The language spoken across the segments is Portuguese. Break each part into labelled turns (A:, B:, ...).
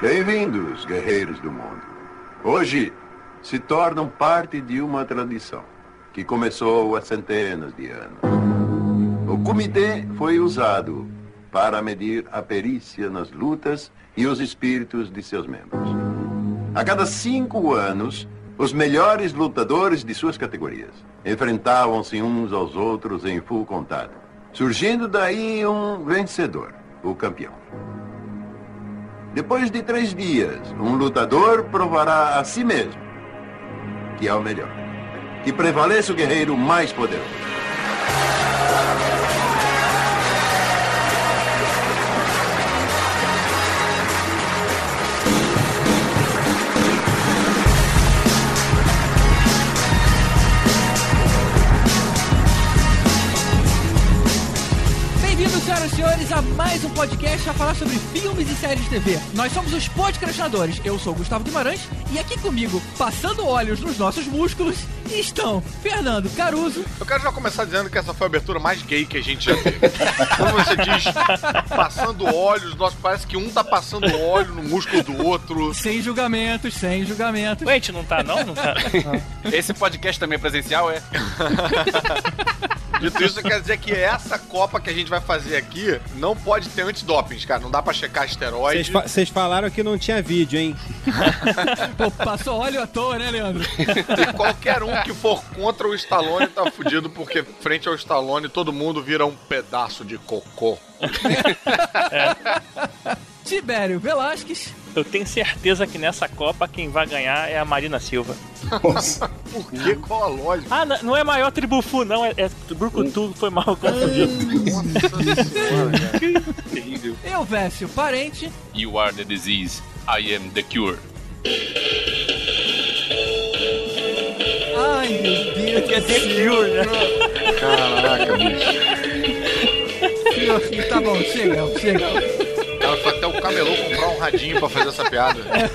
A: Bem-vindos, guerreiros do mundo. Hoje se tornam parte de uma tradição que começou há centenas de anos. O comitê foi usado para medir a perícia nas lutas e os espíritos de seus membros. A cada cinco anos, os melhores lutadores de suas categorias enfrentavam-se uns aos outros em full contato, surgindo daí um vencedor, o campeão. Depois de três dias, um lutador provará a si mesmo que é o melhor. Que prevaleça o guerreiro mais poderoso.
B: Bem-vindos, senhoras e senhores, a mais um podcast a falar sobre filmes e séries de TV. Nós somos os podcastinadores. Eu sou o Gustavo Guimarães e aqui comigo, passando olhos nos nossos músculos, estão Fernando Caruso.
C: Eu quero já começar dizendo que essa foi a abertura mais gay que a gente já teve. Quando você diz passando olhos, nós parece que um tá passando óleo no músculo do outro.
B: Sem julgamentos, sem julgamentos.
D: Ué, a gente não tá não? Não tá?
E: Esse podcast também é presencial, é?
C: Dito isso, quer dizer que essa Copa que a gente vai fazer aqui não pode ter antidopings, cara. Não dá pra checar
F: Vocês
C: esteroide.
F: fa- Vocês falaram que não tinha vídeo, hein?
B: Pô, passou óleo à toa, né, Leandro?
C: E qualquer um que for contra o Stallone tá fudido, porque frente ao Stallone todo mundo vira um pedaço de cocô.
B: Tibério Velasquez.
D: Eu tenho certeza que nessa Copa quem vai ganhar é a Marina Silva.
C: Por que? Qual a lógica?
D: Ah, n- não é maior tribufu, não, é, é Brucutu, foi mal confundido.
E: Terrível.
B: Eu, Vécio Parente.
E: You are the disease, I am the cure.
B: Ai, meu Deus. Que é The Cure, né?
C: Caraca, bicho.
B: Tá bom, chega, chega.
C: Cara, foi até o camelô comprar um radinho pra fazer essa piada.
F: É.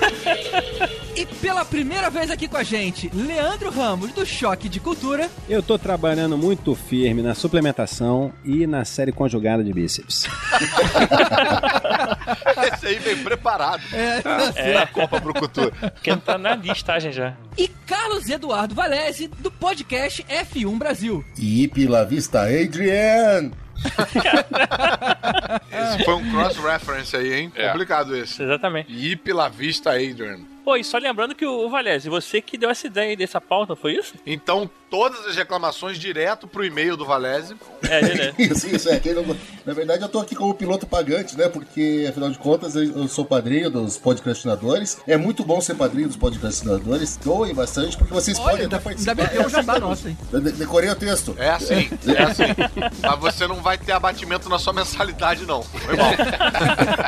B: E pela primeira vez aqui com a gente, Leandro Ramos, do Choque de Cultura.
F: Eu tô trabalhando muito firme na suplementação e na série conjugada de bíceps.
C: Esse aí vem preparado.
B: É,
C: Na Copa pro Couture.
D: Porque tá na listagem já.
B: E Carlos Eduardo Valese, do podcast F1 Brasil.
G: Ipe La Vista Adrian!
C: Esse foi um cross-reference aí, hein?
E: É.
C: Complicado esse.
D: Exatamente.
C: E pela vista, Adrian.
D: Pô, e só lembrando que o Valese, você que deu essa ideia aí dessa pauta, foi isso?
C: Então, todas as reclamações direto pro e-mail do Valese.
D: É, né?
G: Isso, isso, é. quem não- Na verdade, eu tô aqui como piloto pagante, né? Porque, afinal de contas, eu eu sou padrinho dos podcastinadores. É muito bom ser padrinho dos podcastinadores. Doem bastante, porque vocês podem
B: Olha,
G: até
B: dá,
G: participar.
B: dá bem ter um jabá nosso, hein?
G: Eu de- decorei o texto.
C: É assim, é assim. Mas você não vai ter abatimento na sua mensalidade, não. Foi mal.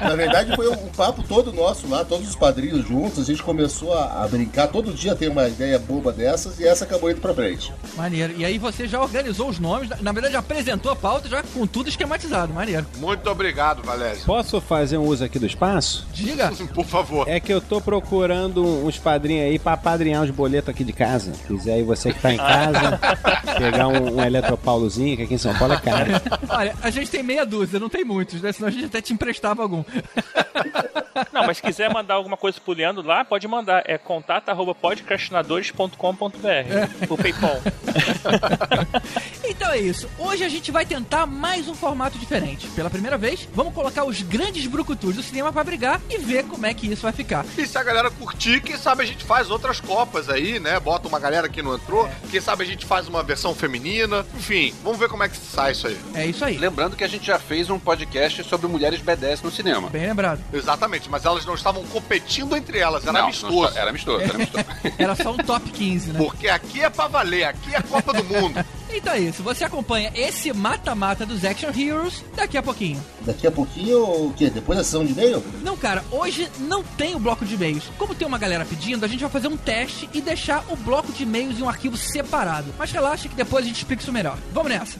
G: Na verdade, foi um papo todo nosso lá, todos os padrinhos juntos. A gente começou a, a brincar. Todo dia tem uma ideia boba dessas e essa acabou indo pra frente.
B: Maneiro. E aí você já organizou os nomes, na- na verdade já apresentou a pauta já com tudo esquematizado. Maneiro.
C: Muito obrigado, Valese.
F: Posso fazer um uso aqui do espaço?
B: Diga.
C: Por favor.
F: É que eu tô procurando uns padrinhos aí pra padrinhar uns boletos aqui de casa. Se quiser aí você que tá em casa, pegar um, um eletropaulozinho, que aqui em São Paulo é caro.
B: Olha, a gente tem meia dúzia, não tem muitos, né? Senão a gente até te emprestava algum.
D: Não, mas se quiser mandar alguma coisa pro Leandro lá, pode mandar. É contato.podcastinadores.com.br O Paypal.
B: Então é isso. Hoje a gente vai tentar mais um formato diferente. Pela primeira vez, vamos colocar os grandes brucutus do cinema pra brigar e ver como é que isso vai ficar.
C: E se a galera curtir, quem sabe a gente faz outras copas aí, né? Bota uma galera que não entrou. Quem sabe a gente faz uma versão feminina. Enfim, vamos ver como é que sai isso aí.
B: É isso aí.
E: Lembrando que a gente já fez um podcast sobre mulheres BDS no cinema.
B: Bem lembrado.
C: Exatamente, mas elas não estavam competindo entre elas, era
E: Não,
C: amistoso.
E: não, era amistoso, era amistoso.
B: Era só um top 15, né?
C: Porque aqui é pra valer, aqui é Copa do Mundo.
B: Então é isso. Você acompanha esse mata-mata dos Action Heroes daqui a pouquinho.
G: Daqui a pouquinho, o quê? Depois da sessão de e-mail?
B: Não, cara, hoje não tem o bloco de e-mails. Como tem uma galera pedindo, a gente vai fazer um teste e deixar o bloco de e-mails em um arquivo separado. Mas relaxa que depois a gente explica isso melhor. Vamos nessa.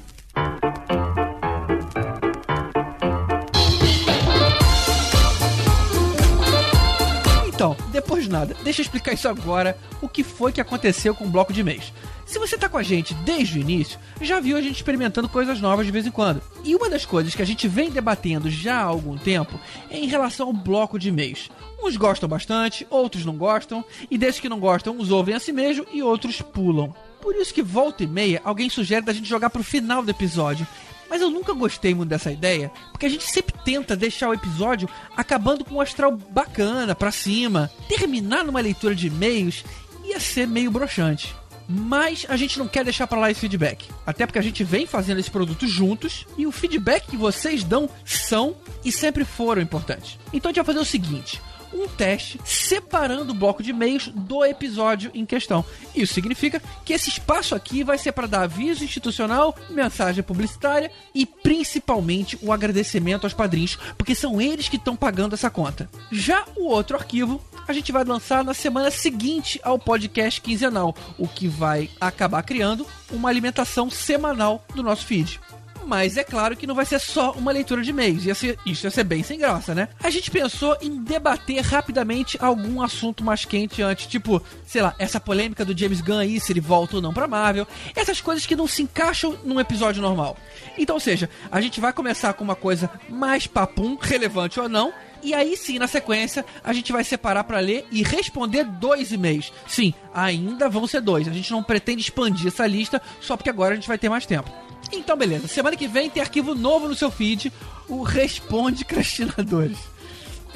B: Então, depois nada. Deixa eu explicar isso agora, o que foi que aconteceu com o bloco de e-mails. Se você tá com a gente desde o início, já viu a gente experimentando coisas novas de vez em quando. E uma das coisas que a gente vem debatendo já há algum tempo é em relação ao bloco de e-mails. Uns gostam bastante, outros não gostam, e desde que não gostam, uns ouvem a si mesmo e outros pulam. Por isso que volta e meia alguém sugere da gente jogar pro final do episódio. Mas eu nunca gostei muito dessa ideia, porque a gente sempre tenta deixar o episódio acabando com um astral bacana, pra cima. Terminar numa leitura de e-mails ia ser meio broxante. Mas a gente não quer deixar pra lá esse feedback. Até porque a gente vem fazendo esse produto juntos e o feedback que vocês dão são e sempre foram importantes. Então a gente vai fazer o seguinte: um teste separando o bloco de e-mails do episódio em questão. Isso significa que esse espaço aqui vai ser para dar aviso institucional, mensagem publicitária e principalmente o agradecimento aos padrinhos, porque são eles que estão pagando essa conta. Já o outro arquivo a gente vai lançar na semana seguinte ao podcast quinzenal, o que vai acabar criando uma alimentação semanal do nosso feed. Mas é claro que não vai ser só uma leitura de e-mails. Ia ser, isso ia ser bem sem graça, né? A gente pensou em debater rapidamente algum assunto mais quente antes. Tipo, sei lá, essa polêmica do James Gunn aí, se ele volta ou não pra Marvel. Essas coisas que não se encaixam num episódio normal. Então, ou seja, a gente vai começar com uma coisa mais papum, relevante ou não. E aí sim, na sequência, a gente vai separar pra ler e responder dois e-mails. Sim, ainda vão ser dois. A gente não pretende expandir essa lista só porque agora a gente vai ter mais tempo. Então, beleza. Semana que vem tem arquivo novo no seu feed, o Responde Crastinadores.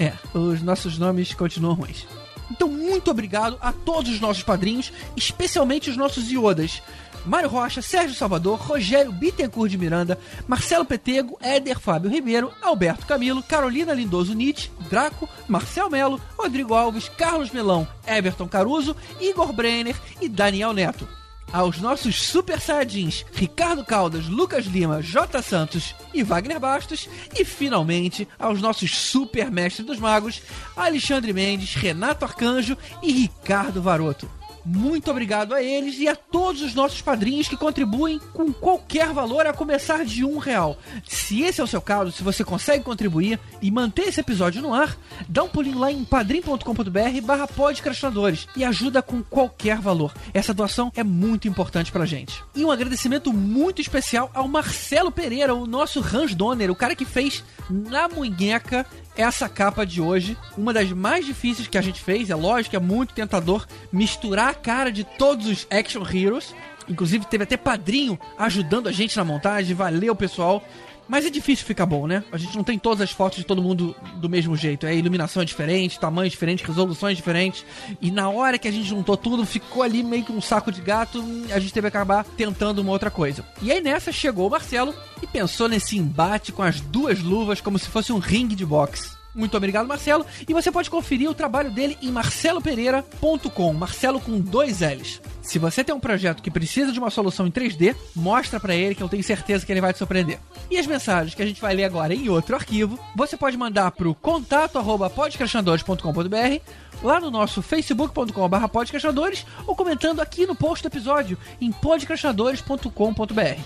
B: É, os nossos nomes continuam ruins. Então, muito obrigado a todos os nossos padrinhos, especialmente os nossos iodas. Mário Rocha, Sérgio Salvador, Rogério Bittencourt de Miranda, Marcelo Petego, Éder Fábio Ribeiro, Alberto Camilo, Carolina Lindoso Nietzsche, Draco, Marcel Melo, Rodrigo Alves, Carlos Melão, Everton Caruso, Igor Brenner e Daniel Neto aos nossos super saiyajins Ricardo Caldas, Lucas Lima, J. Santos e Wagner Bastos e finalmente aos nossos super mestres dos magos Alexandre Mendes, Renato Arcanjo e Ricardo Varoto. Muito obrigado a eles e a todos os nossos padrinhos que contribuem com qualquer valor, a começar de um real. Se esse é o seu caso, se você consegue contribuir e manter esse episódio no ar, dá um pulinho lá em padrim.com.br barra podcrastinadores e ajuda com qualquer valor. Essa doação é muito importante pra gente. E um agradecimento muito especial ao Marcelo Pereira, o nosso Hans Donner, o cara que fez na munheca essa capa de hoje, uma das mais difíceis que a gente fez, é lógico, que é muito tentador misturar a cara de todos os action heroes. Inclusive teve até padrinho ajudando a gente na montagem, valeu pessoal. Mas é difícil ficar bom, né? A gente não tem todas as fotos de todo mundo do mesmo jeito. É iluminação é diferente, tamanho é diferente, resoluções diferentes. E na hora que a gente juntou tudo, ficou ali meio que um saco de gato. A gente teve que acabar tentando uma outra coisa. E aí nessa chegou o Marcelo e pensou nesse embate com as duas luvas como se fosse um ringue de boxe. Muito obrigado, Marcelo. E você pode conferir o trabalho dele em marcelopereira.com, Marcelo com dois L's. Se você tem um projeto que precisa de uma solução em 3D, mostra pra ele que eu tenho certeza que ele vai te surpreender. E as mensagens que a gente vai ler agora em outro arquivo, você pode mandar pro contato@podcastinadores.com.br, lá no nosso facebook.com/barra podcastinadores ou comentando aqui no post do episódio em podcastinadores.com.br.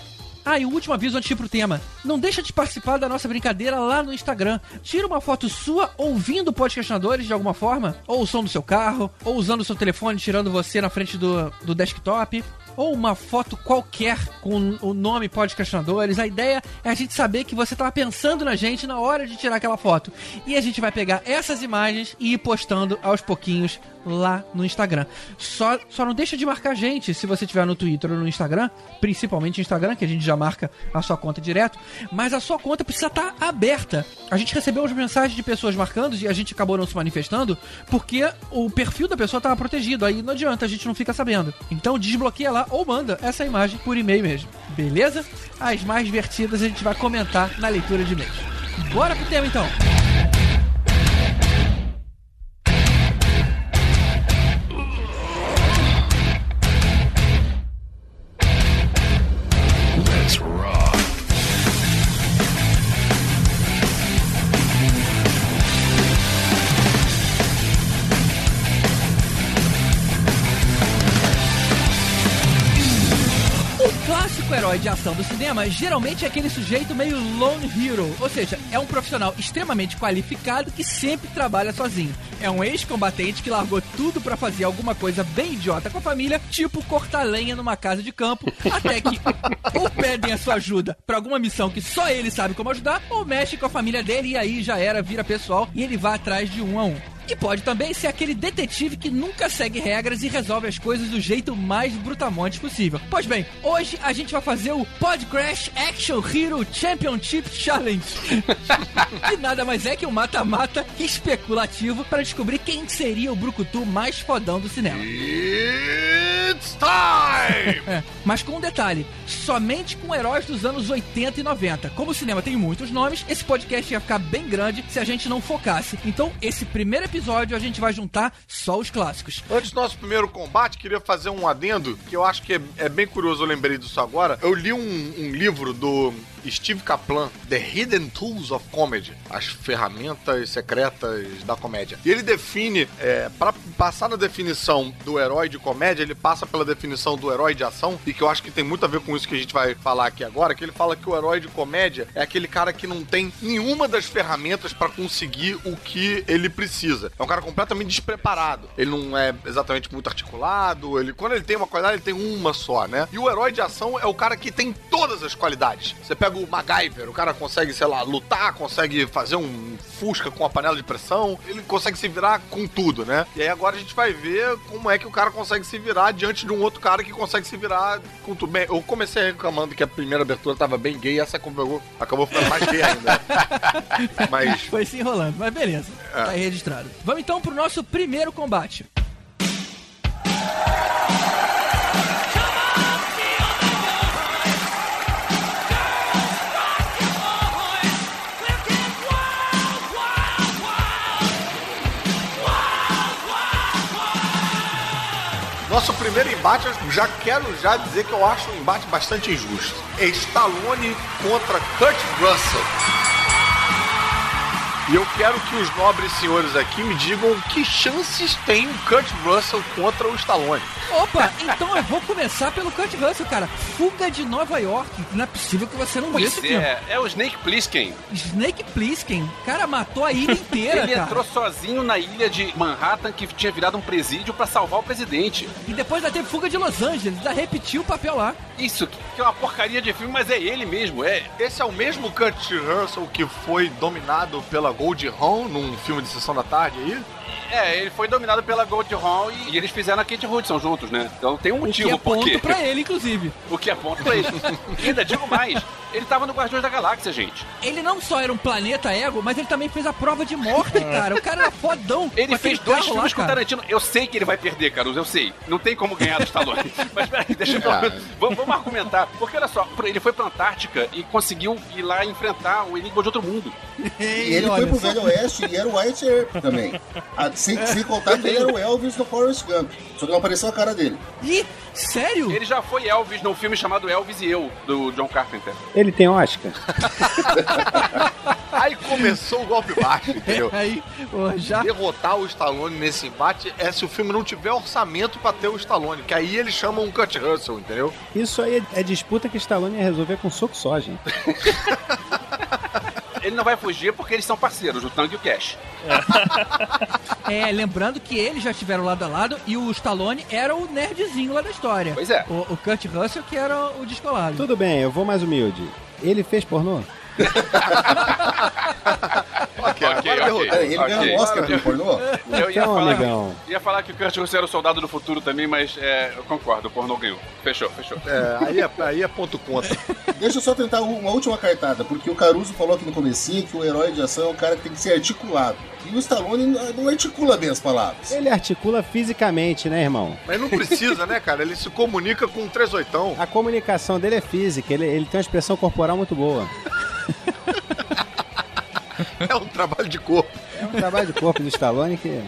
B: Ah, e um último aviso antes de ir pro tema. Não deixa de participar da nossa brincadeira lá no Instagram. Tira uma foto sua ouvindo podcastinadores de alguma forma, ou o som do seu carro, ou usando o seu telefone, tirando você na frente do, do desktop, ou uma foto qualquer com o nome podcastinadores. A ideia é a gente saber que você tava pensando na gente na hora de tirar aquela foto. E a gente vai pegar essas imagens e ir postando aos pouquinhos lá no Instagram. Só, só não deixa de marcar a gente se você tiver no Twitter ou no Instagram, principalmente no Instagram, que a gente já marca a sua conta direto, mas a sua conta precisa estar aberta. A gente recebeu as mensagens de pessoas marcando e a gente acabou não se manifestando porque o perfil da pessoa estava protegido, aí não adianta, a gente não fica sabendo. Então desbloqueia lá ou manda essa imagem por e-mail mesmo, beleza? As mais divertidas a gente vai comentar na leitura de e-mails. Bora pro tema então! O clássico herói herói de ação do cinema geralmente é aquele sujeito meio lone hero, ou seja, é um profissional extremamente qualificado que sempre trabalha sozinho. É um ex-combatente que largou tudo pra fazer alguma coisa bem idiota com a família, tipo cortar lenha numa casa de campo, até que ou pedem a sua ajuda pra alguma missão que só ele sabe como ajudar, ou mexe com a família dele e aí já era, vira pessoal e ele vai atrás de um a um. E pode também ser aquele detetive que nunca segue regras e resolve as coisas do jeito mais brutamonte possível. Pois bem, hoje a gente vai fazer o Podcrash Action Hero Championship Challenge. e nada mais é que um mata-mata especulativo para descobrir quem seria o brucutu mais fodão do cinema.
C: It's time!
B: É, mas com um detalhe, somente com heróis dos anos 80 e 90. Como o cinema tem muitos nomes, esse podcast ia ficar bem grande se a gente não focasse. Então, esse primeiro episódio a gente vai juntar só os clássicos.
C: Antes do nosso primeiro combate, queria fazer um adendo, que eu acho que é, é bem curioso, eu lembrei disso agora. Eu li um, um livro do Steve Kaplan, The Hidden Tools of Comedy, as ferramentas secretas da comédia. E ele define, é, para passar na definição do herói de comédia, ele passa pela definição do herói de ação, e que eu acho que tem muito a ver com isso que a gente vai falar aqui agora, que ele fala que o herói de comédia é aquele cara que não tem nenhuma das ferramentas para conseguir o que ele precisa. É um cara completamente despreparado. Ele não é exatamente muito articulado, ele quando ele tem uma qualidade, ele tem uma só, né? E o herói de ação é o cara que tem todas as qualidades. Você pega o MacGyver, o cara consegue, sei lá, lutar, consegue fazer um fusca com a panela de pressão, ele consegue se virar com tudo, né? E aí agora a gente vai ver como é que o cara consegue se virar diante de um outro cara que consegue se virar com tudo. Bem, eu comecei reclamando que a primeira abertura tava bem gay, essa acabou, acabou ficando mais gay ainda. Mas
B: Foi se enrolando, mas beleza.
E: Ah.
B: Tá aí registrado. Vamos então pro nosso primeiro combate.
C: Nosso primeiro embate, eu já quero já dizer que eu acho um embate bastante injusto. É Stallone contra Kurt Russell. E eu quero que os nobres senhores aqui me digam que chances tem o Kurt Russell contra o Stallone.
B: Opa, então eu vou começar pelo Kurt Russell, cara. Fuga de Nova York. Não é possível que você não viu esse
E: Pois
B: filme.
E: é, é o Snake Plissken.
B: Snake Plissken, cara, matou a ilha inteira,
E: Ele
B: É, cara.
E: entrou sozinho na ilha de Manhattan, que tinha virado um presídio, pra salvar o presidente.
B: E depois ainda teve Fuga de Los Angeles, ainda repetiu o papel lá.
E: Isso, que é uma porcaria de filme, mas é ele mesmo, é.
C: Esse é o mesmo Kurt Russell que foi dominado pela Gold Ron num filme de sessão da tarde aí?
E: É, ele foi dominado pela Gold Hall e, e eles fizeram a Kate Hudson juntos, né? Então tem um
B: O que
E: motivo
B: é
E: por quê.
B: ponto pra ele, inclusive.
E: O que é ponto pra ele. E ainda digo mais, ele tava no Guardiões da Galáxia, gente.
B: Ele não só era um planeta ego, mas ele também fez a prova de morte, cara. O cara era fodão. com
E: É. Ele
B: aquele
E: fez dois
B: carro lá,
E: filmes com o
B: cara.
E: Tarantino. Eu sei que ele vai perder, Caruso, eu sei. Não tem como ganhar do Stallone. Mas peraí, deixa eu...
G: Ah.
E: Vamos, vamos argumentar. Porque olha só, ele foi pra Antártica e conseguiu ir lá enfrentar o Enigma de Outro Mundo.
G: E ele foi
B: olha
G: pro
B: só.
G: Velho Oeste e era o White Earp também. Ah, sem, sem contar que ele era o Elvis do Forrest Gump. Só que não apareceu a cara dele.
B: Ih, sério?
E: Ele já foi Elvis num filme chamado Elvis e Eu, do John Carpenter.
F: Ele tem Oscar?
C: Aí começou o golpe baixo, entendeu?
B: É, Aí, pô, já.
C: derrotar o Stallone nesse embate é se o filme não tiver orçamento pra ter o Stallone, que aí eles chamam um Kurt Russell, entendeu?
F: Isso aí é, é disputa que Stallone ia resolver com soco só, gente.
E: Ele não vai fugir porque eles são parceiros, o Tang e o Cash.
B: É, lembrando que eles já estiveram lado a lado e o Stallone era o nerdzinho lá da história.
E: Pois é.
B: O, o Kurt Russell que era o descolado.
F: Tudo bem, eu vou mais humilde. Ele fez pornô?
E: Ok, ok.
G: Então, Peraí, ele
E: ok.
G: ganhou o Oscar pelo pornô?
E: Eu ia
F: Então,
E: falar,
F: amigão.
E: ia falar que o Kurt Russell era o soldado do futuro também, mas é, eu concordo, o pornô ganhou. Fechou, fechou.
C: É, aí é, aí é ponto contra.
G: Deixa eu só tentar um, uma última cartada, porque o Caruso falou aqui no comecinho que o herói de ação é um cara que tem que ser articulado. E o Stallone não não articula bem as palavras. É,
F: Ele articula fisicamente, né, irmão?
C: Mas não precisa, né, cara? Ele se comunica com um 38.
F: A comunicação dele é física, ele, ele tem uma expressão corporal muito boa.
C: É um trabalho de corpo.
F: É um trabalho de corpo do Stallone que.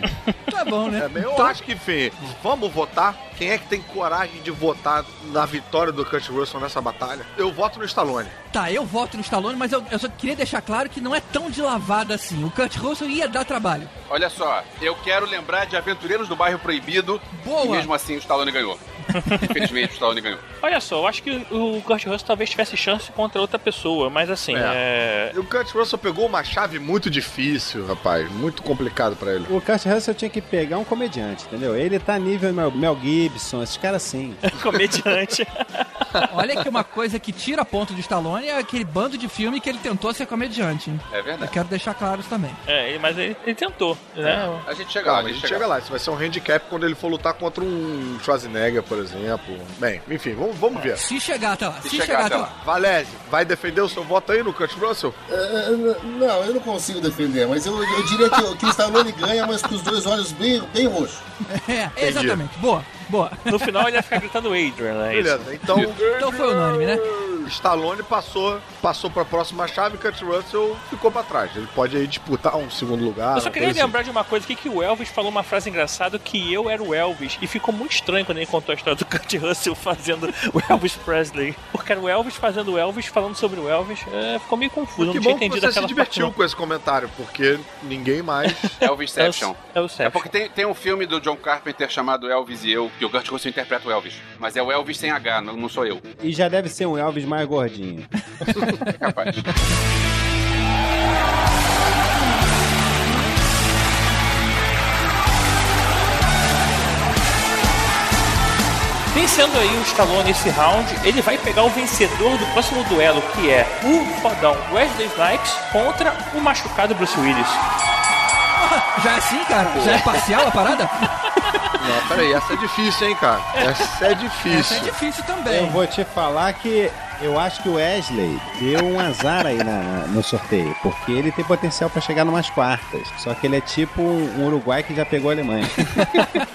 B: Tá bom, né?
C: É, bem, eu
B: Tá.
C: acho que, enfim, vamos votar Quem é que tem coragem de votar na vitória do Kurt Russell nessa batalha? Eu voto no Stallone.
B: Tá, eu voto no Stallone, mas eu, eu só queria deixar claro que não é tão de lavada assim. O Kurt Russell ia dar trabalho.
E: Olha só, eu quero lembrar de Aventureiros do Bairro Proibido.
B: Boa.
E: E mesmo assim o Stallone ganhou. Infelizmente o Stallone ganhou.
D: Olha só, eu acho que o Kurt Russell talvez tivesse chance contra outra pessoa, mas assim, é.
C: E o Kurt Russell pegou uma chave muito difícil, rapaz. Muito complicado pra ele.
F: O Kurt Russell tinha que pegar um comediante, entendeu? Ele tá nível Mel, Mel Gibson, esses caras sim.
D: comediante.
B: Olha que uma coisa que tira ponto de Stallone é aquele bando de filme que ele tentou ser comediante. hein?
E: É
B: Eu
E: verdade.
B: quero deixar claro isso também.
D: É, ele- mas ele, ele tentou, né?
E: A gente chega lá,
C: Calma, a gente chega lá. Isso vai ser um handicap quando ele for lutar contra um Schwarzenegger, por exemplo. Bem, enfim, vamos, vamos ver.
B: Se chegar até lá, se,
E: Se
B: chegar, até lá.
C: Valézio, vai defender o seu voto aí no Kurt Russell?
G: É, n- Não, eu não consigo defender, mas eu, eu diria que, que o Stallone ganha, mas com os dois olhos bem, bem roxos.
B: É, exatamente. Boa, boa.
D: No final ele ia ficar gritando Adrian, né? Isso.
C: É. Beleza, então
B: Então foi unânime, né?
C: Stallone passou, passou pra próxima chave, Kurt Russell ficou pra trás. Ele pode aí disputar um segundo lugar.
D: Eu só
C: uma
D: queria
C: coisa assim.
D: lembrar de uma coisa aqui que o Elvis falou uma frase engraçada que eu era o Elvis e ficou muito estranho quando ele contou a história do Kurt Russell fazendo o Elvis Presley. Porque era o Elvis fazendo o Elvis, falando sobre o Elvis. É, ficou meio confuso, eu
C: Que
D: não tinha
C: bom que
D: entendido
C: você se
D: aquela
C: divertiu com esse comentário, porque ninguém mais.
E: Elvisception.
D: É o Sérgio.
E: É porque tem, tem um filme do John Carpenter chamado Elvis e Eu, que o Kurt Russell interpreta o Elvis. Mas é o Elvis sem H, não, não sou eu.
F: E já deve ser um Elvis mais gordinho.
E: É capaz.
D: Vencendo aí o Stallone esse round, ele vai pegar o vencedor do próximo duelo, que é o fodão Wesley Snipes contra o machucado Bruce Willis.
B: Já é assim, cara? Já é parcial a parada?
C: Não, peraí, essa é difícil, hein, cara? Essa é
B: Essa é
C: difícil.
B: difícil
F: Eu
B: também.
F: vou te falar que eu acho que o Wesley deu um azar aí na- na- no sorteio, porque ele tem potencial pra chegar numas quartas. Só que ele é tipo um, um Uruguai que já pegou a Alemanha.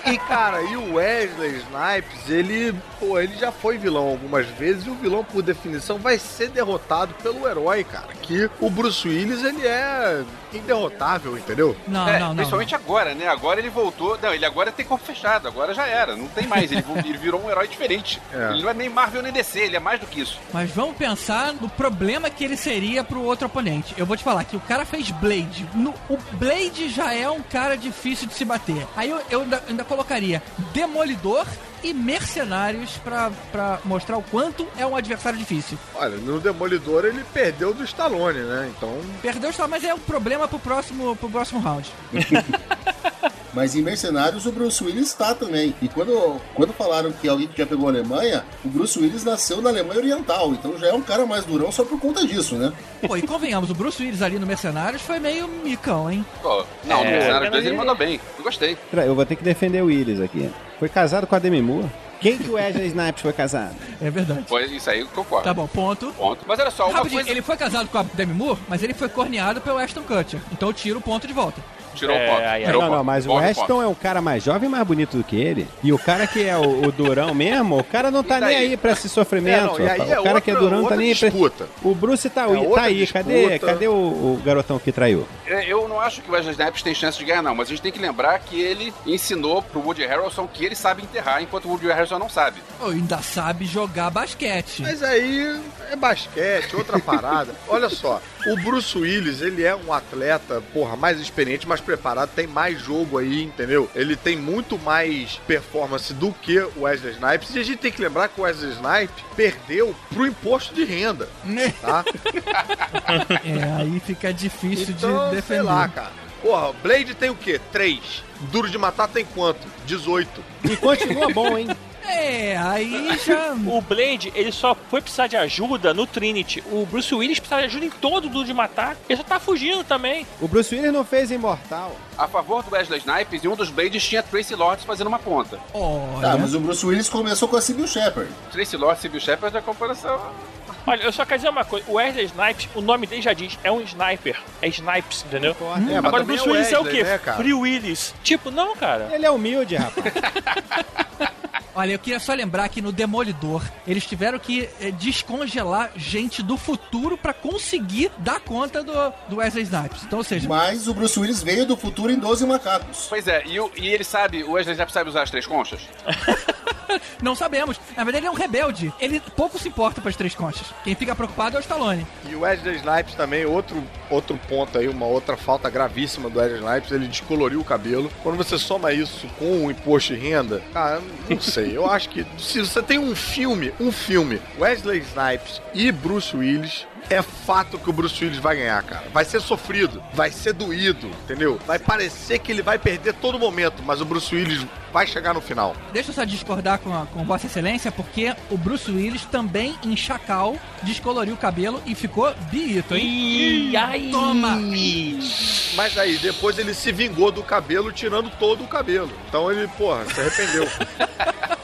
C: E, cara, e o Wesley Snipes, ele, pô, ele já foi vilão algumas vezes e o vilão, por definição, vai ser derrotado pelo herói, cara. Que o Bruce Willis, ele é inderrotável, entendeu?
B: Ah, Não,
E: É,
B: não, não.
E: principalmente agora, né? Agora ele voltou. Não, ele agora tem corpo fechado, agora já era. Não tem mais. Ele, vo- ele virou um herói diferente.
C: É.
E: Ele não é nem Marvel nem DC, ele é mais do que isso.
B: Mas vamos pensar no problema que ele seria pro outro oponente. Eu vou te falar que o cara fez Blade. No- o Blade já é um cara difícil de se bater. Aí eu, eu ainda, ainda colocaria Demolidor e Mercenários pra, pra mostrar o quanto é um adversário difícil.
C: Olha, no Demolidor ele perdeu do Stallone, né? Então,
B: Perdeu só, mas é um problema pro próximo, pro próximo round.
G: Mas em Mercenários o Bruce Willis está também. E quando, quando falaram que alguém que já pegou a Alemanha, o Bruce Willis nasceu na Alemanha Oriental, então já é um cara mais durão só por conta disso, né?
B: Pô, e convenhamos, o Bruce Willis ali no Mercenários foi meio micão, hein?
E: Pô, não,
D: É,
E: no cenário
D: é,
E: 2 ele
D: é.
E: mandou bem. Eu gostei.
F: Pera, Eu vou ter que defender o Willis aqui. Foi casado com a Demi Moore? Quem que o Wesley Snipes foi casado?
B: É verdade.
E: Foi isso aí, eu concordo.
B: Tá bom, ponto.
E: Ponto. Mas olha só, uma
B: Rapidinho,
E: coisa.
B: ele foi casado com a Demi Moore, mas ele foi corneado pelo Ashton Kutcher. Então eu tiro o ponto de volta.
E: Tirou o
D: É,
E: ponto.
D: aí, aí.
E: tirou
F: não,
E: ponto.
F: não, mas o
E: Ponto,
F: Ashton
E: ponto.
F: é um cara mais jovem e mais bonito do que ele. E o cara que é o, o durão mesmo, o cara não tá
E: E
F: nem
E: daí?
F: aí pra esse sofrimento.
C: É, não, e aí
F: rapaz.
C: é
F: o cara que é
C: outra-
F: durão não tá
C: outra
F: nem aí pra...
C: disputa. É
F: O Bruce tá, aí, tá
C: outra
F: aí. Cadê,
C: disputa.
F: cadê o, o garotão que traiu?
E: É, Eu não acho que o Wesley Snipes tem chance de ganhar, não, mas a gente tem que lembrar que ele ensinou pro Woody Harrelson que ele sabe enterrar, enquanto o Woody Harrelson não sabe.
B: Oh, ainda sabe jogar basquete.
C: mas aí é basquete, outra parada. Olha só, o Bruce Willis, ele é um atleta, porra, mais experiente, mais preparado, tem mais jogo aí, entendeu? Ele tem muito mais performance do que o Wesley Snipes. E a gente tem que lembrar que o Wesley Snipes perdeu pro imposto de renda, tá?
B: É, aí fica difícil
C: Então,
B: de defender.
C: sei lá, cara. Porra, Blade tem o quê? Três. Duro de matar tem quanto? 18.
F: E continua bom, hein?
B: É, aí já.
C: Tá,
D: O Blade, ele só foi precisar de ajuda no Trinity. O Bruce Willis precisava de ajuda em todo o Duro de Matar. Ele só tá fugindo também.
F: O Bruce Willis não fez Imortal.
E: A favor do Wesley Snipes, e um dos Blades tinha Tracy Lords fazendo uma ponta.
B: Olha.
G: Tá, mas o Bruce Willis começou com a Sibyl Shepard.
E: Tracy Lords e Bill Shepard é a comparação.
D: Olha, eu só quero dizer uma coisa. O Wesley Snipes, o nome dele já diz, é um sniper. É Snipes, entendeu?
C: É, mas
D: Agora o
C: também
D: Bruce Willis é o
C: Wesley,
D: quê?
C: né, cara?
D: Free Willis. Tipo, não, cara.
F: Ele é humilde, rapaz.
B: Olha, eu queria só lembrar que no Demolidor eles tiveram que eh, descongelar gente do futuro pra conseguir dar conta do, do Wesley Snipes. Então, ou seja,
G: Mas o Bruce Willis veio do futuro em 12 macacos.
E: Pois é, e, o- e ele sabe, o Wesley Snipes sabe usar as três conchas?
B: Não sabemos. Na verdade, ele é um rebelde. Ele pouco se importa para as três conchas. Quem fica preocupado é o Stallone.
C: E o Wesley Snipes também, outro, outro ponto aí, uma outra falta gravíssima do Wesley Snipes, ele descoloriu o cabelo. Quando você soma isso com o imposto de renda, cara, não sei, eu acho que se você tem um filme, um filme, Wesley Snipes e Bruce Willis, é fato que o Bruce Willis vai ganhar, cara. Vai ser sofrido, vai ser doído, entendeu? Vai parecer que ele vai perder todo momento, mas o Bruce Willis vai chegar no final.
B: Deixa eu só discordar com, a- com Vossa Excelência, porque o Bruce Willis também, em Chacal, descoloriu o cabelo e ficou biito, hein?
D: Ih, ai!
B: Toma!
C: Mas aí, depois ele se vingou do cabelo, tirando todo o cabelo. Então ele, porra, se arrependeu.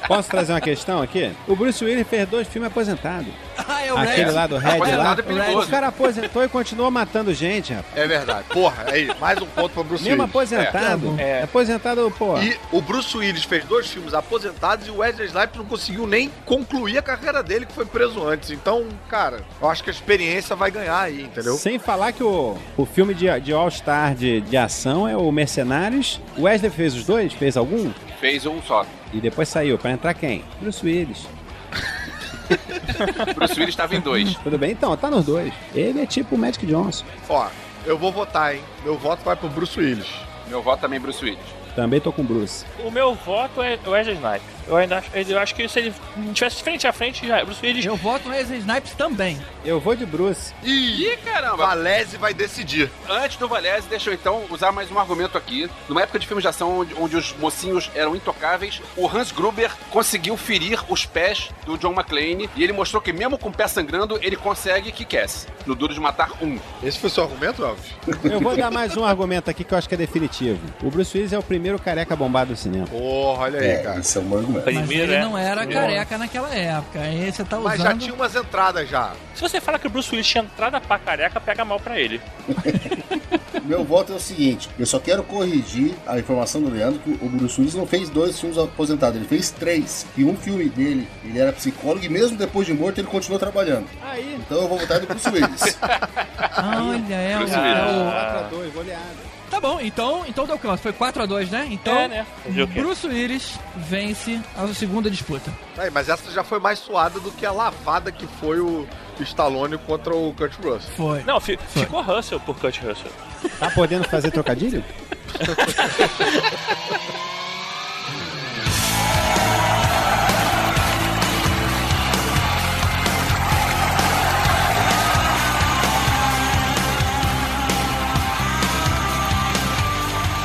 F: Posso trazer uma questão aqui? O Bruce Willis fez dois filmes aposentado.
B: Ah, é o
F: Aquele
B: Red.
F: lá do Red lá.
E: Aposentado é perigoso.
F: O cara aposentou e continuou matando gente, rapaz.
C: É verdade. Porra, aí, mais um ponto pra Bruce
F: Mesmo
C: Willis.
F: aposentado. Aposentado, pô.
C: É. E o Bruce Willis fez dois filmes aposentados e o Wesley Snipes não conseguiu nem concluir a carreira dele, que foi preso antes. Então, cara, eu acho que a experiência vai ganhar aí, entendeu?
F: Sem falar que o, o filme de, de All-Star de, de ação é o Mercenários. O Wesley fez os dois? Fez algum?
E: Fez um só.
F: E depois saiu. Pra entrar quem? Bruce Willis.
E: Bruce Willis estava em dois.
F: Tudo bem? Então, tá nos dois. Ele é tipo o Magic Johnson.
C: Ó, eu vou votar, hein? Meu voto vai pro Bruce Willis.
E: Meu voto também Bruce Willis.
F: Também tô com o Bruce.
D: O meu voto é Wesley Snipes. Eu ainda acho, eu acho que se ele tivesse frente a frente, já, Bruce Willis
B: Eu voto no Wesley Snipes também.
F: Eu vou de Bruce.
C: Ih,
E: Ih, caramba!
C: Valese vai decidir.
E: Antes do Valese, deixa eu então usar mais um argumento aqui. Numa época de filmes de ação onde, onde os mocinhos eram intocáveis, o Hans Gruber conseguiu ferir os pés do John McClane e ele mostrou que mesmo com o pé sangrando, ele consegue que quesse. No Duro de Matar um.
C: Esse foi seu argumento, Elvis?
F: Eu vou dar mais um argumento aqui que eu acho que é definitivo. O Bruce Willis é o primeiro careca bombado do cinema.
C: Porra, olha aí,
G: É,
C: cara.
G: isso é um argumento.
B: Mas ele
D: primeiro, né?
B: não era
D: Primeiro.
B: careca naquela época. Aí você tá
C: Mas
B: usando...
C: já tinha umas entradas já.
D: Se você fala que o Bruce Willis tinha entrada pra careca, pega mal pra ele.
G: Meu voto é o seguinte: eu só quero corrigir a informação do Leandro que o Bruce Willis não fez dois filmes aposentados, ele fez três. E um filme dele, ele era psicólogo e mesmo depois de morto ele continuou trabalhando.
F: Aí,
G: Então eu vou votar no Bruce Willis.
C: um
B: Olha, é o...
E: Bruce
F: Então,
B: é o-
F: 4x2, goleada.
B: Tá bom, então, então deu canto. Foi 4x2, né? Então,
D: É, né? Fazer o quê?
B: Bruce Willis vence a segunda disputa.
C: Tá Aí, mas essa já foi mais suada do que a lavada que foi o Stallone contra o Kurt Russell.
B: Foi.
D: Não, fi- ficou Russell por Kurt Russell.
F: Tá podendo fazer trocadilho?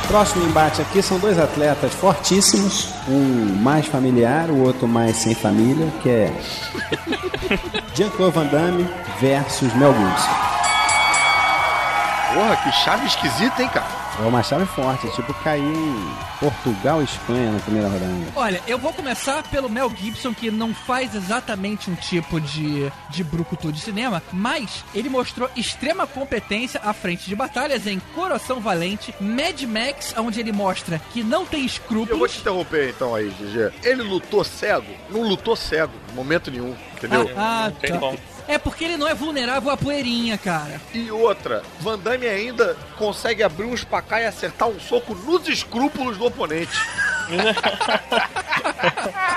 F: Próximo embate aqui são dois atletas fortíssimos, um mais familiar, o outro mais sem família, que é Jean-Claude Van Damme versus Mel Gibson.
C: Porra, que chave esquisita, hein, cara?
F: É uma chave forte, é tipo cair em Portugal e Espanha na primeira rodada.
B: Olha, eu vou começar pelo Mel Gibson, que não faz exatamente um tipo de, de brucutu de cinema, mas ele mostrou extrema competência à frente de batalhas em Coração Valente, Mad Max, onde ele mostra que não tem
C: Eu vou
B: escrúpulos.
C: te interromper então aí, GG. Ele lutou cego? Não lutou cego, em momento nenhum, entendeu?
B: Ah, ah,
D: Tem
B: tá.
D: como.
B: É porque ele não é vulnerável à poeirinha, cara.
C: E outra, Van Damme ainda consegue abrir um espacá e acertar um soco nos escrúpulos do oponente.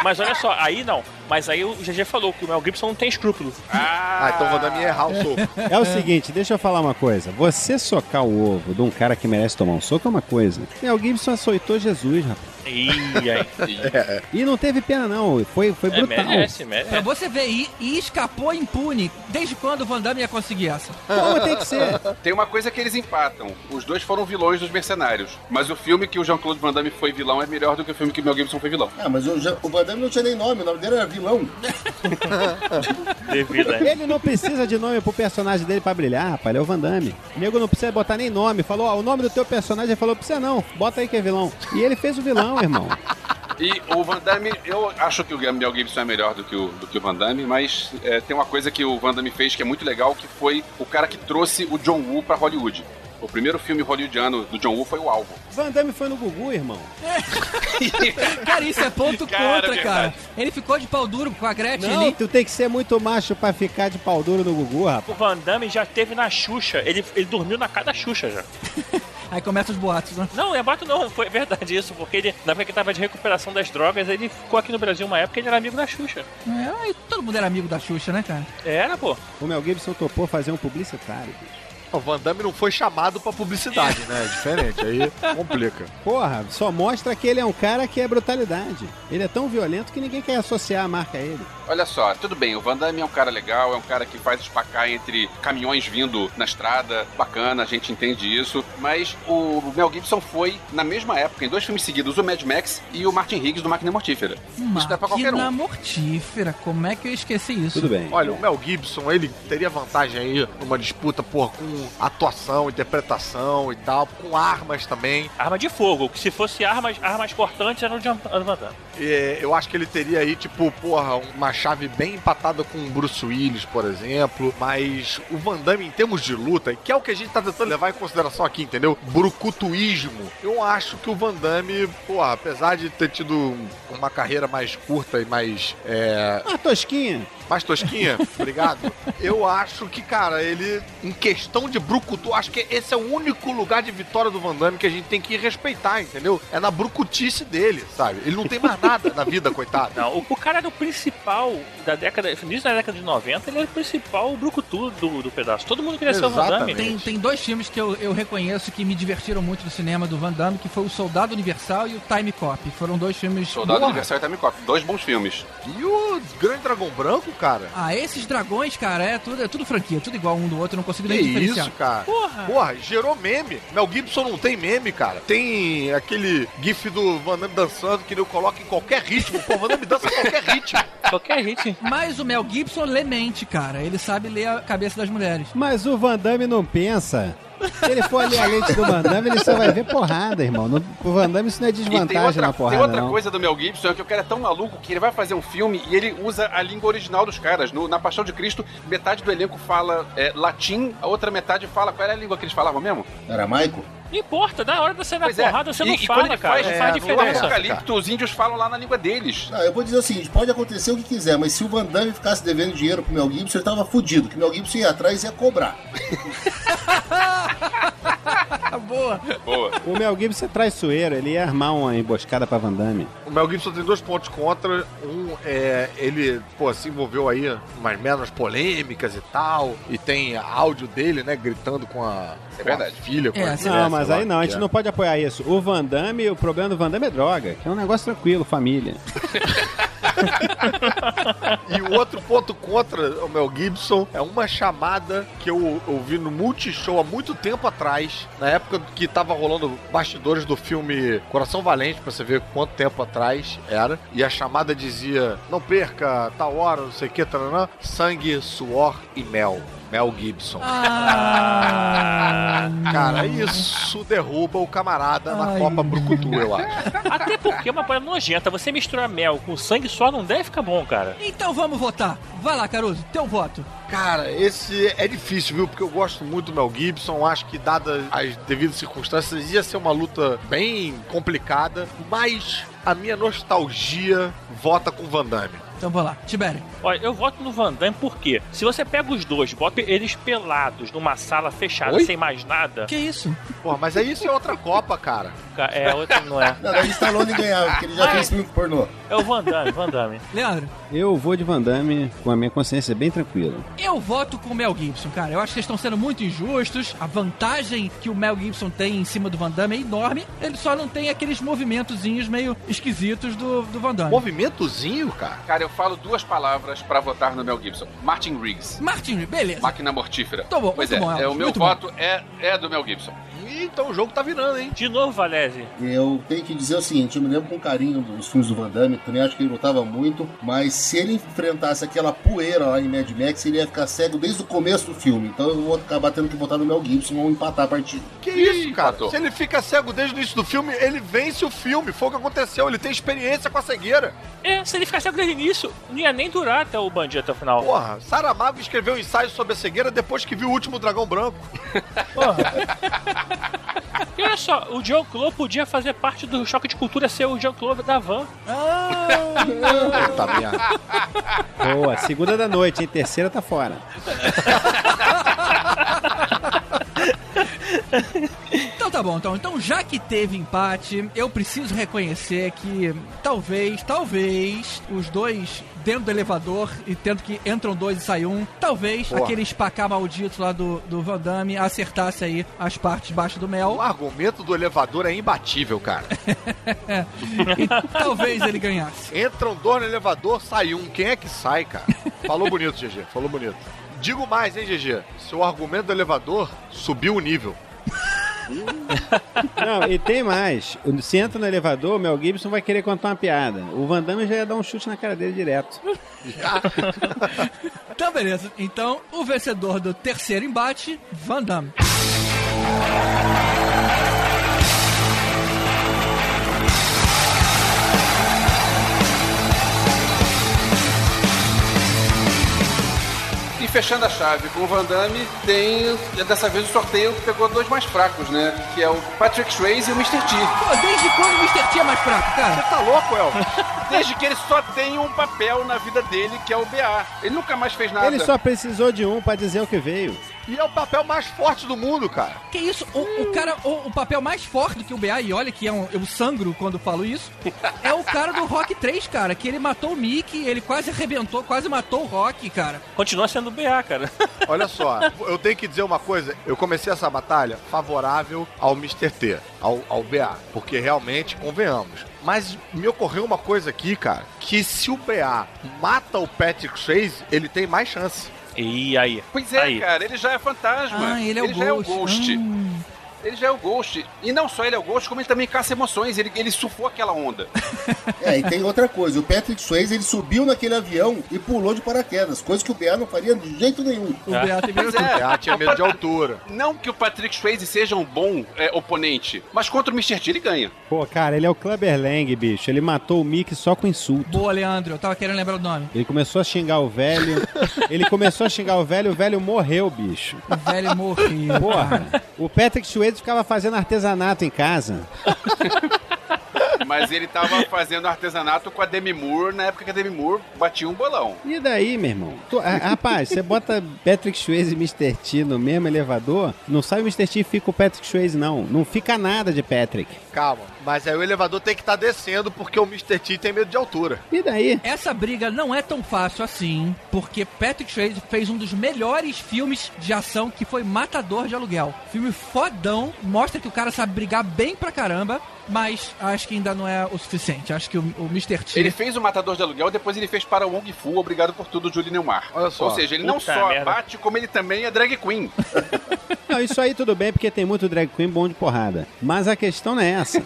D: Mas olha só, aí não. Mas aí o GG falou que o Mel Gibson não tem escrúpulo.
C: Ah, então Van Damme ia errar o soco.
F: É o seguinte, deixa eu falar uma coisa. Você socar o ovo de um cara que merece tomar um soco é uma coisa. Mel Gibson açoitou Jesus, rapaz.
D: Ih, aí.
F: E não teve pena, não. Foi, foi
D: É,
F: brutal.
D: merece, merece.
B: Pra você ver, e, e escapou impune. Desde quando o Van Damme ia conseguir essa?
F: Como tem que ser?
E: Tem uma coisa que eles empatam. Os dois foram vilões dos mercenários. Mas o filme que o Jean-Claude Van Damme foi vilão é melhor do que o filme que o Mel Gibson foi vilão.
G: Ah, mas o, Jean- o Van Damme não tinha nem nome, o nome dele era vilão.
D: Devido, né?
F: Ele não precisa de nome pro personagem dele pra brilhar, rapaz. Ele é o Van Damme. O nego não precisa botar nem nome. Falou, ó, o nome do teu personagem. Ele falou, precisa não. Bota aí que é vilão. E ele fez o vilão, irmão.
E: E o Van Damme, eu acho que o Mel Gibson é melhor do que o, do que o Van Damme, mas é, tem uma coisa que o Van Damme fez que é muito legal, que foi o cara que trouxe o John Woo pra Hollywood. O primeiro filme hollywoodiano do John Woo foi o Alvo.
F: Van Damme foi no Gugu, irmão.
B: Cara, isso é ponto
E: Cara,
B: contra, cara. Ele ficou de pau duro com a Gretchen
F: Não,
B: ali.
F: tu tem que ser muito macho pra ficar de pau duro no Gugu, rapaz.
D: O Van Damme já teve na Xuxa. Ele, ele dormiu na casa da Xuxa já.
B: Aí começam os boatos, né?
D: Não, é bato não, foi verdade isso, porque ele, na época que tava de recuperação das drogas, ele ficou aqui no Brasil uma época ele era amigo da Xuxa.
B: É, aí todo mundo era amigo da Xuxa, né, cara?
D: Era, pô.
F: O Mel Gibson topou fazer um publicitário, bicho.
C: O Van Damme não foi chamado pra publicidade, né? É diferente, aí complica.
F: Porra, só mostra que ele é um cara que é brutalidade. Ele é tão violento que ninguém quer associar a marca a ele.
E: Olha só, tudo bem, o Van Damme é um cara legal, é um cara que faz espacar entre caminhões vindo na estrada, bacana, a gente entende isso, mas o Mel Gibson foi, na mesma época, em dois filmes seguidos, o Mad Max e o Martin Higgs do Máquina Mortífera. Isso dá pra qualquer
B: Máquina
E: um.
B: mortífera, como é que eu esqueci isso?
F: Tudo bem.
C: Olha, o Mel Gibson, ele teria vantagem aí numa disputa, porra, com atuação, interpretação e tal, com armas também.
D: Arma de fogo, que se fosse armas, armas cortantes eram de Amandana.
C: É, eu acho que ele teria aí, tipo, porra, uma chave bem empatada com o Bruce Willis, por exemplo. Mas o Van Damme, em termos de luta, que é o que a gente tá tentando levar em consideração aqui, entendeu? Brucutuísmo. Eu acho que o Van Damme, porra, apesar de ter tido um, uma carreira mais curta e mais. é,
F: Uma Ah, tosquinha.
C: mais tosquinha, obrigado. Eu acho que, cara, ele, em questão de brucutu, acho que esse é o único lugar de vitória do Van Damme que a gente tem que respeitar, entendeu? É na brucutice dele, sabe? Ele não tem mais nada na vida, coitado.
D: Não, o, o cara era o principal da década, início da década de 90, ele era o principal brucutu do, do pedaço. Todo mundo queria ser o Van Damme.
C: Exatamente.
B: Tem, tem dois filmes que eu, eu reconheço que me divertiram muito no cinema do Van Damme, que foi o Soldado Universal e o Time Cop. Foram dois filmes...
E: Soldado
B: Porra!
E: Universal e Time Cop, dois bons filmes.
C: E o Grande Dragão Branco, cara?
B: Ah, esses dragões, cara, é tudo, é tudo franquia, tudo igual um do outro, eu não consigo
C: Que
B: nem diferenciar.
C: isso, cara?
D: Porra!
C: Porra, gerou meme. Mel Gibson não tem meme, cara. Tem aquele gif do Van Damme dançando que ele coloca em qualquer ritmo. Pô, o Van Damme dança em qualquer ritmo.
D: Qualquer gente.
B: Mas o Mel Gibson lê mente, cara. Ele sabe ler a cabeça das mulheres.
F: Mas o Van Damme não pensa. Se ele for ali a lente do Van Damme, ele só vai ver porrada, irmão. No, pro Van Damme isso não é
E: E tem
F: desvantagem
E: outra,
F: na porrada,
E: tem outra
F: não.
E: coisa do Mel Gibson, é que o cara é tão maluco que ele vai fazer um filme e ele usa a língua original dos caras. No- na Paixão de Cristo, metade do elenco fala é, latim, a outra metade fala qual era a língua que eles falavam mesmo.
G: Aramaico?
D: Não importa, na hora de você ir na
E: Pois é.
D: porrada, você
E: E-
D: não
E: e quando
D: fala,
E: ele
D: cara.
E: faz-
D: Não
C: é, não
D: faz
E: No
C: é.
D: diferença.
E: Apocalipto, os índios falam lá na língua deles.
G: Não, Ah, eu vou dizer o seguinte, pode acontecer o que quiser, mas se o Van Damme ficasse devendo dinheiro pro Mel Gibson, ele tava fudido, que o Mel Gibson ia atrás e ia cobrar.
B: Ah, boa!
E: Boa.
F: O Mel Gibson é traiçoeiro, ele ia armar uma emboscada pra Van Damme.
C: O Mel Gibson tem dois pontos contra. Um é ele, pô, se envolveu aí umas menos polêmicas e tal. E tem áudio dele, né, gritando com a, com
E: É
C: a
E: verdade.
C: filha. Com
B: É,
C: a
B: sim.
C: mulher, sei
F: assim, Não, mas
C: lá
F: aí não, a
C: que
F: gente
C: é.
F: não pode apoiar isso. O Van Damme, o problema do Van Damme é droga, que é um negócio tranquilo, família.
C: E o outro ponto contra o Mel Gibson é uma chamada que eu ouvi no Multishow há muito tempo atrás, na época que tava rolando bastidores do filme Coração Valente, pra você ver quanto tempo atrás era. E a chamada dizia: Não perca, tal hora, não sei o que, taranã, sangue, suor e mel. Mel Gibson.
B: Ah,
C: Cara, isso derruba o camarada na
B: Ai.
C: Copa Brucutu, eu acho.
D: Até porque é uma parada nojenta. Você misturar mel com sangue só não deve ficar bom, cara.
B: Então vamos votar. Vai lá, Caruso, teu voto.
C: Cara, esse é difícil, viu? Porque eu gosto muito do Mel Gibson. Acho que, dadas as devidas circunstâncias, ia ser uma luta bem complicada. Mas a minha nostalgia vota com Van Damme.
B: Então vou lá. Tibério.
D: Olha, eu voto no Van Damme porque se você pega os dois, bota eles pelados numa sala fechada
C: Oi?
D: sem mais nada,
B: Que isso?
C: Porra, mas aí isso é outra Copa, cara.
D: ca- é outra não é.
G: Não, daí o Stallone ganhava, porque ele já fez filme pornô.
D: É o Van Damme, Van Damme.
B: Leandro,
F: Eu vou de Van Damme com a minha consciência bem tranquila.
B: eu voto com o Mel Gibson, cara. Eu acho que eles estão sendo muito injustos. A vantagem que o Mel Gibson tem em cima do Van Damme é enorme. Ele só não tem aqueles movimentozinhos meio esquisitos do, do Van Damme.
C: Movimentozinho, cara.
E: Cara, eu falo duas palavras pra votar no Mel Gibson. Martin Riggs.
B: Martin, beleza.
E: Máquina mortífera.
B: Tá bom,
E: pois é,
B: muito bom,
E: é,
B: Elton,
E: o meu
B: muito bom.
E: voto é, é do Mel Gibson.
C: Ih, Então o jogo tá virando, hein?
D: De novo, Valese.
G: Eu tenho que dizer o seguinte, eu me lembro com carinho dos filmes do Van Damme, também acho que ele lutava muito, mas se ele enfrentasse aquela poeira lá em Mad Max, ele ia ficar cego desde o começo do filme. Então eu vou acabar tendo que botar no Mel Gibson ou empatar a partida.
C: Que
E: Ih,
C: isso, cara?
E: empatou.
C: Se ele fica cego desde o início do filme, ele vence o filme. Foi o que aconteceu. Ele tem experiência com a cegueira.
D: É, se ele ficar cego desde o início, não ia nem durar até o bandido até o final.
C: Porra, Saramago escreveu um ensaio sobre a cegueira depois que viu o último Dragão Branco.
D: E olha só, o John Claw podia fazer parte do choque de cultura ser o John Claw da Van.
C: Puta merda.
F: Boa, segunda da noite, hein? Terceira tá fora.
B: Então tá tá bom, então. Então, já que teve empate, eu preciso reconhecer que talvez, talvez, os dois dentro do elevador e tendo que entram dois e sai um, talvez
C: Boa.
B: aquele espacar maldito lá do, do Van Damme acertasse aí as partes baixas do mel.
C: O argumento do elevador é imbatível, cara.
B: e talvez ele ganhasse.
C: Entram dois um no elevador, sai um. Quem é que sai, cara? Falou bonito, GG. Falou bonito. Digo mais, hein, GG. Seu argumento do elevador subiu o nível.
F: Não, e tem mais. Se entra no elevador, o Mel Gibson vai querer contar uma piada. O Van Damme já ia dar um chute na cara dele direto.
B: Então, beleza. Então, o vencedor do terceiro embate, Van Damme.
E: E fechando a chave com o Van Damme, tem dessa vez o sorteio que pegou dois mais fracos, né? Que é o Patrick Swayze e o Mr. T.
B: Pô, desde quando o Mr. T é mais fraco, cara?
E: Tá louco, El? Desde que ele só tem um papel na vida dele, que é o BA. Ele nunca mais fez nada.
F: Ele só precisou de um pra dizer o que veio.
C: E é o papel mais forte do mundo, cara.
B: Que isso? O, o cara, o, o papel mais forte do que o BA, e olha que é um, eu sangro quando falo isso, é o cara do Rock 3, cara, que ele matou o Mickey, ele quase arrebentou, quase matou o Rock, cara.
D: Continua sendo BA, cara.
C: Olha só, eu tenho que dizer uma coisa. Eu comecei essa batalha favorável ao Mr. T, ao, ao BA, porque realmente, convenhamos. Mas me ocorreu uma coisa aqui, cara, que se o BA mata o Patrick Swayze, ele tem mais chance.
D: E aí?
E: Pois é,
D: aí.
E: cara, ele já é fantasma.
B: Ah, ele é o
E: já é o
B: Ghost. Ah.
E: Ghost. Ele já é o Ghost. E não só ele é o Ghost, como ele também caça emoções. Ele, ele sufou aquela onda.
G: É, e tem outra coisa. O Patrick Swayze, ele subiu naquele avião e pulou de paraquedas. Coisa que o BA não faria de jeito nenhum.
B: O BA tem menos...
E: Pois é.
C: O BA tinha medo de altura.
E: Não que o Patrick Swayze seja um bom é, oponente, mas contra o Mr. T ele ganha.
F: Pô, cara, ele é o Clubber Lang, bicho. Ele matou o Mickey só com insulto.
B: Boa, Leandro, eu tava querendo lembrar o nome.
F: Ele começou a xingar o velho. Ele começou a xingar o velho, o velho morreu, bicho.
B: O velho morreu. cara.
F: Porra, o Patrick Swayze ficava fazendo artesanato em casa.
E: Mas ele tava fazendo artesanato com a Demi Moore na época que a Demi Moore batia um bolão.
F: E daí, meu irmão? Tu- a- rapaz, você bota Patrick Swayze e Mr. T no mesmo elevador, não sai o Mr. T e fica o Patrick Swayze, não. Não fica nada de Patrick.
C: Calma, mas aí o elevador tem que estar descendo porque o Mr. T tem medo de altura.
F: E daí?
B: Essa briga não é tão fácil assim, porque Patrick Swayze fez um dos melhores filmes de ação que foi Matador de Aluguel. Filme fodão, mostra que o cara sabe brigar bem pra caramba, mas acho que ainda não é o suficiente. Acho que o, o Mr. T.
E: Ele fez o Matador de Aluguel, depois ele fez para o Wong Fu, Obrigado por Tudo, Júlio Neumar.
C: Olha só.
E: Ou seja, ele não
D: Puta
E: só
D: merda.
E: bate, como ele também é drag queen.
F: Não, isso aí tudo bem, porque tem muito drag queen bom de porrada. Mas a questão não é essa.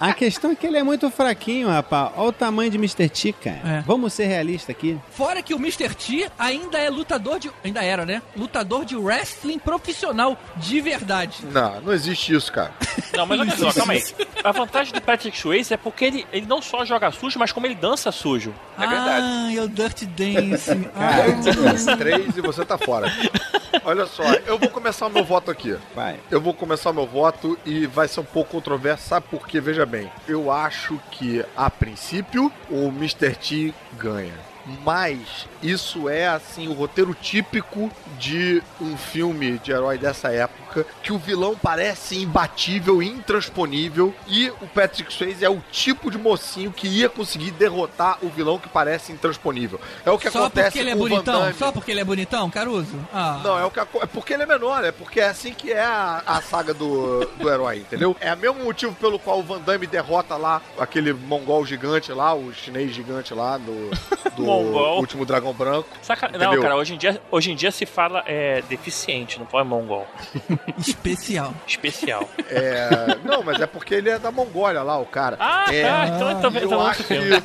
F: A questão é que ele é muito fraquinho, rapaz. Olha o tamanho de Mr. T, cara.
B: É.
F: Vamos ser realistas aqui.
B: Fora que o Mr. T ainda é lutador de. Ainda era, né? Lutador de wrestling profissional de verdade.
C: Não, não existe isso, cara.
D: Não, mas olha só, calma aí. A vantagem do Patrick Swayze é porque ele, ele não só joga sujo, mas como ele dança sujo.
E: É verdade.
B: Ah, é o Dirty Dancing.
C: Cara, três e você tá fora. Olha só, eu vou começar o meu voto aqui.
F: Vai.
C: Eu vou começar meu voto e vai ser um pouco controverso, sabe por quê? Veja bem, eu acho que a princípio o Mr. T ganha. Mas isso é assim o roteiro típico de um filme de herói dessa época, que o vilão parece imbatível, intransponível e o Patrick Swayze é o tipo de mocinho que ia conseguir derrotar o vilão que parece intransponível. É o que
B: só
C: acontece
B: porque ele é
C: com o Van
B: bonitão?
C: Damme.
B: Só porque ele é bonitão, Caruso? Ah.
C: Não, é, o que, aco- é porque ele é menor, é porque é assim que é a, a saga do, do herói, entendeu? É o mesmo motivo pelo qual o Van Damme derrota lá aquele mongol gigante lá, o chinês gigante lá do, do
D: Mongol.
C: último dragão branco.
D: Saca... Não,
C: Entendeu?
D: cara, hoje em, dia, hoje em dia se fala é, deficiente, não pode mongol.
B: Especial.
D: Especial.
C: É, não, mas é porque ele é da Mongólia lá, o cara.
D: Ah,
C: é,
D: tá, então então
C: eu,
D: tá
C: acho
D: outro
C: que,
D: filme.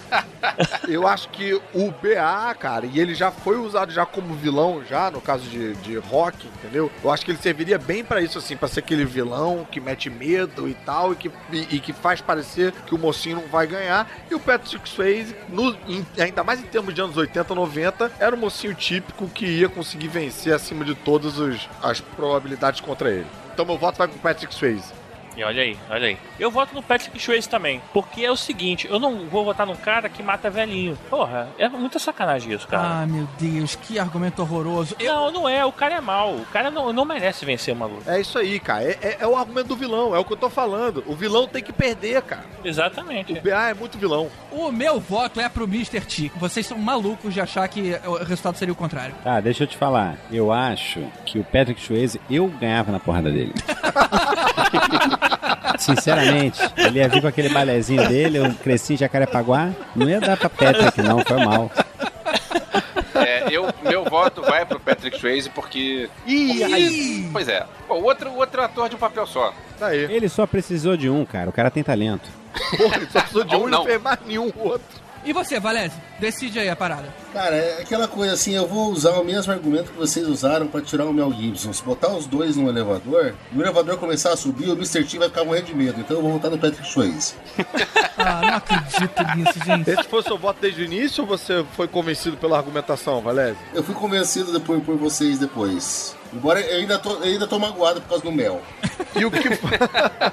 C: eu acho que o BA, cara, e ele já foi usado já como vilão, já no caso de, de rock, entendeu? Eu acho que ele serviria bem pra isso, assim, pra ser aquele vilão que mete medo e tal, e que, e, e que faz parecer que o mocinho não vai ganhar. E o Patrick Swayze, no- em- ainda mais em termos de anos 80, 90, era o mocinho típico que ia conseguir vencer acima de todas os- as probabilidades contra ele. Então meu voto vai pro Patrick Swayze.
D: E olha aí, olha aí. Eu voto no Patrick Swayze também, porque é o seguinte, eu não vou votar num cara que mata velhinho. Porra, é muita sacanagem isso, cara.
B: Ah, meu Deus, que argumento horroroso. Eu-
D: Não, não é, o cara é mal. O cara não, não merece vencer uma luta.
C: É isso aí, cara. É, é- é o argumento do vilão, é o que eu tô falando. O vilão tem que perder, cara.
D: Exatamente.
C: O BA é muito vilão.
B: O meu voto é pro Mr. T. Vocês são malucos de achar que o resultado seria o contrário.
F: Tá, deixa eu te falar. Eu acho que o Patrick Swayze, eu ganhava na porrada dele. Sinceramente, ele ia vir com aquele balezinho dele, eu cresci em Jacarepaguá. Não ia dar pra Patrick, não, foi mal.
E: É, eu, meu voto vai pro Patrick Swayze porque.
C: Ih, aí,
B: Ih,
E: Pois é. Pô, outro, outro ator de um papel só.
C: tá aí.
F: Ele só precisou de um, cara. O cara tem talento.
C: Porra, ele só precisou de
E: Ou
C: um e
E: não.
C: não fez mais nenhum outro.
B: E você, Valese? Decide aí a parada.
G: Cara, é aquela coisa assim, eu vou usar o mesmo argumento que vocês usaram pra tirar o Mel Gibson. Se botar os dois num elevador, e o elevador começar a subir, o Mr. T vai ficar morrendo de medo. Então eu vou voltar no Patrick Swayze.
B: Ah, não acredito nisso, gente.
C: Esse foi o seu voto desde o início ou você foi convencido pela argumentação, Valézio?
G: Eu fui convencido depois por vocês depois. Embora eu ainda tô, eu ainda tô magoado por causa do Mel.
C: E o que foi?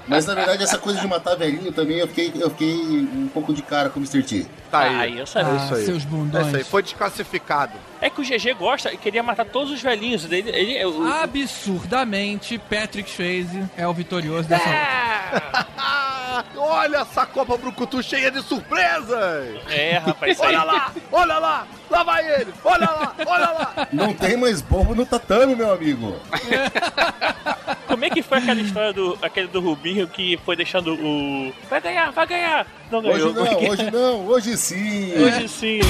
G: Mas na verdade essa coisa de matar velhinho também, eu fiquei, eu fiquei um pouco de cara com o Mr. T.
C: Tá
D: Ah,
C: aí.
D: eu sabia.
C: É isso aí.
B: seus
C: É
B: bundões.
C: isso aí, foi desclassificado.
D: É que o GG gosta e queria matar todos os velhinhos. Ele, ele, o-
C: Ah,
B: Absurdamente, Patrick Swayze é o vitorioso dessa luta.
C: Ah, olha essa Copa Brucutu cheia de surpresas!
D: É, rapaz, isso aí.
C: Olha lá, olha lá, lá vai ele, olha lá, olha lá.
G: Não tem mais bobo no tatame, meu amigo.
D: Como é que foi aquela história do aquele do Rubinho que foi deixando o. Vai ganhar, vai ganhar! Não
G: Hoje
D: ganhou.
G: não, hoje não, hoje sim.
D: Hoje sim.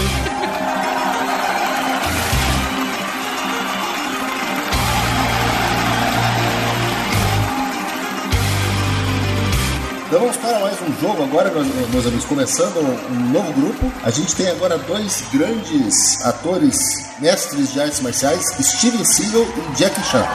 G: Então vamos para mais um jogo agora, meus meus amigos, começando um novo grupo. A gente tem agora dois grandes atores, mestres de artes marciais, Steven Seagal e Jack Chan.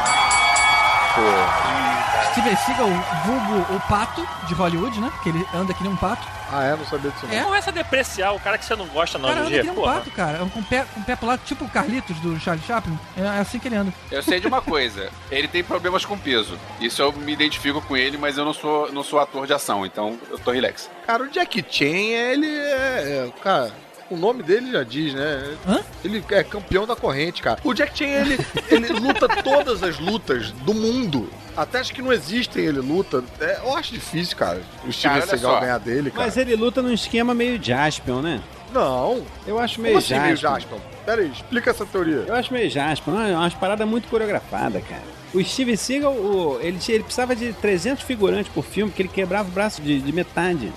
B: Steven Seagal, vulgo o pato de Hollywood, né? Que ele anda que nem um pato.
C: Ah, é? Não sabia disso não.
B: É.
D: Não essa depreciar o cara que você não gosta, não,
B: cara, anda que
D: GG.
B: nem um
D: porra.
B: pato, cara. Com o pé, com o pé pro lado, tipo o Carlitos do Charlie Chaplin. É assim que ele anda.
E: Eu sei de uma coisa, ele tem problemas com peso. Isso eu me identifico com ele, mas eu não sou, não sou ator de ação, então eu tô relax.
C: Cara, o Jack Chan, ele é, é, Cara, o nome dele já diz, né?
B: Hã?
C: Ele é campeão da corrente, cara. O Jack Chan, ele, ele luta todas as lutas do mundo. Até as que não existem, ele luta. É, eu acho difícil, cara, o Steven
E: olha
C: Seagal
E: só.
C: ganhar dele, cara.
F: Mas ele luta num esquema meio Jaspion, né?
C: Não.
F: Eu acho
C: Como
F: meio
C: assim, meio
F: Jaspion.
C: Jaspion? Pera aí, explica essa teoria.
F: Eu acho meio Jaspion. Não, É umas paradas muito coreografadas, cara. O Steven Seagal, o- ele, tinha- ele precisava de 300 figurantes por filme, porque ele quebrava o braço de, de metade.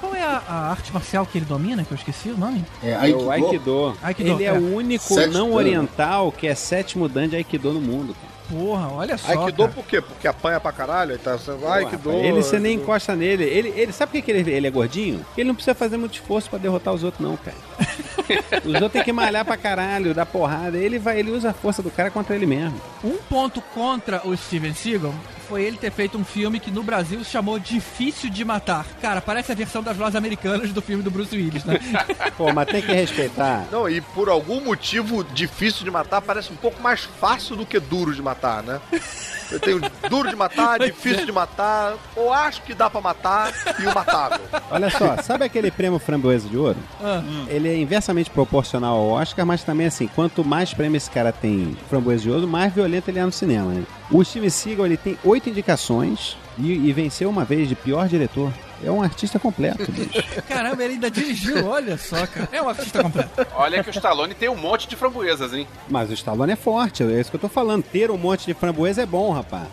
B: Qual é a, a arte marcial que ele domina, que eu esqueci o nome?
G: É,
F: É o
G: Aikido.
F: Aikido.
B: Aikido,
F: ele é,
B: é.
F: o único
G: Sétimo
F: não
G: dan.
F: oriental que é sétimo dan de Aikido no mundo, cara.
B: Porra, olha só.
C: Aikido
B: cara.
C: por quê? Porque apanha pra caralho? Aí tá sendo
F: Pô,
C: Aikido.
F: rapaz, Ele, você nem
C: Aikido.
F: encosta nele. Ele, ele sabe por que que ele, ele é gordinho? Ele não precisa fazer muito esforço pra derrotar os outros, não, cara. os outros tem que malhar pra caralho, dar porrada. Ele, vai, ele usa a força do cara contra ele mesmo.
B: Um ponto contra o Steven Seagal foi ele ter feito um filme que no Brasil se chamou Difícil de Matar. Cara, parece a versão das lojas americanas do filme do Bruce Willis, né?
F: Pô, mas tem que respeitar.
C: Não, e por algum motivo difícil de matar parece um pouco mais fácil do que duro de matar, né? Eu tenho duro de matar, difícil de matar, ou acho que dá pra matar e o matável.
F: Olha só, sabe aquele prêmio Framboesa de Ouro?
B: Ah.
F: Ele é inversamente proporcional ao Oscar, mas também assim, quanto mais prêmio esse cara tem Framboesa de Ouro, mais violento ele é no cinema, né? O Steven Seagal, ele tem oito indicações e, e venceu uma vez de pior diretor. É um artista completo, bicho.
B: Caramba, ele ainda dirigiu, olha só, cara. É um artista completo.
E: Olha que o Stallone tem um monte de framboesas, hein?
F: Mas o Stallone é forte, é isso que eu tô falando. Ter um monte de framboesa é bom, rapaz.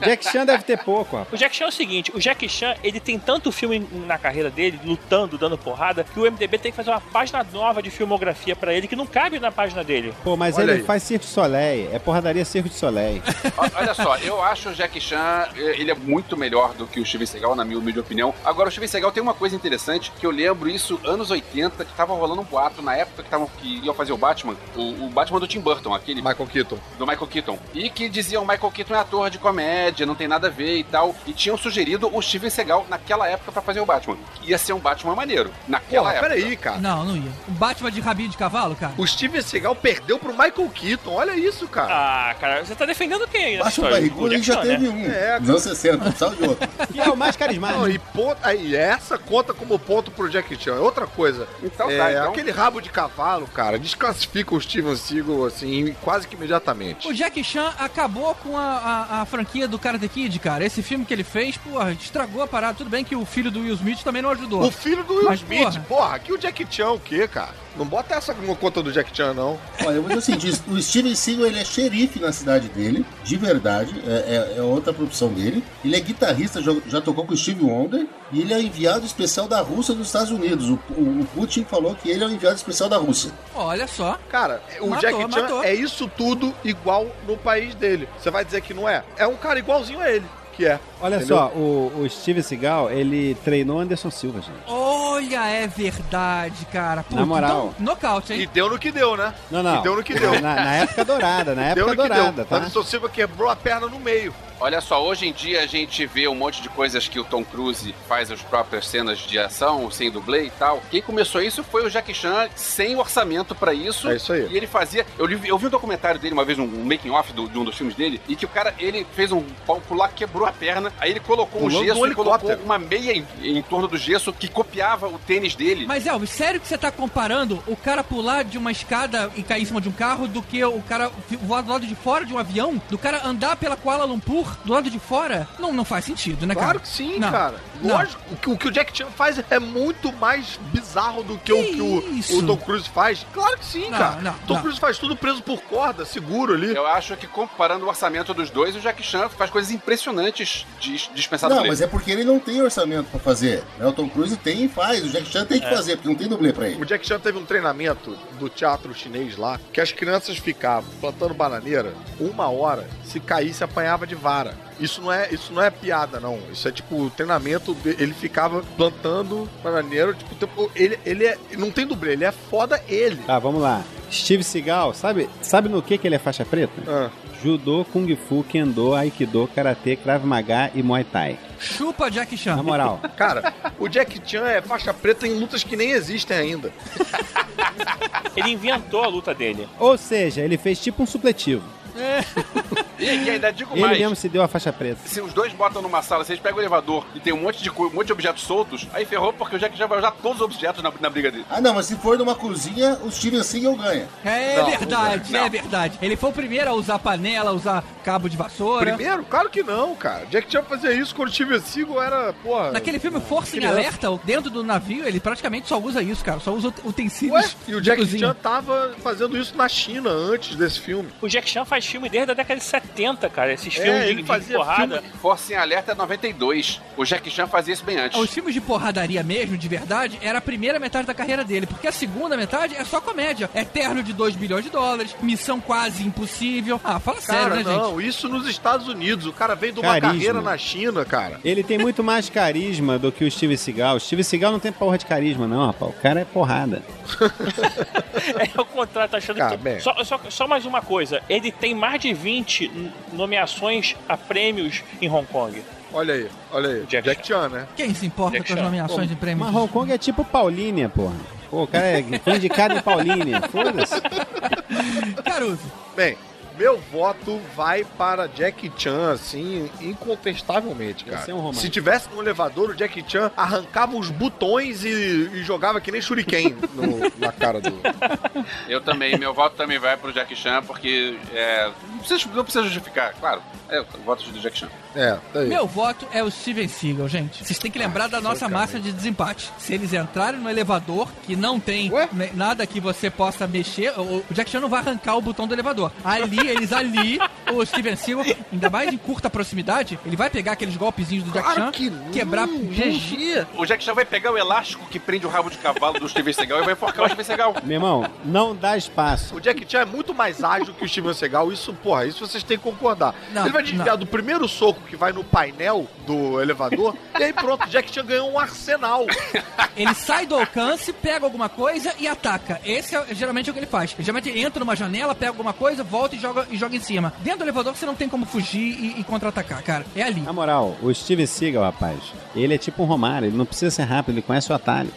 F: Jack Chan deve ter pouco, rapaz.
D: O Jack Chan é o seguinte, o Jack Chan, ele tem tanto filme na carreira dele, lutando, dando porrada, que o MDB tem que fazer uma página nova de filmografia pra ele, que não cabe na página dele.
F: Pô, mas
C: Olha
F: ele
C: aí.
F: faz Circo de Soleil. É porradaria Circo de Soleil.
E: O- Olha só, eu acho o Jack Chan, eh, ele é muito melhor do que o Steven Seagal, na minha humilde opinião. Agora, o Steven Seagal tem uma coisa interessante, que eu lembro isso anos 80, que tava rolando um boato na época que, tavam, que iam fazer o Batman, o, o Batman do Tim Burton, aquele
C: Michael Keaton.
E: do Michael Keaton. E que diziam, Michael Keaton é ator de comédia, não tem nada a ver e tal. E tinham sugerido o Steven Seagal naquela época pra fazer o Batman. Ia ser um Batman maneiro, naquela
C: Porra,
E: época.
C: peraí, cara.
B: Não, não ia. O Batman de rabinho de cavalo, cara?
C: O Steven Seagal perdeu pro Michael Keaton, olha isso, cara.
D: Ah, cara, você tá defendendo quem aí nessa
G: Baixo
D: história? O
G: barrigudo, ele já
D: Jackson, né?
G: teve um.
C: É.
G: Nos anos 60, precisava de outro.
F: E é o mais
C: Não,
F: carismático.
C: e, ponto, aí, essa conta como ponto pro Jack Chan. É outra coisa.
E: Então
C: é,
E: tá, então.
C: Aquele rabo de cavalo, cara, desclassifica o Steven Seagal, assim, quase que imediatamente.
B: O Jack Chan acabou com a, a- a franquia do Karate Kid, cara. Esse filme que ele fez, porra, estragou a parada. Tudo bem que o filho do Will Smith também não ajudou.
C: O filho do Will
B: Mas,
C: Smith,
B: porra.
C: porra. aqui o Jack Chan o quê, cara? Não bota essa como conta do Jack Chan, não.
G: Olha, eu vou dizer o seguinte, o Steven Seagal ele é xerife na cidade dele, de verdade, é, é- é outra profissão dele. Ele é guitarrista, já, já tocou com o Steve Wonder, e ele é o enviado especial da Rússia dos Estados Unidos. O, o- o Putin falou que ele é o enviado especial da Rússia.
B: Olha só.
C: Cara, o
B: Matou,
C: Jack Chan
B: matou.
C: é isso tudo igual no país dele. Você vai dizer que não é? É um cara igualzinho a ele, que é.
F: Olha
C: Entendeu?
F: só, o, o Steven Seagal, ele treinou Anderson Silva, gente.
B: Olha, é verdade, cara. Putz,
F: Na moral.
B: Então, nocaute,
C: E
B: hein?
C: deu no que deu, né?
F: Não, não.
C: E deu no que deu.
F: Na, na época dourada, na
C: deu
F: época
C: no que
F: dourada,
C: deu.
F: tá?
C: Anderson Silva quebrou a perna no meio.
E: Olha só, hoje em dia a gente vê um monte de coisas que o Tom Cruise faz as próprias cenas de ação, sem dublê e tal. Quem começou isso foi o Jack Chan, sem orçamento pra isso.
C: É isso aí.
E: E ele fazia. Eu, li- eu vi um documentário dele uma vez, um, um making-off do- de um dos filmes dele, e que o cara, ele fez um palco lá, quebrou a perna, aí ele colocou
C: Pulou
E: um
C: de
E: gesso
C: um
E: e colocou
C: helicóptero.
E: uma meia em, em torno do gesso que copiava o tênis dele.
B: Mas, Elvis, sério que você tá comparando o cara pular de uma escada e cair em cima de um carro do que o cara fi- voar do lado de fora de um avião? Do cara andar pela Kuala Lumpur do lado de fora? Não, não faz sentido, né, cara?
C: Claro que sim,
B: Não.
C: cara.
B: Não.
C: Lógico, o que- o que o Jack Chan faz é muito mais bizarro do que, o
B: Que
C: que o,
B: isso?
C: o Tom Cruise faz. Claro que sim,
B: Não,
C: cara.
B: não,
C: Tom
B: não.
C: Cruise faz tudo preso por corda, seguro ali.
E: Eu acho que comparando o orçamento dos dois, o Jack Chan faz coisas impressionantes dis- dispensadas
G: Não,
E: por ele.
G: mas é porque ele não tem orçamento pra fazer. né? O Tom Cruise tem e faz, o Jack Chan tem que fazer, porque não tem dublê pra
C: O
G: ele.
C: Jack Chan teve um treinamento do teatro chinês lá, que as crianças ficavam plantando bananeira uma hora, se caísse, apanhava de vara. Isso não é, isso não é piada, não. Isso é tipo o treinamento. de- ele ficava plantando bananeira, tipo, tempo- ele, ele é. Não tem dublê, ele é foda ele.
F: Tá, vamos lá. Steve Seagal, sabe, sabe no que, que ele é faixa preta?
C: Ah.
F: Judô, Kung Fu, Kendo, Aikido, Karatê, Krav Maga e Muay Thai.
B: Chupa Jack Chan.
F: Na moral.
C: Cara, o Jack Chan é faixa preta em lutas que nem existem ainda.
D: Ele inventou a luta dele.
F: Ou seja, ele fez tipo um supletivo.
E: E, e ainda digo
F: Ele
E: mais.
F: mesmo se deu a faixa preta.
E: Se os dois botam numa sala, vocês pegam o elevador e tem um monte de, co- um monte de objetos soltos, aí ferrou porque o Jack já vai usar todos os objetos na, na briga dele.
G: Ah, não, mas se for numa cozinha, o Steven Seagal ganha.
B: É
C: Não,
B: verdade,
E: não.
B: é verdade. Ele foi o primeiro a usar panela, usar cabo de vassoura.
C: Primeiro, claro que não, cara. Jack Chan fazia isso quando o Steven Seagal era, porra.
B: Naquele filme Força em Alerta, dentro do navio, ele praticamente só usa isso, cara. Só usa ut- utensílios.
C: Ué, e o
B: de
C: Jack
B: cozinha.
C: Chan tava fazendo isso na China antes desse filme.
D: O Jack Chan faz filme desde a década de 70, cara. Esses
C: É,
D: filmes de,
C: ele
D: de
C: fazia
D: porrada.
E: Força em Alerta é 92. O Jack Chan fazia isso bem antes.
B: Os filmes de porradaria mesmo, de verdade, era a primeira metade da carreira dele, porque a segunda metade é só comédia. Eterno de 2 bilhões de dólares, Missão Quase Impossível. Ah, fala
C: Cara,
B: sério, né, gente?
C: não, isso nos Estados Unidos. O cara vem de uma
F: Carisma.
C: carreira na China, cara.
F: Ele tem muito mais carisma do que o Steve Seagal. O Steve Seagal não tem porra de carisma, não, rapaz. O cara é porrada.
D: É o contrário, tá achando
C: Cara,
D: que.
C: Ah, bem.
D: Só, só, só mais uma coisa: ele tem mais de 20 n- nomeações a prêmios em Hong Kong.
C: Olha aí, olha aí.
D: Jack
C: Jack, Chan, né?
B: Quem se importa
D: Jack
B: com as
D: Chan.
B: nomeações de prêmios?
F: Mas Hong Kong é tipo Paulínia, porra. Pô, o cara é foi indicado em Paulínia. Foda-se.
B: Caruso.
C: Bem, meu voto vai para Jack Chan, assim, incontestavelmente,
F: Esse
C: cara.
F: é um romance.
C: Se tivesse no elevador, o Jack Chan arrancava os botões e, e jogava que nem shuriken no- na cara do...
E: Eu também, meu voto também vai pro Jack Chan, porque é, não, precisa, não precisa justificar, claro. É, eu voto do Jack Chan.
C: É, tá aí.
B: Meu voto é o Steven Seagal, gente. Vocês têm que lembrar da nossa massa de desempate. Se eles entrarem no elevador, que não tem
C: Ué?
B: ne- nada que você possa mexer, o o Jack Chan não vai arrancar o botão do elevador. Ali, eles ali o Steven Seagal, ainda mais em curta proximidade, ele vai pegar aqueles golpezinhos do Jack
C: Claro
B: Chan,
C: que não,
B: quebrar
C: não.
B: GG.
E: O Jack Chan vai pegar o elástico que prende o rabo de cavalo do Steven Seagal e vai enforcar o Steven Seagal.
F: Meu irmão, não dá espaço.
C: O Jack Chan é muito mais ágil que o Steven Seagal, isso, porra, isso vocês têm que concordar.
B: Não,
C: ele vai desviar do primeiro soco que vai no painel do elevador, e aí pronto, o Jack Chan ganhou um arsenal.
B: Ele sai do alcance, pega alguma coisa e ataca. Esse é geralmente é o que ele faz. Ele geralmente ele entra numa janela, pega alguma coisa, volta e joga, e joga em cima. Dentro do elevador você não tem como fugir e, e contra-atacar, cara. É ali.
F: Na moral, o Steven Seagal, rapaz, ele é tipo um Romário, ele não precisa ser rápido, ele conhece o atalho.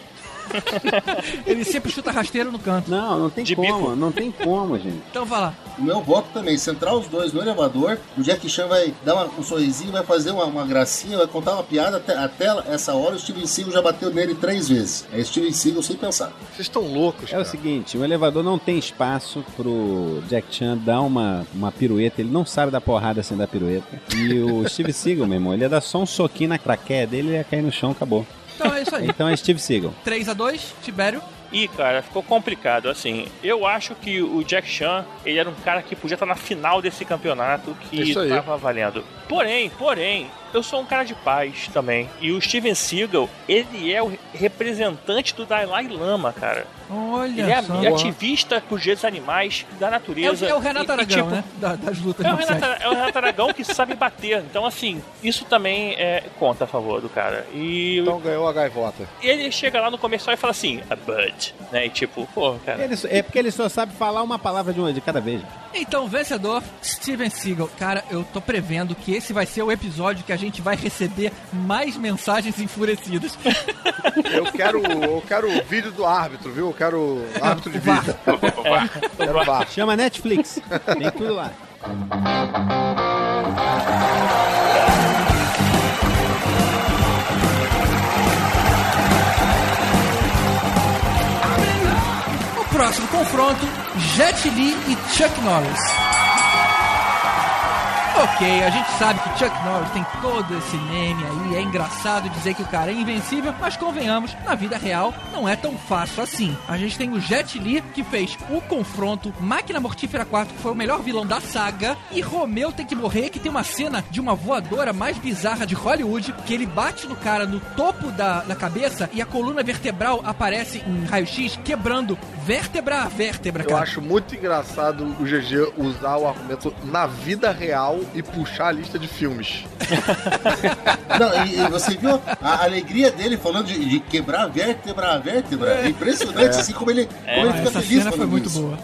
B: Ele sempre chuta rasteiro no canto.
F: Não, não tem
D: De
F: como,
D: bico.
F: não tem como, gente.
B: Então vai lá.
G: O meu voto também, se entrar os dois no elevador, o Jack Chan vai dar uma- um sorrisinho, vai fazer uma, uma gracinha, vai contar uma piada, até, até essa hora o Steven Seagal já bateu nele três vezes. É Steven Seagal sem pensar.
C: Vocês estão loucos,
F: É o
C: cara.
F: seguinte, o elevador não tem espaço pro Jack Chan dar uma, uma pirueta, ele não sabe dar porrada sem dar pirueta. E o Steve Seagal, meu irmão, ele ia dar só um soquinho na craqueia dele, ele ia cair no chão, acabou.
B: Então é isso aí.
F: Então é Steve Seagal.
B: 3 a 2 Tibério.
D: Ih, cara, ficou complicado. Assim, eu acho que o Jack Chan, ele era um cara que podia estar na final desse campeonato que
C: Isso aí.
D: tava valendo. Porém, porém, eu sou um cara de paz também. E o Steven Seagal, ele é o representante do Dalai Lama, cara.
B: Olha
D: Ele é,
B: só.
D: é ativista por direitos animais, da
B: É
D: natureza.
B: o, é o Renato
D: E- e,
B: Aragão,
D: tipo,
B: né? Da- das lutas
D: É o,
B: marciais.
D: Renato, é o Renato Aragão que sabe bater. Então, assim, isso também é, conta a favor do cara. E
C: Então ganhou a gaivota.
D: ele chega lá no comercial e fala assim, a Bud, né? E tipo, pô, cara.
F: Ele só- é porque ele só sabe falar uma palavra de, uma, de cada vez.
B: Então, o vencedor, Steven Seagal. Cara, eu tô prevendo que esse vai ser o episódio que a gente vai receber mais mensagens enfurecidas.
C: Eu quero, eu quero o vídeo do árbitro, viu? Eu quero árbitro de
B: VAR.
C: vídeo. Quero VAR.
F: Chama Netflix, tem tudo lá.
B: O próximo confronto, Jet Li e Chuck Norris. Ok, a gente sabe que Chuck Norris tem todo esse meme aí, é engraçado dizer que o cara é invencível, mas convenhamos, na vida real não é tão fácil assim. A gente tem o Jet Li, que fez o confronto, Máquina Mortífera 4, que foi o melhor vilão da saga, e Romeu tem que morrer, que tem uma cena de uma voadora mais bizarra de Hollywood, que ele bate no cara no topo da, da cabeça e a coluna vertebral aparece em raio-x, quebrando vértebra a vértebra,
C: Eu
B: cara.
C: acho muito engraçado o GG usar o argumento na vida real e puxar a lista de filmes.
G: Não, e, e você viu a alegria dele falando de, de quebrar a vértebra, a vértebra? É impressionante assim como ele, como ele
B: Ah,
G: fica
B: Essa
G: feliz
B: cena foi
G: falando
B: muito
G: isso.
B: boa.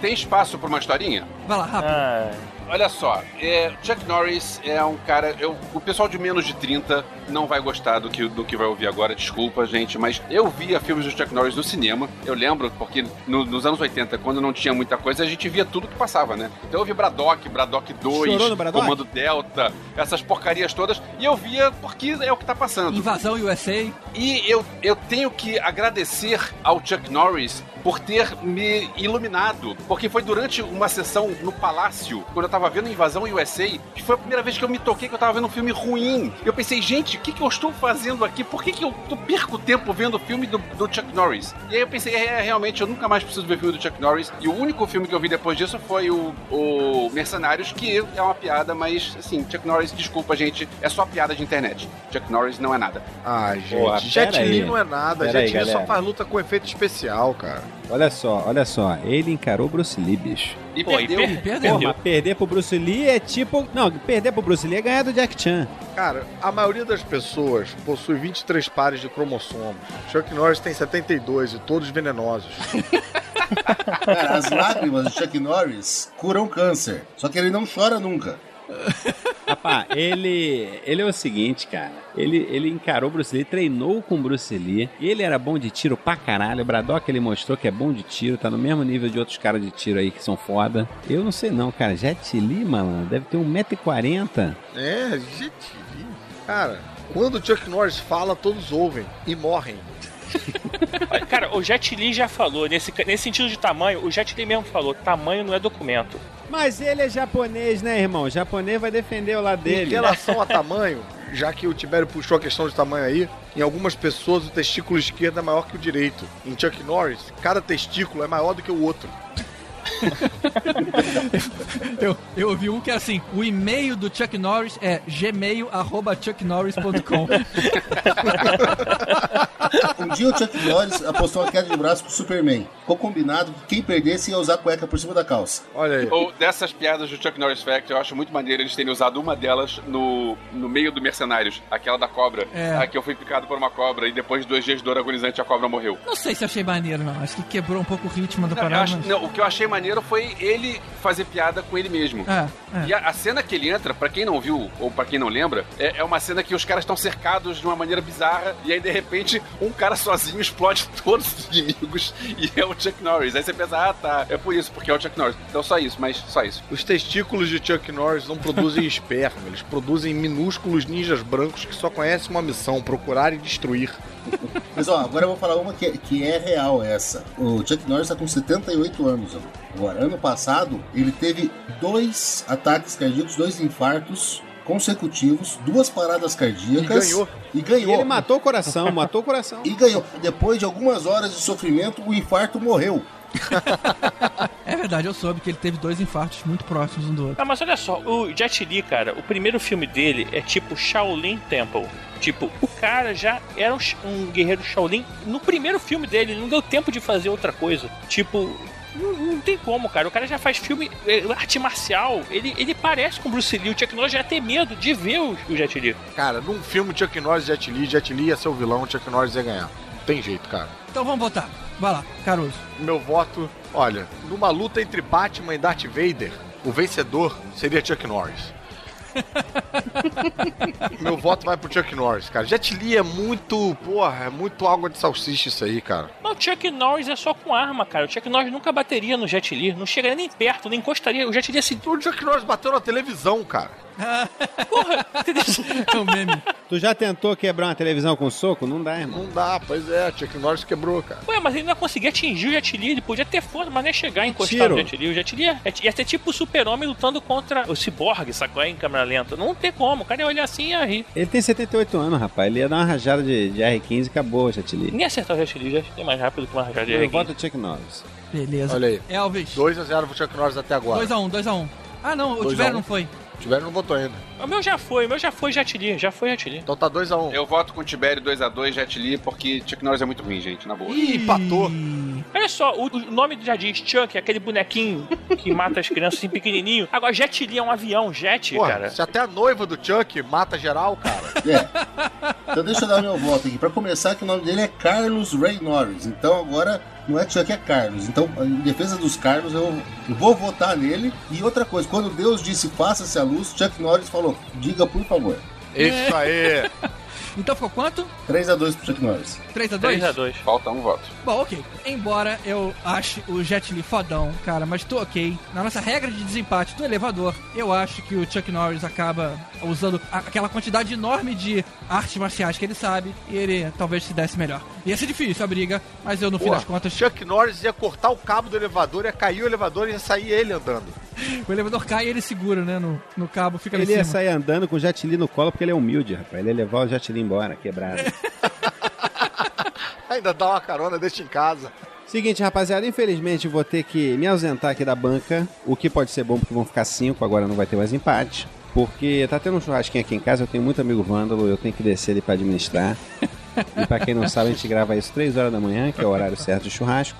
E: Tem espaço pra uma historinha?
B: Vai lá, rápido.
D: Ah,
E: Olha só, é, Chuck Norris é um cara. eu- o pessoal de menos de 30 não vai gostar do que, do que vai ouvir agora, desculpa, gente, mas eu via filmes do Chuck Norris no cinema. Eu lembro, porque no- nos anos 80, quando não tinha muita coisa, a gente via tudo que passava, né? Então eu vi Braddock, Braddock 2,
F: Chorou no Braddock?
E: Comando Delta, essas porcarias todas, e eu via porque é o que tá passando.
B: Invasão USA.
E: E eu, eu tenho que agradecer ao Chuck Norris por ter me iluminado. Porque foi durante uma sessão no Palácio, quando eu tava vendo Invasão USA, que foi a primeira vez que eu me toquei que eu tava vendo um filme ruim. Eu pensei, gente, o que, que eu estou fazendo aqui? Por que, que eu tô- perco tempo vendo filme do, do Chuck Norris? E aí eu pensei, é, realmente, eu nunca mais preciso ver filme do Chuck Norris. E o único filme que eu vi depois disso foi o, o Mercenários, que é uma piada, mas assim, Chuck Norris, desculpa, gente, é só piada de internet. Chuck Norris não é nada.
C: Ah, gente.
F: Pô,
C: Jet
F: pera
C: Li
F: aí.
C: não é nada.
F: Pera
C: Jet
F: aí,
C: Li só
F: galera.
C: faz luta com efeito especial, cara.
F: Olha só, olha só, ele encarou o Bruce Lee, bicho.
E: E
D: Pô, e
E: perdeu.
D: per-
B: Perdeu.
F: Pô, mas perder pro Bruce Lee é tipo... Não, perder pro Bruce Lee é ganhar do Jack Chan.
C: Cara, a maioria das pessoas possui 23 pares de cromossomos. Chuck Norris tem 72 e todos venenosos.
G: Cara, as lágrimas do Chuck Norris curam câncer. Só que ele não chora nunca.
F: Rapaz, ele, ele é o seguinte, cara. Ele, ele encarou o Bruce Lee, treinou com o Bruce Lee. Ele era bom de tiro pra caralho. O Braddock ele mostrou que é bom de tiro, tá no mesmo nível de outros caras de tiro aí que são foda. Eu não sei não, cara. Jet Li, malandro, deve ter 1,40m.
C: é, Jet Li. Cara, quando o Chuck Norris fala, todos ouvem e morrem.
D: olha, cara, o Jet Li já falou, nesse, ca- nesse sentido de tamanho, o Jet Li mesmo falou, tamanho não é documento.
F: Mas ele é japonês, né, irmão? O japonês vai defender o lado
C: Em
F: dele. né?
C: relação a tamanho, já que o Tibério puxou a questão de tamanho aí, em algumas pessoas o testículo esquerdo é maior que o direito. Em Chuck Norris, cada testículo é maior do que o outro.
B: Eu, eu ouvi um que é assim: o e-mail do Chuck Norris é gmail.chucknorris.com.
G: Um dia o Chuck Norris apostou uma queda de braço com o Superman. Ficou combinado que quem perdesse ia usar a cueca por cima da calça.
C: Olha aí.
E: Ou dessas piadas do Chuck Norris Factory, eu acho muito maneiro eles terem usado uma delas no, no meio do Mercenários, aquela da cobra.
B: É.
E: A que eu fui picado por uma cobra e depois de dois dias de dor agonizante a cobra morreu.
B: Não sei se eu achei maneiro, não. Acho que quebrou um pouco o ritmo do
E: Não, eu
B: parada.
E: acho-
B: mas-
E: não, o que eu achei maneiro foi ele fazer piada com ele mesmo.
B: É, é.
E: E a, a cena que ele entra, pra quem não viu ou pra quem não lembra, é, é uma cena que os caras estão cercados de uma maneira bizarra e aí de repente um cara sozinho explode todos os inimigos e é o Chuck Norris. Aí você pensa, ah tá, é por isso, porque é o Chuck Norris. Então só isso, mas só isso.
C: Os testículos de Chuck Norris não produzem esperma, eles produzem minúsculos ninjas brancos que só conhecem uma missão: procurar e destruir.
G: Mas ó, agora eu vou falar uma que, que é real essa. O Chuck Norris tá com 78 anos. ó. Agora, ano passado, ele teve dois ataques cardíacos, dois infartos consecutivos, duas paradas cardíacas.
C: E ganhou.
G: E ganhou.
F: Ele matou o coração, matou o coração.
G: E ganhou. Depois de algumas horas de sofrimento, o infarto morreu.
B: É verdade, eu soube que ele teve dois infartos muito próximos um do outro.
D: Ah, mas olha só, o Jet Li, cara, o primeiro filme dele é tipo Shaolin Temple. Tipo, o cara já era um, sh- um guerreiro Shaolin no primeiro filme dele, não deu tempo de fazer outra coisa. Tipo, não, não tem como, cara. O cara já faz filme, é, arte marcial, ele, ele parece com o Bruce Lee. O Chuck Norris já ia ter medo de ver o, o Jet Li.
C: Cara, num filme Chuck Norris e Jet Li, Jet Li ia ser o vilão, Chuck Norris ia ganhar. Não tem jeito, cara.
B: Então vamos votar. Vai lá, Caruso.
C: Meu voto, olha, numa luta entre Batman e Darth Vader, o vencedor seria Chuck Norris. Meu voto vai pro Chuck Norris, cara. Jet Li é muito, porra, é muito água de salsicha isso aí, cara.
D: Mas o Chuck Norris é só com arma, cara. O Chuck Norris nunca bateria no Jet Li, não chegaria nem perto, nem encostaria. O Jet Li ia se.
C: O Chuck Norris bateu na televisão, cara.
B: É um meme.
F: Tu já tentou quebrar uma televisão com soco? Não dá, irmão.
C: Não dá, pois é, Chuck Norris quebrou, cara.
D: Ué, mas ele não ia conseguir atingir o Jet Li, ele podia ter força, mas não ia chegar e encostar
F: Tiro.
D: no Jet Li. O Jet Li ia, ia ser tipo o super-homem lutando contra o ciborgue, sacou? Em câmera lenta. Não tem como, o cara ia olhar assim e ia rir.
F: Ele tem 78 anos, rapaz. Ele ia dar uma rajada de, de R15 e acabou, já te li.
D: Nem acertar o Jet Li, o Jet Li é mais rápido que uma rajada de
F: Eu
D: R15.
F: voto Chuck Norris.
B: Beleza.
C: Olha aí.
B: Elvis.
C: 2x0 pro Chuck Norris até agora.
B: 2x1, 2x1. Ah, não, o
C: Dois a
B: Tiver
C: um.
B: não foi.
C: Tiveram não votou ainda.
D: O meu já foi, o meu já foi Jet Li, já foi Jet Li.
C: Então tá 2x1.
E: Eu voto com o Tibério 2x2, Jet Li, porque Chuck Norris é muito ruim, gente, na boa.
C: Ih, empatou.
D: Olha só, o, o nome do jardim, Chuck, aquele bonequinho que mata as crianças assim pequenininho. Agora, Jet Li é um avião, Jet,
C: Porra,
D: cara.
C: se até a noiva do Chuck mata geral, cara.
G: É. Então deixa eu dar meu voto aqui. Pra começar, que o nome dele é Carlos Ray Norris. Então agora não é Chuck, é Carlos. Então, em defesa dos Carlos, eu, eu vou votar nele. E outra coisa, quando Deus disse faça-se a luz, Chuck Norris falou: diga por favor.
C: Isso aí.
B: Então ficou quanto?
G: 3x2 pro Chuck Norris.
B: 3x2?
D: 3x2.
E: Falta um voto.
B: Bom, ok. Embora eu ache o Jet Li fodão, cara, mas tô ok. Na nossa regra de desempate do elevador, eu acho que o Chuck Norris acaba usando a- aquela quantidade enorme de artes marciais que ele sabe e ele talvez se desse melhor. Ia ser difícil a briga, mas eu no fim
C: Porra,
B: das contas,
C: Chuck Norris ia cortar o cabo do elevador, ia cair o elevador e ia sair ele andando.
B: o elevador cai e ele segura, né, no, no cabo, fica ali
F: Ele é
B: em
F: ia
B: cima.
F: sair andando com o Jet Li no colo porque ele é humilde, rapaz. Ele ia levar o Jet Li embora, quebrado.
C: Ainda dá uma carona, deixa em casa.
F: Seguinte, rapaziada, infelizmente vou ter que me ausentar aqui da banca, o que pode ser bom porque vão ficar cinco, agora não vai ter mais empate. Porque tá tendo um churrasquinho aqui em casa, eu tenho muito amigo vândalo, eu tenho que descer ali pra administrar. E pra quem não sabe, a gente grava isso 3 horas da manhã, que é o horário certo de churrasco.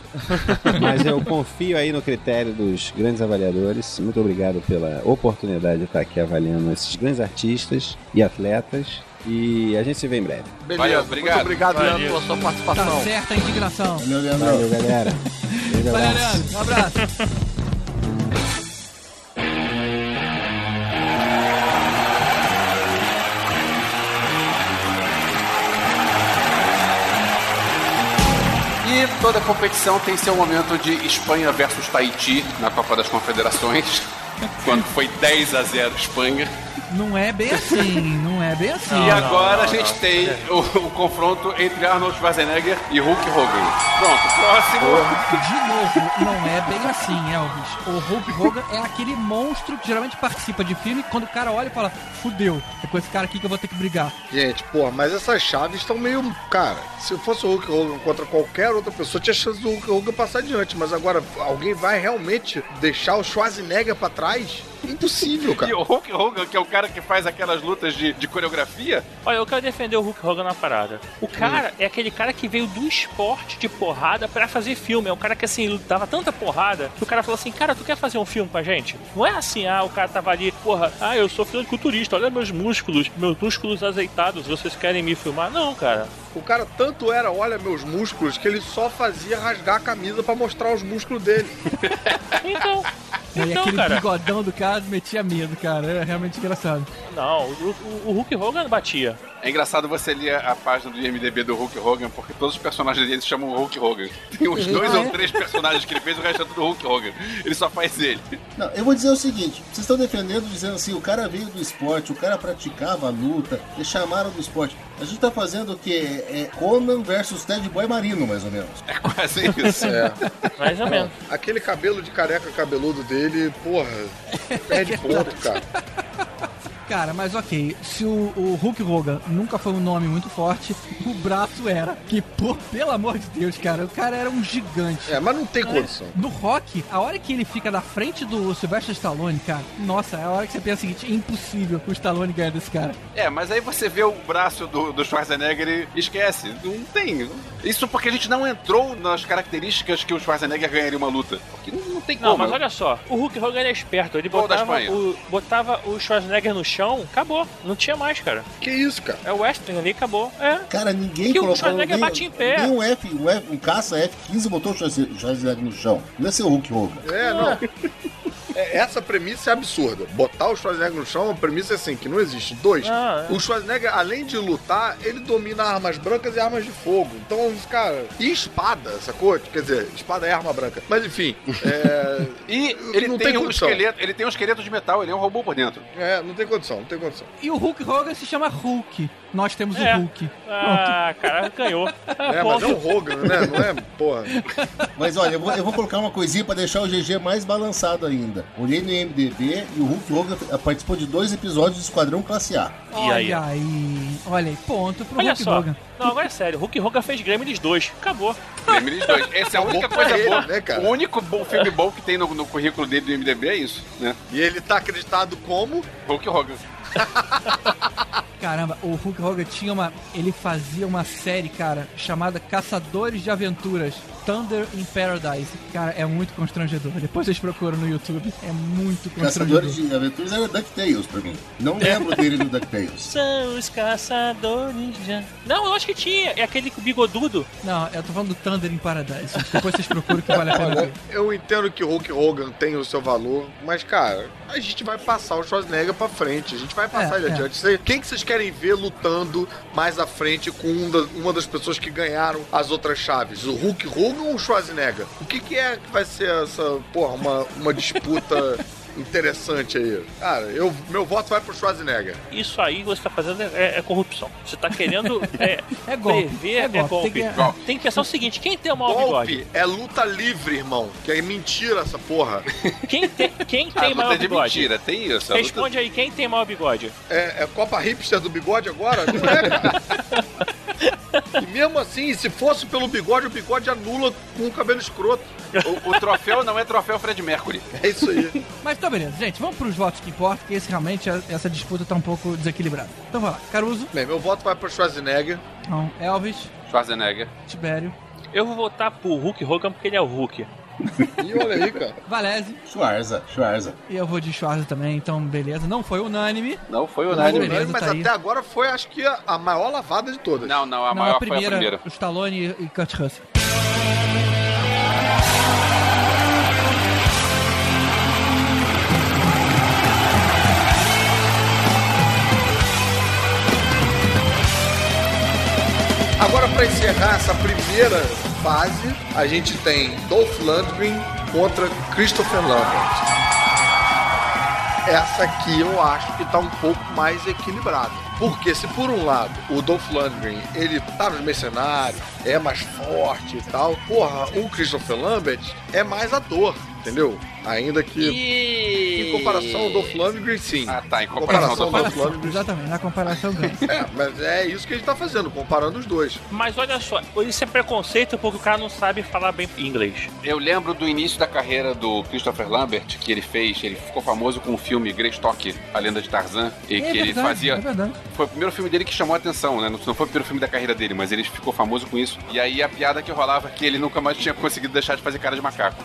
F: Mas eu confio aí no critério dos grandes avaliadores. Muito obrigado pela oportunidade de estar aqui avaliando esses grandes artistas e atletas. E a gente se vê em breve.
C: Beleza,
E: Valeu,
C: muito
E: obrigado.
C: obrigado, Leandro, pela sua participação.
B: Tá certa a indignação.
G: Valeu, Leandro.
F: Valeu, galera. Grande
B: Valeu,
F: abraço.
B: Leandro. Um abraço.
E: E toda competição tem seu momento de Espanha versus Tahiti na Copa das Confederações, quando foi 10 a 0 Espanha.
B: Não é bem assim, não é bem assim.
E: e agora a gente tem O, o confronto entre Arnold Schwarzenegger e Hulk Hogan. Pronto, próximo.
B: De novo, não é bem assim, Elvis. O Hulk Hogan é aquele monstro que geralmente participa de filme quando o cara olha e fala, fudeu, é com esse cara aqui que eu vou ter que brigar.
C: Gente, porra, mas essas chaves estão meio. Cara, se fosse o Hulk Hogan contra qualquer outra pessoa, tinha chance do Hulk Hogan passar adiante. Mas agora, alguém vai realmente deixar o Schwarzenegger pra trás? Impossível,
E: E
C: cara.
E: o Hulk Hogan, que é o cara que faz aquelas lutas de, de coreografia,
D: Olha, eu quero defender o Hulk Hogan na parada. O cara é aquele cara que veio do esporte de porrada pra fazer filme. É um cara que, assim, dava tanta porrada que o cara falou assim: Cara, tu quer fazer um filme com a gente? Não é assim, ah, o cara tava ali, porra, ah, eu sou fisiculturista, olha meus músculos, meus músculos azeitados, vocês querem me filmar? Não, cara.
C: O cara tanto era, olha meus músculos, que ele só fazia rasgar a camisa pra mostrar os músculos dele.
D: Então.
B: e
D: Então,
B: aquele
D: cara.
B: bigodão do cara metia medo, cara. É realmente engraçado.
D: Não, o, o- o Hulk Hogan batia.
E: é engraçado você ler a página do IMDB do Hulk Hogan, porque todos os personagens dele se chamam Hulk Hogan. Tem uns dois
C: É.
E: ou três personagens que ele fez, o resto é tudo Hulk Hogan. Ele só faz ele.
G: Não, eu vou dizer o seguinte: vocês estão defendendo, dizendo assim, o cara veio do esporte, o cara praticava a luta, e chamaram do esporte. A gente tá fazendo o quê? É Conan versus Ted Boy Marino, mais ou menos.
E: É quase isso.
D: Mais ou menos.
C: Aquele cabelo de careca cabeludo dele, porra, perde ponto, cara.
B: Cara, mas ok, se o, o Hulk Hogan nunca foi um nome muito forte, o braço era. Que, pô, pelo amor de Deus, cara, o cara era um gigante.
C: É, mas não tem condição.
B: No rock, a hora que ele fica na frente do Sylvester Stallone, cara, nossa, é a hora que você pensa o seguinte: é impossível o Stallone ganhar desse cara.
E: É, mas aí você vê o braço do, do Schwarzenegger e esquece. Não tem. Isso porque a gente não entrou nas características que o Schwarzenegger ganharia uma luta. Porque não, não tem
D: Não,
E: como.
D: mas olha só, o Hulk Hogan ele é esperto, ele
E: Gol da
D: botava
E: Espanha.
D: o, botava o Schwarzenegger no chão, acabou, não tinha mais, cara.
C: Que isso, cara?
D: É o Western ali, acabou. É,
G: Cara, ninguém
D: Que o
G: colocou.
D: Schwarzenegger
G: nem,
D: bate em pé.
G: nem um F, um F, um caça F-15 botou o Schwarze- Schwarzenegger no chão. Não ia ser o Hulk Hogan.
C: É, não. É, Essa premissa é absurda. Botar o Schwarzenegger no chão é uma premissa assim, que não existe. Dois,
D: Ah, é.
C: o Schwarzenegger, além de lutar, ele domina armas brancas e armas de fogo. Então, cara. E espada, sacou? Quer dizer, espada é arma branca. Mas enfim, é,
E: E ele
C: Não
E: tem,
C: tem
E: um
C: condição.
E: esqueleto, ele tem um esqueleto de metal, ele é um robô por dentro.
C: é, não tem condição, não tem condição.
B: E o Hulk Hogan se chama Hulk. Nós temos
D: É.
B: o Hulk.
D: ah, cara, ganhou. Ah,
C: É, mas é um Hogan, né? Não é, porra.
G: Mas olha, eu vou, eu vou colocar uma coisinha pra deixar o GG mais balançado ainda. Olhei no IMDB e o Hulk Hogan participou de dois episódios do Esquadrão Classe A.
D: E aí?
B: Olha aí. Olha aí, ponto pro
D: Olha
B: Hulk
D: só.
B: Hogan.
D: Não, agora é sério. Hulk Hogan fez Grêmio dos dois. Acabou.
E: Gremlins 2. Essa é a única
C: um pra
E: coisa
C: ele,
E: boa.
C: né, cara?
E: O único bom filme bom que tem no, no currículo dele do MDB é isso, né?
C: E ele tá acreditado como
E: Hulk Hogan.
B: Caramba, o Hulk Hogan tinha uma. Ele fazia uma série, cara, chamada Caçadores de Aventuras Thunder in Paradise. Cara, é muito constrangedor. Depois vocês procuram no YouTube. É muito constrangedor.
G: Caçadores de Aventuras era DuckTales pra mim. Não lembro dele no DuckTales.
D: São os caçadores de... Não, eu acho que tinha. É aquele bigodudo.
B: Não, eu tô falando do Thunder in Paradise. Depois vocês procuram que vale a pena ver.
C: Eu entendo que o Hulk Hogan tem o seu valor, mas, cara, a gente vai passar o Schwarzenegger pra frente. A gente vai passar
B: É,
C: ele
B: é.
C: adiante. Cê- Quem que vocês querem ver lutando mais à frente com um da- uma das pessoas que ganharam as outras chaves? O Hulk Hogan ou o Schwarzenegger? O que, que é que vai ser essa, porra, uma, uma disputa interessante aí? Cara, eu, meu voto vai pro Schwarzenegger.
D: Isso aí que você tá fazendo é, é corrupção. Você tá querendo é,
B: É golpe.
D: prever,
B: é golpe. Tem que-
D: Tem, que... pensar o seguinte, quem tem o maior bigode?
C: Golpe é luta livre, irmão. Que é mentira essa porra.
D: Quem, te, quem
B: Ah,
E: A
D: tem
E: luta
D: maior
E: de
D: bigode?
E: mentira, tem
B: tá?
E: isso. a luta-
D: Responde aí, quem tem maior bigode?
C: É, é Copa Hipster do bigode agora? Não é, cara. E mesmo assim, se fosse pelo bigode, o bigode anula com o cabelo escroto.
E: O, o troféu não é troféu Fred Mercury.
C: É isso aí.
B: Mas tá beleza, gente. Vamos pros votos que importam, que esse realmente essa disputa tá um pouco desequilibrada. Então vai lá. Caruso,
C: Bem, meu voto vai pro Schwarzenegger.
B: então, Elvis,
E: Schwarzenegger.
B: Tibério,
D: Eu vou votar pro Hulk Hogan porque ele é o Hulk.
C: E olha aí, cara.
B: Valese
G: Schwarza, Schwarza.
B: e eu vou de Schwarza também, então beleza. Não foi unânime.
E: Não foi o
B: Não,
E: Nani.
B: beleza,
C: mas
B: tá aí.
C: até agora foi, acho que, a, a maior lavada de todas.
E: Não, não, a
B: Não,
E: maior foi a primeira.
B: o Stallone e Kurt Russell.
C: Agora, pra encerrar essa primeira fase, a gente tem Dolph Lundgren contra Christopher Lambert. Essa aqui eu acho que tá um pouco mais equilibrada. Porque se por um lado o Dolph Lundgren, ele tá nos mercenários, é mais forte e tal, porra, o Christopher Lambert é mais ator, entendeu? Ainda que em comparação ao Dolph Lundgren, sim.
E: Ah, tá, em
C: Em comparação
E: comparação do
C: ao Dolph Lundgren,
B: Exatamente, na comparação ganha.
C: é, mas é isso que a gente tá fazendo, comparando os dois.
D: Mas olha só, isso é preconceito porque o cara não sabe falar bem inglês.
E: Eu lembro do início da carreira do Christopher Lambert, que ele fez, ele ficou famoso com o filme Greystock, A Lenda de Tarzan, e que ele fazia...
B: É verdade.
E: Foi o primeiro filme dele que chamou a atenção, né? Não não foi o primeiro filme da carreira dele, mas ele ficou famoso com isso. E aí a piada que rolava é que ele nunca mais tinha conseguido deixar de fazer cara de macaco.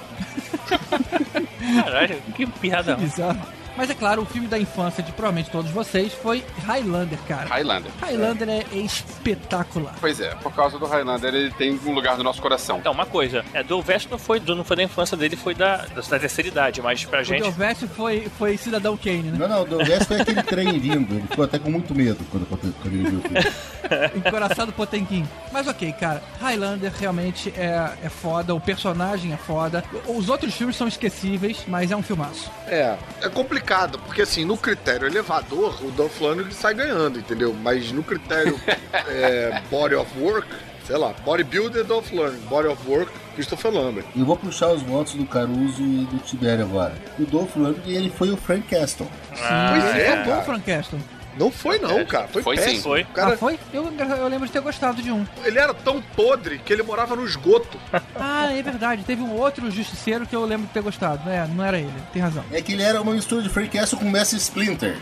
D: Caralho, que piada.
B: Bizarro. Mas é claro, o filme da infância de provavelmente todos vocês foi Highlander, cara.
E: Highlander.
B: Highlander é espetacular.
E: Pois é, por causa do Highlander, ele tem um lugar no nosso coração.
D: Então, uma coisa, é do Vest não foi, do- não foi da infância dele, foi da, da, da terceira idade, mas pra
B: O
D: gente.
B: Delveste foi, foi Cidadão Kane, né?
G: Não, não, o West foi aquele trem vindo. Ele ficou até com muito medo quando, quando ele viu o filme.
B: Encoraçado Potemkin. Mas ok, cara, Highlander realmente é, é foda, o personagem é foda. Os outros filmes são esquecíveis, mas é um filmaço.
C: É, é complicado, porque assim, no critério elevador, o Dolph Lundgren sai ganhando, entendeu? Mas no critério é, body of work, sei lá, bodybuilder Dolph Lundgren, body of work, Christopher Lambert.
G: Eu vou puxar os votos do Caruso e do Tibério agora. O Dolph Lundgren, ele foi o Frank Castle.
D: Ah,
C: Pois é,
B: Ele foi bom,
C: cara.
B: Frank Castle.
C: Não foi não, cara, foi,
E: foi sim.
C: péssimo.
D: é, Foi.
C: O cara,
B: Ah, foi? Eu, eu lembro de ter gostado de um.
C: ele era tão podre que ele morava no esgoto.
B: Ah, é verdade. Teve um outro justiceiro que eu lembro de ter gostado. É, não era ele. Tem razão.
G: É que ele era uma mistura de Frank Castle com Messi Splinter.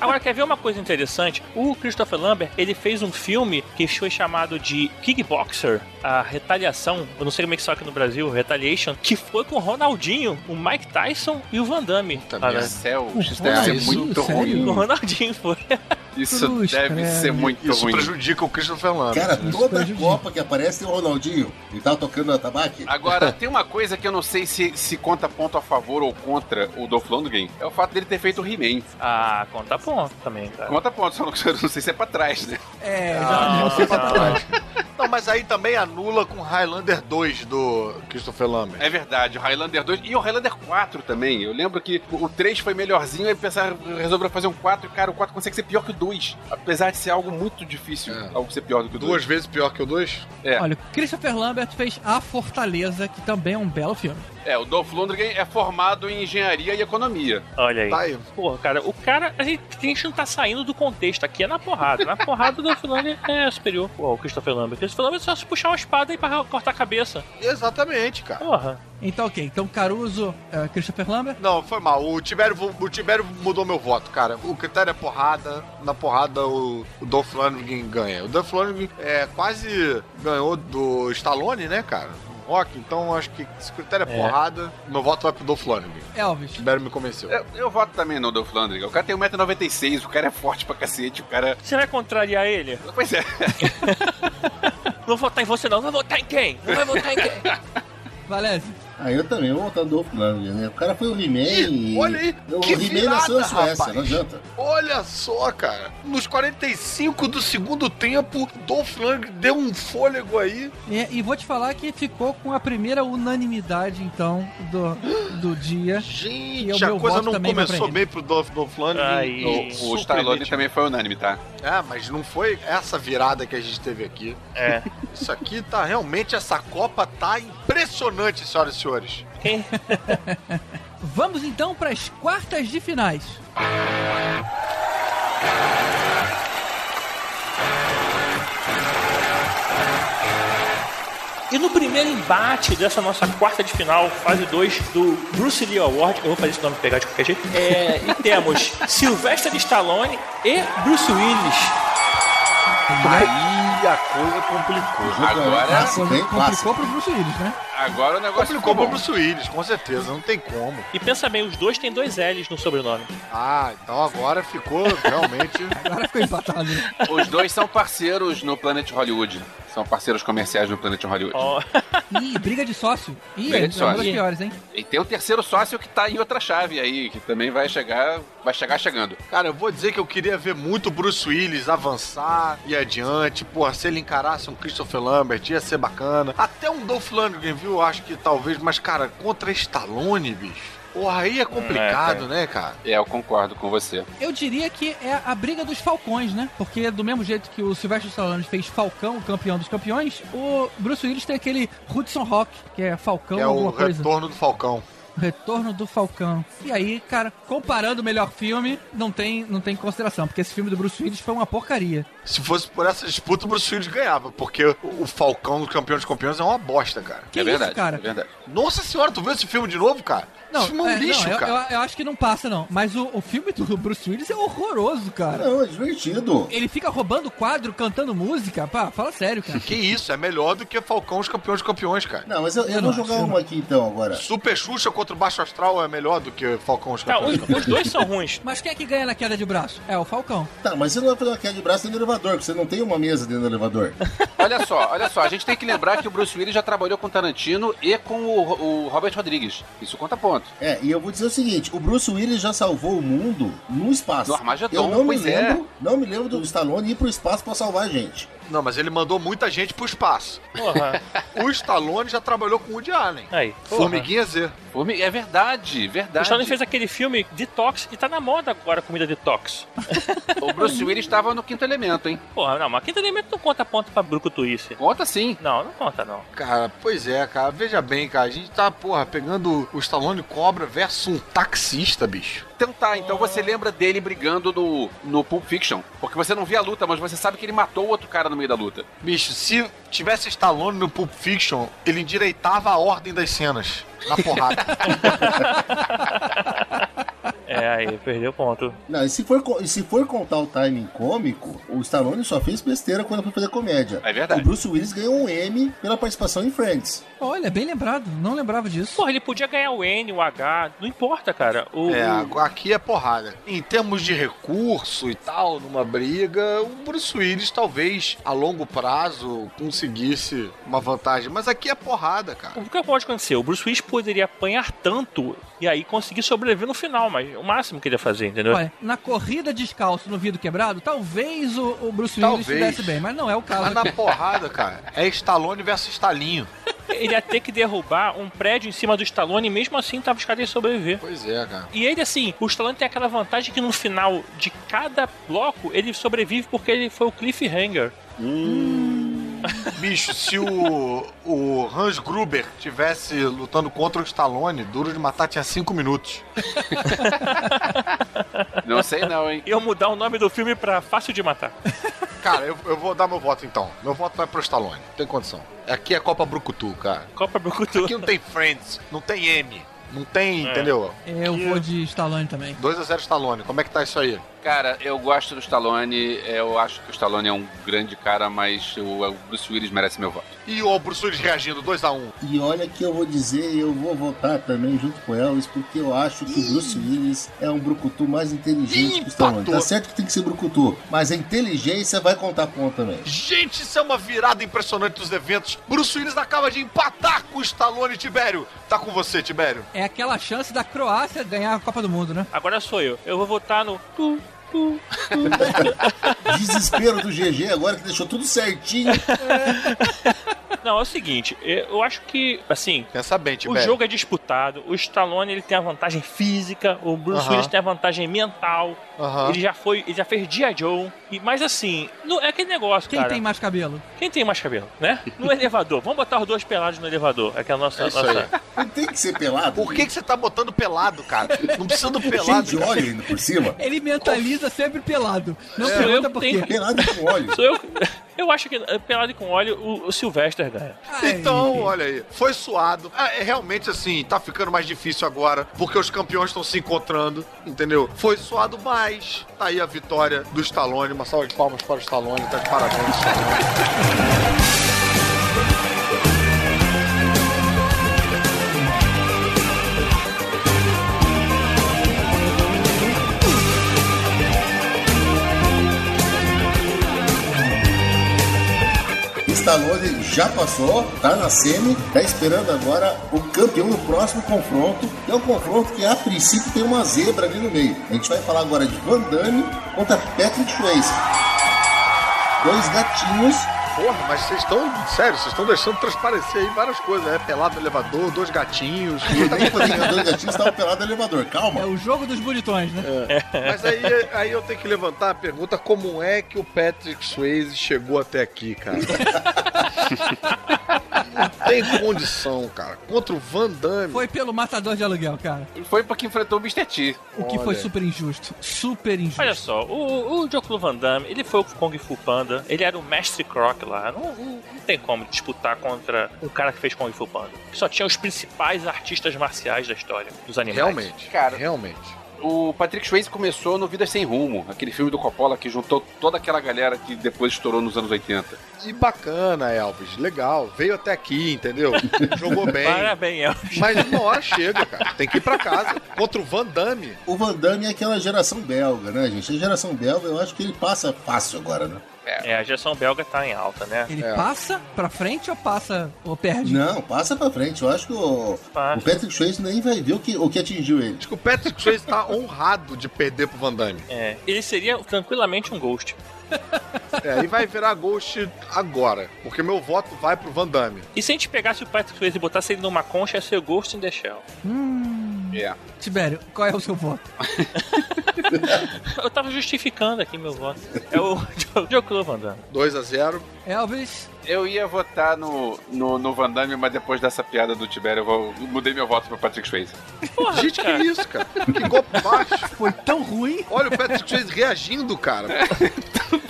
D: Agora, quer ver uma coisa interessante? O Christopher Lambert, ele fez um filme que foi chamado de Kickboxer, a retaliação, eu não sei como é que só aqui no Brasil, Retaliation, que foi com o Ronaldinho, o Mike Tyson e o Van Damme.
E: Meu
D: Cara,
E: céu,
B: Pô,
E: isso deve ser
B: é isso,
E: muito
B: sério?
E: ruim.
D: o Ronaldinho foi.
E: Isso
B: Cruz, é,
E: deve
B: credo.
E: ser muito
C: Isso
E: ruim.
C: prejudica o Christopher Lambert.
G: Cara, toda
B: prejudica.
G: Copa que aparece tem o Ronaldinho. Ele tava tocando a tabaque.
E: Agora, tem uma coisa que eu não sei se, se conta ponto a favor ou contra o Dolph Lundgren, é o fato dele ter feito o He-Man.
D: Ah, conta ponto também, cara.
E: Conta ponto, só não, eu não sei se é pra trás, né?
B: É,
D: Ah,
B: não sei se é
E: tá.
D: não.
B: verdade.
C: Não, mas aí também anula com Highlander 2 do Christopher Lambert.
E: É verdade, o Highlander 2 e o Highlander 4 também. Eu lembro que o 3 foi melhorzinho, aí pensaram, resolveram fazer um 4, e cara, o 4 consegue ser pior que o 2. Apesar de ser algo muito difícil,
C: É.
E: algo ser pior do que o 2.
C: Duas vezes pior que o 2?
E: É.
B: Olha, Christopher Lambert fez A Fortaleza, que também é um belo filme.
E: É, o Dolph Lundgren é formado em engenharia e economia.
D: Olha aí.
C: Tá aí.
D: Porra, cara, o cara, a gente, a gente não tá saindo do contexto aqui, é na porrada. Na porrada do Finlândia é superior ao Christopher Lambert. O Christopher Lambert é só se puxar uma espada aí pra cortar a cabeça.
C: Exatamente, cara.
D: Porra.
B: Então, ok. Então, Caruso, eh, Christopher Lambert.
C: Não, foi mal. O Tibério, o Tibério mudou meu voto, cara. O critério é porrada. Na porrada, o, o Dolph Lundgren ganha. O Dolph Lundgren é, quase ganhou do Stallone, né, cara? No Rock. Então, acho que se o critério é,
D: É.
C: porrada, meu voto vai pro Dolph Lundgren. O
B: Elvis.
C: Tibério me convenceu.
E: Eu, eu voto também no Dolph Lundgren. O cara tem 1,96m, o cara é forte pra cacete, o cara...
D: Você vai contrariar ele?
E: Pois é.
D: Não vou votar em você, não. Não Vai votar em quem? Não vai votar em quem?
B: Valese.
G: Ah, eu também vou votar no Dolph Lundgren, né? O cara foi o He-Man
C: Ih,
G: e...
C: olha aí,
G: O
C: que
G: He-Man nasceu
C: virada,
G: na Suécia,
C: rapaz.
G: é não adianta.
C: Olha só, cara. Nos 45 do segundo tempo, Dolph Lundgren deu um fôlego aí.
B: E, e vou te falar que ficou com a primeira unanimidade, então, do, do dia. E o
C: Gente,
B: meu
C: a coisa
B: voto
C: não
B: também vai pra
C: começou
B: ele.
C: bem pro Dolph, Dolph
D: Aí.
C: Lundgren.
E: O, o
C: Super
E: Stallone
C: limite.
E: também foi unânime, tá?
C: Ah, mas não foi essa virada que a gente teve aqui.
D: É.
C: Isso aqui tá realmente, essa Copa tá impressionante, senhoras e senhores.
D: Quem?
B: Vamos então para as quartas de finais.
D: E no primeiro embate dessa nossa quarta de final, fase 2 do Bruce Lee Award, eu vou fazer esse nome pegar de qualquer jeito, é, e temos Sylvester Stallone e Bruce Willis.
C: Aí a coisa complicou.
E: Agora,
G: Fácil,
B: Quando
G: bem fácil.
B: complicou para Bruce Willis, né?
E: agora o negócio é
C: Complicou pro
E: ficou bom.
C: Bruce Willis, com certeza, não tem como.
D: E pensa bem, os dois têm dois L's no sobrenome.
C: Ah, então agora ficou realmente.
B: Agora ficou empatado. né?
E: Os dois são parceiros no Planet Hollywood. São parceiros comerciais no Planet Hollywood.
D: Ó,
B: Ih, briga de sócio. Ih,
E: Briga
B: é
E: de
B: uma das
E: sócio.
B: piores, hein?
E: E tem o terceiro sócio que tá em outra chave aí, que também vai chegar, vai chegar chegando.
C: Cara, eu vou dizer que eu queria ver muito o Bruce Willis avançar e adiante. Porra, se ele encarasse um Christopher Lambert, ia ser bacana. Até um Dolph Lundgren, viu? Acho que talvez, mas cara, contra Stallone, bicho. Porra, aí é complicado, né, cara?
E: É, eu concordo com você.
B: Eu diria que é a briga dos falcões, né? Porque do mesmo jeito que o Sylvester Stallone fez Falcão, o campeão dos campeões, o Bruce Willis tem aquele Hudson Rock, que é Falcão
C: Que é o
B: alguma coisa.
C: retorno do Falcão.
B: Retorno do Falcão. E aí, cara, comparando o melhor filme, não tem, não tem consideração, porque esse filme do Bruce Willis foi uma porcaria.
C: Se fosse por essa disputa, o Bruce Willis ganhava, porque o o Falcão do Campeão dos Campeões é uma bosta, cara.
B: Que
E: é
B: isso,
E: verdade,
B: cara?
E: é verdade.
C: Nossa senhora, tu viu esse filme de novo, cara?
B: Não,
C: esse filme é um
B: é,
C: lixo,
B: não, eu-
C: cara.
B: Eu, eu acho que não passa, não. Mas o, o filme do Bruce Willis é horroroso, cara.
G: Não, é divertido.
B: Ele fica roubando quadro, cantando música. Pá, fala sério, cara.
C: Que isso, é melhor do que Falcão dos Campeões dos Campeões, cara.
G: Não, mas eu, eu
B: Eu
G: vou
B: não
G: jogar
B: acho, eu
G: uma aqui então agora.
C: Super Xuxa contra o Baixo Astral é melhor do que Falcão dos
D: Não,
C: Campeões.
D: os, os dois são ruins.
B: Mas quem é que ganha na queda de braço? É o Falcão.
G: Tá, mas você não vai fazer uma queda de braço dentro do elevador, porque você não tem uma mesa dentro do elevador.
E: Olha só, olha só, a gente tem que lembrar que o Bruce Willis já trabalhou com Tarantino e com o, o Robert Rodrigues. Isso conta ponto.
G: É, e eu vou dizer o seguinte: o Bruce Willis já salvou o mundo no espaço.
E: No Armagedon,
G: eu não me
E: pois é.
G: lembro, não me lembro do Stallone ir pro espaço pra salvar a gente.
C: Não, mas ele mandou muita gente pro espaço.
D: Porra.
C: O Stallone já trabalhou com o Woody Allen.
D: Aí. Porra.
C: Formiguinha Z.
E: Formi- É verdade,
D: O
E: verdade.
D: Stallone fez aquele filme Detox e tá na moda agora a comida Detox.
E: O Bruce Willis estava no quinto elemento, hein?
D: Porra, não, mas quinto elemento não conta ponto pra Brucutuíce.
E: Conta sim.
D: Não, não conta não.
C: Cara, pois é, cara. Veja bem, cara. A gente tá, porra, pegando o Stallone Cobra versus um taxista, bicho.
E: Então tá, então
G: Ah.
E: você lembra dele brigando no, no Pulp Fiction. Porque você não vê a luta, mas você sabe que ele matou o outro cara no meio da luta.
C: Bicho, se tivesse Stallone no Pulp Fiction, ele endireitava a ordem das cenas. Na porrada.
D: É, aí, perdeu ponto.
G: Não, e se for, co- e se for contar o timing cômico, o Stallone só fez besteira quando foi fazer comédia.
E: É
G: O
E: verdade.
G: Bruce Willis ganhou um M pela participação em Friends.
B: Olha, é bem lembrado. Não lembrava disso.
D: Porra, ele podia ganhar o N, o H, não importa, cara. O,
C: é, aqui é porrada. Em termos de recurso e tal, numa briga, o Bruce Willis talvez a longo prazo conseguisse uma vantagem. Mas aqui é porrada, cara.
D: O que pode acontecer? O Bruce Willis poderia apanhar tanto e aí conseguir sobreviver no final, mas o máximo que ele ia fazer,
C: É.
D: entendeu?
B: Olha, na corrida descalço no vidro quebrado, talvez o, o Bruce Willis
C: Talvez.
B: estivesse bem, mas não é o
C: Mas
B: caso.
C: Tá na
B: aqui.
C: porrada, cara. É Stallone versus Stalinho.
D: Ele ia ter que derrubar um prédio em cima do Stallone e mesmo assim tava os caras iam sobreviver.
C: Pois é, cara.
D: E ele, assim, o Stallone tem aquela vantagem que no final de cada bloco ele sobrevive porque ele foi o cliffhanger.
C: Bicho, se o, o Hans Gruber tivesse lutando contra o Stallone, Duro de Matar tinha cinco minutos.
E: Não sei não, hein?
D: Eu mudar o nome do filme pra Fácil de Matar.
C: Cara, eu, eu vou dar meu voto então. Meu voto vai pro Stallone. Tem condição. Aqui é Copa Brucutu, cara.
D: Copa Brucutu.
C: Aqui não tem Friends, não tem M, não tem,
D: É.
C: entendeu?
B: Eu vou de Stallone também.
C: 2x0 Stallone, como é que tá isso aí?
E: Cara, eu gosto do Stallone, eu acho que o Stallone é um grande cara, mas o, o Bruce Willis merece meu voto.
C: E o Bruce Willis reagindo, 2x1.
G: E olha que eu vou dizer, eu vou votar também junto com o Elvis, porque eu acho que o Bruce Willis é um brucutu mais inteligente que o Stallone.
C: Empatou.
G: Tá certo que tem que ser brucutu, mas a inteligência vai contar ponto também.
C: Gente, isso é uma virada impressionante dos eventos. Bruce Willis acaba de empatar com o Stallone Tibério. Tá com você, Tibério.
B: É aquela chance da Croácia ganhar a Copa do Mundo, né?
D: Agora sou eu. Eu vou votar no. Tu, tu.
G: Desespero do GG agora que deixou tudo certinho.
D: Não, é o seguinte, eu acho que, assim,
C: Pensa bem,
D: O
C: Tibério.
D: jogo é disputado, o Stallone ele tem a vantagem física, o Bruce
C: Aham.
D: Willis tem a vantagem mental,
C: Aham.
D: ele já foi, ele já fez Dia Joe, e, mas assim, não, é aquele negócio,
B: Quem
D: cara.
B: tem mais cabelo?
D: Quem tem mais cabelo, né? No elevador, vamos botar os dois pelados no elevador, é que é a nossa...
C: É isso
D: nossa-
C: aí.
G: Não tem que ser pelado.
C: Por que, que você tá botando pelado, cara? Não precisa do
G: Cheio
C: pelado.
G: de
C: cara.
G: óleo ainda por cima.
B: Ele mentaliza sempre pelado. Não
D: É,
B: pergunta
D: eu
B: por
D: tenho-
B: quê.
G: Pelado com óleo.
D: Sou eu, eu acho que eh, pelado e com óleo o, o Sylvester ganha.
B: Ai,
C: Então, olha aí, foi suado. Ah, É, realmente assim, tá ficando mais difícil agora, porque os campeões estão se encontrando, entendeu? Foi suado, mas tá aí a vitória do Stallone. Uma salva de palmas para o Stallone, tá de parabéns. Stallone.
G: Stallone já passou, tá na semi, tá esperando agora o campeão do próximo confronto. que É um confronto que a princípio tem uma zebra ali no meio. A gente vai falar agora de Van Damme contra Patrick Swayze. Dois gatinhos
C: Porra, mas vocês estão. Sério, vocês estão deixando transparecer aí várias coisas. É pelado no elevador, dois gatinhos. tá
G: Ele tava fazendo dois gatinhos, tava pelado no elevador. Calma.
B: É o jogo dos bonitões, né?
C: É. Mas aí, aí eu tenho que levantar a pergunta: como é que o Patrick Swayze chegou até aqui, cara? Não tem condição, cara. Contra o Van Damme.
B: Foi pelo matador de aluguel, cara.
E: E foi porque enfrentou o Mr. T.
B: O que foi
C: Olha.
B: super injusto. Super injusto.
D: Olha só, o, o Jean-Claude Van Damme, ele foi o Kung Fu Panda, ele era o mestre Croc lá. Não, não- não tem como disputar contra um cara que fez Kung Fu Panda. Só tinha os principais artistas marciais da história, dos animais.
C: Realmente.
E: Cara.
C: Realmente.
E: O Patrick Swayze começou no Vidas Sem Rumo, aquele filme do Coppola que juntou toda aquela galera que depois estourou nos anos 80.
C: E bacana, Elvis. Legal. Veio até aqui, entendeu? Jogou bem.
D: Parabéns, El.
C: Mas uma hora chega, cara. Tem que ir pra casa. Contra o Van Damme.
G: O Van Damme é aquela geração belga, né, gente? A geração belga, eu acho que ele passa fácil agora, né?
D: É, a geração belga tá em alta, né?
B: Ele passa pra frente ou passa ou perde?
G: É. Não, passa pra frente. Eu acho que o,
D: Passa.
G: o Patrick Swayze nem vai ver o que, o que atingiu ele.
C: Acho que o Patrick Swayze tá honrado de perder pro Van Damme.
D: É, ele seria tranquilamente um Ghost.
C: É, e vai virar Ghost agora. Porque meu voto vai pro Van Damme.
D: E se a gente pegasse o Patrick Swayze e botasse ele numa concha, ia ser o Ghost in the Shell.
E: É.
B: Tibério, qual é o seu voto?
D: Eu tava justificando aqui meu voto. É o Jean-Claude Van Damme.
C: 2 a 0
B: Elvis,
E: Eu ia votar no, no, no Van Damme, mas depois dessa piada do Tibério, eu vou- eu mudei meu voto pro Patrick Swayze.
D: Porra,
C: Gente, que
D: cara.
C: isso, cara? Que golpe baixo.
B: foi tão ruim.
C: Olha o Patrick Swayze reagindo, cara.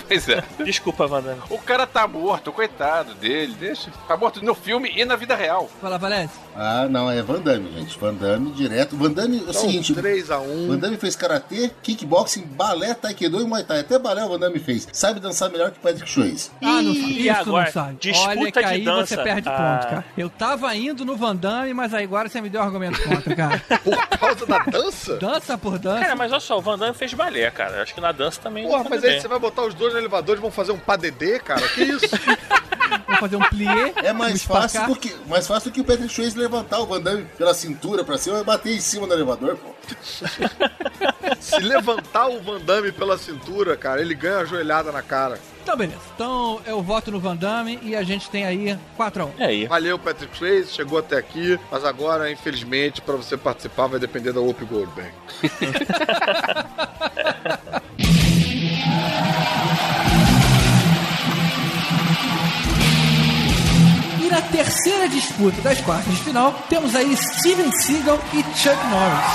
E: Pois é.
D: Desculpa, Van Damme.
E: O cara tá morto, coitado dele. Deixa. Tá morto no filme e na vida real.
B: Vai lá, Valese.
G: Ah, não, é Van Damme, gente. Van Damme direto. Van Damme, é o seguinte.
C: Então, 3 a 1
G: Van Damme fez karatê, kickboxing, balé, taekwondo e muay thai. Até balé o Van Damme fez. Sabe dançar melhor que o Patrick Swayze.
B: Ah, não
D: Ih,
B: sabia, isso
D: agora,
B: não sabe.
D: disputa
B: Olha que
D: de
B: aí
D: dança.
B: você perde
D: Ah.
B: ponto, cara. Eu tava indo no Van Damme, mas aí agora você me deu argumento contra, cara.
C: por causa da dança?
B: dança por dança.
D: Cara, mas olha só, o Van Damme fez balé, cara. Acho que na dança também.
C: Porra,
D: tudo
C: mas
D: bem.
C: aí você vai botar os dois no elevador e vão fazer um padedê, cara? Que isso?
B: Vou fazer um plié.
G: É
B: vou
G: mais
B: esparcar.
G: fácil, do que, mais fácil do que o Patrick Swayze levantar o Van Damme pela cintura pra cima e bater em cima do elevador, pô.
C: Se levantar o Van Damme pela cintura, cara, ele ganha a joelhada na cara.
B: Então, beleza. Então, eu voto no Van Damme e a gente tem aí 4x1.
D: É aí.
C: Valeu, Patrick Swayze, chegou até aqui, mas agora, infelizmente, pra você participar vai depender da Whoopi Goldberg.
B: E na terceira disputa das quartas de final, temos aí Steven Seagal e Chuck Norris.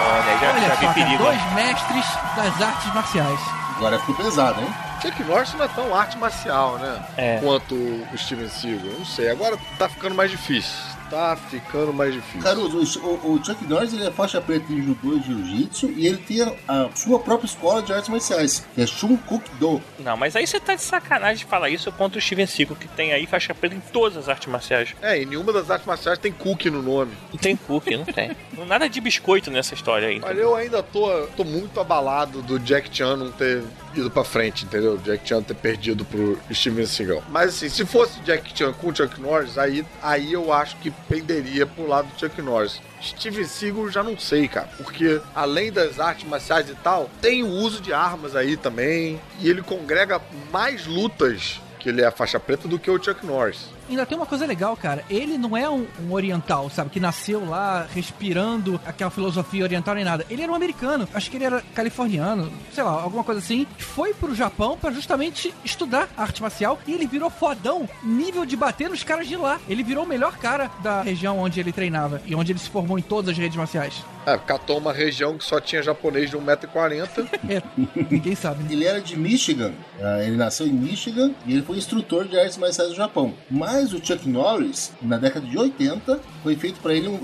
D: Olha, já,
B: Olha
D: já
B: só,
D: vi
B: cara,
D: tá perigo.
B: dois mestres das artes marciais.
G: Agora ficou pesado, hein?
C: Chuck Norris não é tão arte marcial, né?
D: É.
C: Quanto o Steven Seagal, não sei. Agora tá ficando mais difícil. Tá ficando mais difícil.
G: Caruso, o, o Chuck Norris ele é faixa preta em judô e jiu-jitsu e ele tem a, a sua própria escola de artes marciais, que é Shun Kuk Do.
D: Não, mas aí você tá de sacanagem de falar isso contra o Steven Seagal, que tem aí faixa preta em todas as artes marciais.
C: É, e nenhuma das artes marciais tem cookie no nome.
D: Não tem cookie, não tem. Nada de biscoito nessa história aí.
C: Olha, eu ainda tô, tô muito abalado do Jack Chan não ter ido pra frente, entendeu? Jack Chan ter perdido pro Steven Seagal. Mas assim, se fosse Jack Chan com o Chuck Norris, aí, aí eu acho que penderia pro lado do Chuck Norris. Steven Seagal já não sei, cara. Porque além das artes marciais e tal, tem o uso de armas aí também. E ele congrega mais lutas que ele é a faixa preta do que o Chuck Norris.
B: Ainda tem uma coisa legal, cara. Ele não é um, um oriental, sabe? Que nasceu lá respirando aquela filosofia oriental nem nada. Ele era um americano. Acho que ele era californiano, sei lá, alguma coisa assim. que Foi pro Japão pra justamente estudar arte marcial e ele virou fodão, nível de bater nos caras de lá. Ele virou o melhor cara da região onde ele treinava e onde ele se formou em todas as redes marciais.
C: É, catou uma região que só tinha japonês de 1,40m.
B: É, ninguém sabe, né?
G: Ele era de Michigan, ah, ele nasceu em Michigan e ele foi instrutor de artes marciais do Japão. Mas o Chuck Norris, na década de 80, foi feito pra ele um,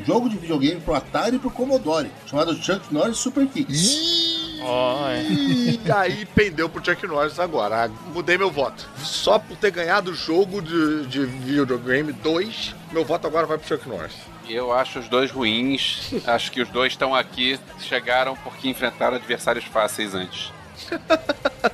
G: um jogo de videogame pro Atari e pro Commodore, chamado Chuck Norris Super Kicks.
D: Olha.
C: E aí pendeu pro Chuck Norris agora. Ah, mudei meu voto. Só por ter ganhado o jogo de, de videogame 2, meu voto agora vai pro Chuck Norris.
E: Eu acho os dois ruins. acho que os dois estão aqui, chegaram porque enfrentaram adversários fáceis antes.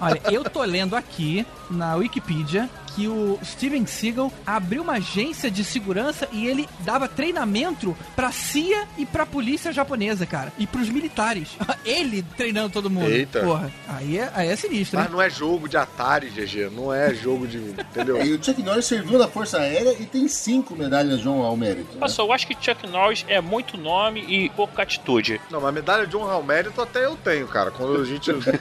B: Olha, eu tô lendo aqui na Wikipedia que o Steven Seagal abriu uma agência de segurança e ele dava treinamento pra CIA e pra polícia japonesa, cara. E pros militares. ele treinando todo mundo.
C: Eita.
B: Porra, aí é, aí é sinistro,
C: Mas
B: né?
C: não é jogo de Atari, GG. Não é jogo de. Entendeu?
G: E o Chuck Norris serviu na Força Aérea e tem cinco medalhas de honra ao mérito. Né?
D: Olha só, eu acho que Chuck Norris é muito nome e pouca atitude.
C: Não, mas medalha de honra ao mérito até eu tenho, cara. Quando a gente, enfim,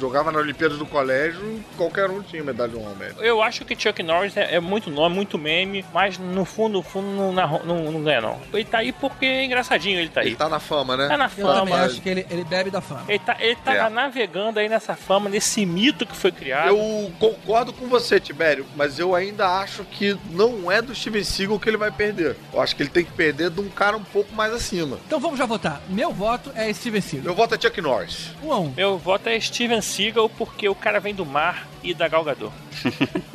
C: jogava na Olimpíadas do colégio, qualquer um tinha medalha de honra ao mérito.
D: Eu acho que Chuck Norris é, é muito nome, muito meme, mas no fundo, no fundo, não, narro- não, não ganha, não. Ele tá aí porque é engraçadinho ele tá
C: Ele
D: aí.
C: tá na fama,
D: Tá
C: né?
D: na
B: Eu também
D: fama.
B: acho que ele, ele bebe da fama.
D: Ele tá, ele tá
E: É.
D: navegando aí nessa fama, nesse mito que foi criado.
C: Eu concordo com você, Tibério, mas eu ainda acho que não é do Steven Seagal que ele vai perder. Eu acho que ele tem que perder de um cara um pouco mais acima.
B: Então vamos já votar. Meu voto é Steven Seagal.
C: Meu voto é Chuck Norris.
B: Um a um.
D: Meu voto é Steven Seagal porque o cara vem do mar e da Galgador.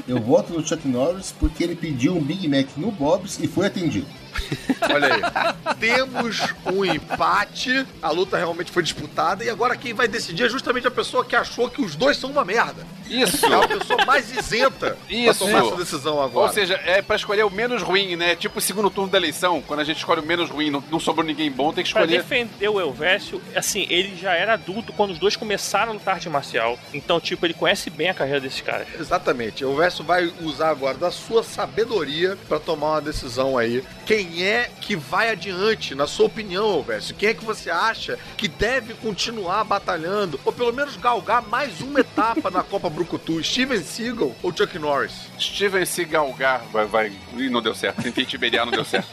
G: Eu voto no Chuck Norris porque ele pediu um Big Mac no Bob's e foi atendido.
C: Olha aí. Temos um empate. A luta realmente foi disputada. E agora quem vai decidir é justamente a pessoa que achou que os dois são uma merda.
E: Isso.
C: É a pessoa mais isenta
E: Isso.
C: pra tomar essa decisão agora.
E: Ou seja, é pra escolher o menos ruim, né? Tipo o segundo turno da eleição, quando a gente escolhe o menos ruim, não, não sobrou ninguém bom, tem que
D: Pra
E: escolher.
D: defender o Elvésio, assim, ele já era adulto quando os dois começaram a lutar de marcial. Então, tipo, ele conhece bem a carreira desse cara.
C: Exatamente. O Verso vai usar agora da sua sabedoria pra tomar uma decisão aí. Quem é que vai adiante, na sua opinião, Verso? Quem é que você acha que deve continuar batalhando? Ou pelo menos galgar mais uma etapa na Copa Brucutu? Steven Seagal ou Chuck Norris?
E: Steven Seagal gar- vai, vai. Ih, não deu certo. Tentei te beijar, não deu certo.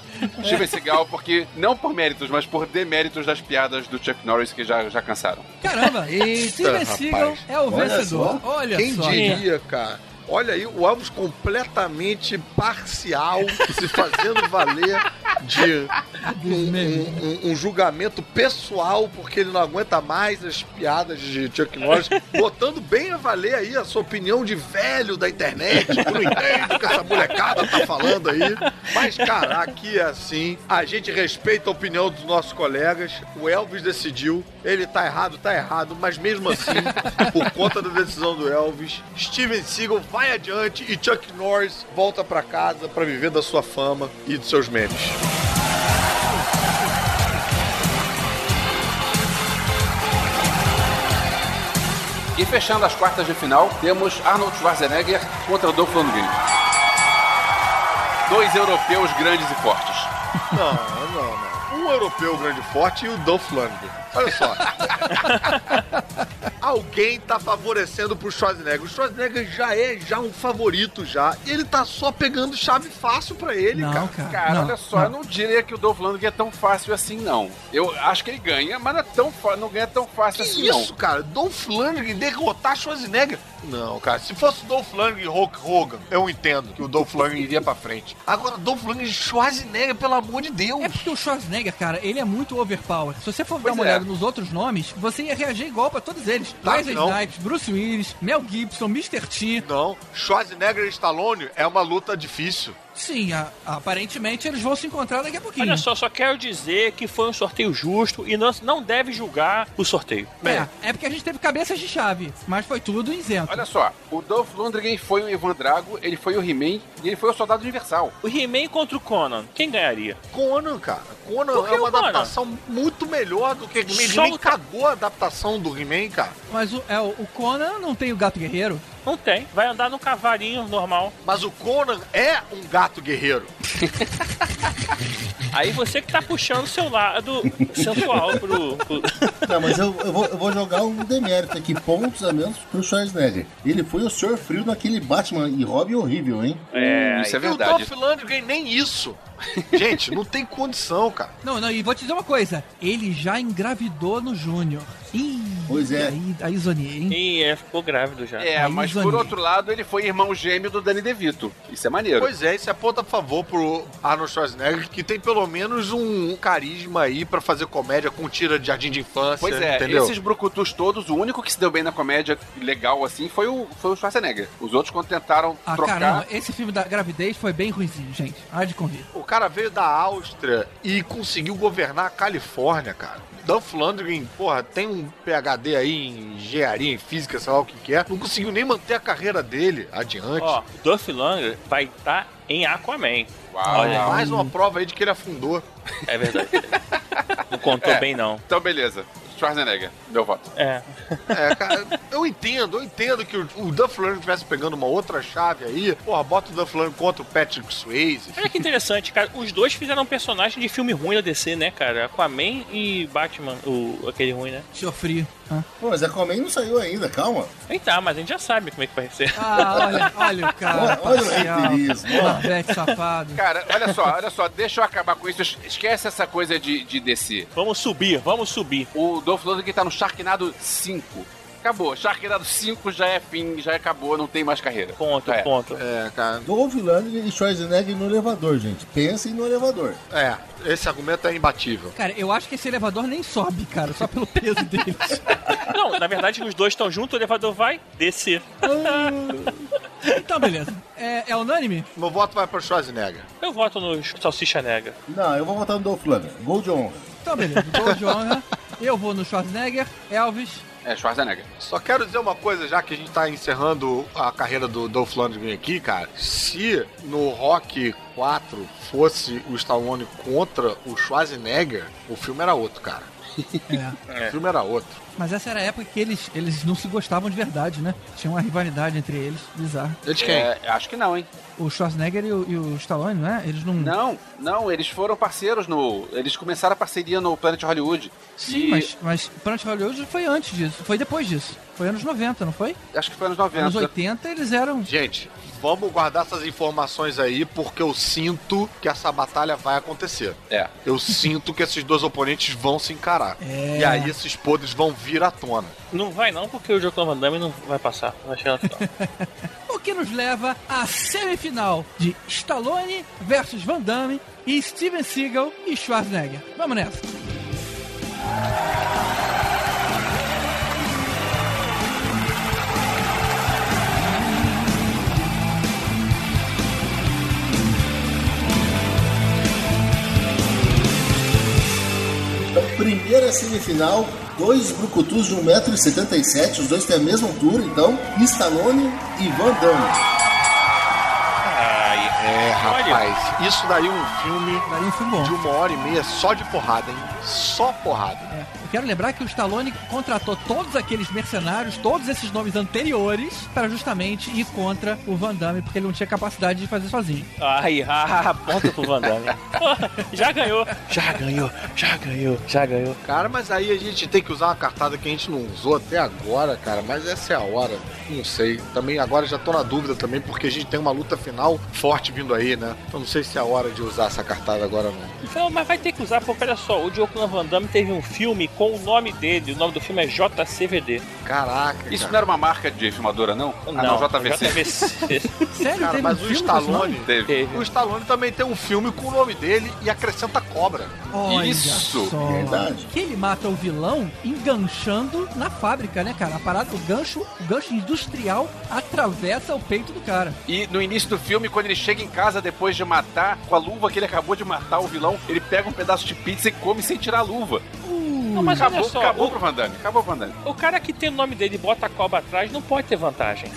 E: Steven Seagal, porque não por méritos, mas por deméritos das piadas do Chuck Norris que já, já cansaram.
B: Caramba, e Steven
C: rapaz.
B: Seagal é o
G: Olha
B: vencedor. Olha
C: Quem
B: só. É.
C: diria, cara? Olha aí, o Alves completamente parcial, se fazendo valer de um, um- um- um julgamento pessoal, porque ele não aguenta mais as piadas de Chuck Norris, botando bem a valer aí a sua opinião de velho da internet, que não entende o que essa molecada tá falando aí. Mas, cara, aqui é assim, a gente respeita a opinião dos nossos colegas, o Elvis decidiu, ele tá errado, tá errado, mas mesmo assim, por conta da decisão do Elvis, Steven Seagal vai adiante e Chuck Norris volta pra casa pra viver da sua fama e dos seus memes.
E: E fechando as quartas de final, temos Arnold Schwarzenegger contra Dolph Lundgren. Dois europeus grandes e fortes.
C: Não, não, não. Um europeu grande e forte e o Dolph Lundgren. Olha só. Alguém tá favorecendo pro Schwarzenegger. O Schwarzenegger já é já um favorito já. E ele tá só pegando chave fácil pra ele,
B: Não,
C: cara.
B: cara.
E: Cara,
B: não,
E: olha só, eu não diria que o Dolph Lundgren é tão fácil assim, não. Eu acho que ele ganha, mas não, é tão fa- não ganha tão fácil
C: Que
E: assim,
C: isso, cara? Dolph Lundgren derrotar Schwarzenegger? Não, cara. Se fosse Dolph Lundgren e Hulk Hogan, eu entendo que o Dolph Lundgren iria pra frente. Agora, Dolph Lundgren e Schwarzenegger, pelo amor de Deus.
B: É porque o Schwarzenegger, cara, ele é muito overpower. Se você for
E: Pois
B: dar uma
E: é.
B: olhada nos outros nomes, você ia reagir igual pra todos eles.
C: Tá,
B: Wesley
C: não.
B: Snipes, Bruce Willis, Mel Gibson, Mr. T.
C: Não, Schwarzenegger e Stallone é uma luta difícil.
B: Sim, a- aparentemente eles vão se encontrar daqui a pouquinho.
D: Olha só, só quero dizer que foi um sorteio justo e não, não deve julgar o sorteio. Bem,
B: É, é porque a gente teve cabeças de chave, mas foi tudo isento.
E: Olha só, o Dolph Lundgren foi o Ivan Drago, ele foi o He-Man e ele foi o Soldado Universal.
D: o He-Man contra o Conan, quem ganharia?
C: Conan, cara. Conan
D: Por que
C: é uma
D: o Conan?
C: adaptação muito melhor do que He-Man.
D: Só
C: He-Man
D: o-
C: cagou a adaptação do He-Man, cara.
B: Mas o, é, o Conan não tem o gato guerreiro.
D: Não tem. Vai andar num cavalinho normal.
C: Mas o Conan é um gato guerreiro.
D: Aí você que tá puxando o seu lado sensual pro. pro...
G: Tá, mas eu, eu vou, eu vou jogar um demérito aqui, pontos a menos pro Schwarzenegger. Ele foi o Sr. Frio naquele Batman e Robin horrível, hein?
E: É, isso é
C: e o
E: verdade.
C: Dolph Lundgren nem isso. Gente, não tem condição, cara.
B: Não, não, e vou te dizer uma coisa. Ele já engravidou no Júnior. Ih,
G: Pois é.
B: Aí, aí zonei, hein?
D: Ih, é, ficou grávido já.
E: É,
B: Aí,
E: mas
B: Zanini.
E: por outro lado, ele foi irmão gêmeo do Danny DeVito. Isso é maneiro.
C: Pois é, isso aponta a favor pro pro Arnold Schwarzenegger, que tem pelo menos um carisma aí pra fazer comédia com tira de jardim de infância.
E: Pois é,
C: entendeu?
E: esses brucutus todos, o único que se deu bem na comédia legal assim foi o, foi o Schwarzenegger. Os outros, quando tentaram
B: Ah,
E: trocar.
B: caramba, esse filme da gravidez foi bem ruimzinho, gente. Há de convir.
C: O cara veio da Áustria e conseguiu governar a Califórnia, cara. Dan Flandrin, porra, tem um PhD aí em engenharia, em física, sei lá o que que é. Não conseguiu nem manter a carreira dele adiante.
D: Ó, o Duff Langer vai estar em Aquaman.
E: Uau.
D: Olha,
C: Mais uma prova aí de que ele afundou.
D: é verdade. não contou
E: É.
D: bem, não.
E: Então, beleza. Schwarzenegger, meu voto.
D: É.
C: É, cara, eu entendo, eu entendo que o, o Dan Flandrin tivesse pegando uma outra chave aí. Porra, bota o Dan Flandrin contra o Patrick Swayze.
D: Olha que interessante, cara. Os dois fizeram um personagem de filme ruim da DC, né, cara? Aquaman e Batman, o, aquele ruim, né?
B: Chofri.
G: Pô, mas a Aquaman não saiu ainda, calma.
D: Aí tá, mas a gente já sabe como é que vai ser.
B: Ah, olha, olha o cara.
G: Olha- olha o
B: parcial.
G: reiterismo, ó.
B: Marvete safado.
E: Cara, olha só, olha só, deixa eu acabar com isso. Esquece essa coisa de, de descer.
D: Vamos subir, vamos subir.
E: O Dolph Lundgren tá no Sharknado 5. Acabou, Sharknado 5 já é fim, já acabou, não tem mais carreira.
D: Ponto,
E: Já é.
D: ponto.
C: É, cara,
G: Dolph Lundgren e Schwarzenegger no elevador, gente. Pensem no elevador.
C: é, esse argumento é imbatível.
B: Cara, eu acho que esse elevador nem sobe, cara, só pelo peso deles.
D: Não, na verdade, os dois estão juntos, o elevador vai descer.
B: Então, beleza. É, é unânime?
C: Meu voto vai pro Schwarzenegger.
D: Eu voto no Salsicha Negra.
G: Não, eu vou votar no Dolph Lundgren. Gol de honra.
B: Então, beleza. Gol de honra. Eu vou no Schwarzenegger, Elvis.
E: É, Schwarzenegger.
C: Só quero dizer uma coisa, já que a gente tá encerrando a carreira do Dolph Lundgren aqui, cara. Se no Rock 4 fosse o Stallone contra o Schwarzenegger, o filme era outro, cara.
B: É.
C: O filme era outro.
B: Mas essa era a época que eles, eles não se gostavam de verdade, né? Tinha uma rivalidade entre eles, bizarro.
C: De quem?
E: É, acho que não, hein?
B: O Schwarzenegger e o, e o Stallone, né? Eles não.
E: Não, não, eles foram parceiros no. Eles começaram a parceria no Planet Hollywood.
B: Sim,
E: E
B: mas, mas Planet Hollywood foi antes disso. Foi depois disso. Foi anos 90, não foi?
E: Acho que foi anos 90.
B: Anos 80 eles eram.
C: Gente, vamos guardar essas informações aí, porque eu sinto que essa batalha vai acontecer.
E: É.
C: Eu sinto que esses dois oponentes vão se encarar.
B: É.
C: E aí esses podres vão vir à tona.
D: Não vai não, porque o Jocão Van Damme não vai passar. Vai chegar no final.
B: O que nos leva à semifinal de Stallone versus Van Damme e Steven Seagal e Schwarzenegger. Vamos nessa.
G: Então, primeira semifinal, dois brucutus de 1,77m, os dois têm a mesma altura, então, Stallone e Van Damme.
C: É,
D: Olha.
C: rapaz, isso daí é um filme
B: Daria um filme bom.
C: de uma hora e meia só de porrada, hein? Só porrada.
B: É, Eu quero lembrar que o Stallone contratou todos aqueles mercenários, todos esses nomes anteriores, para justamente ir contra o Van Damme, porque ele não tinha capacidade de fazer sozinho.
D: Ai, ah, ponto pro Van Damme. já ganhou, já ganhou, já ganhou, já ganhou.
C: Cara, mas aí a gente tem que usar uma cartada que a gente não usou até agora, cara. Mas essa é a hora. Não sei. Também agora já tô na dúvida também, porque a gente tem uma luta final forte vindo aí, né? Então não sei se é a hora de usar essa cartada agora, não.
D: Não, Então, mas vai ter que usar, porque olha só, o Diogo Van Damme teve um filme com o nome dele. O nome do filme é JCVD.
C: Caraca,
E: Isso não
C: cara.
E: era uma marca de filmadora, não? Ah, não, JVC.
D: JVC.
B: Sério,
C: Cara,
B: teve
C: mas
B: um
C: o
B: filme com esse nome?
C: Stallone.
E: Teve.
D: Teve.
C: é- O Stallone também tem um filme com o nome dele e acrescenta cobra.
B: Olha
E: Isso,
C: É
B: só.
G: verdade.
B: Que ele mata o vilão enganchando na fábrica, né, cara? A parada, o gancho, o gancho industrial atravessa o peito do cara.
E: E no início do filme, quando ele chega em casa depois de matar, com a luva que ele acabou de matar o vilão, ele pega um pedaço de pizza e come sem tirar a luva.
D: Não, mas olha
E: acabou,
D: só,
E: acabou
D: o-
E: pro Van Damme, acabou pro Van Damme.
D: O cara que tem o nome dele e bota a cobra atrás não pode ter vantagem.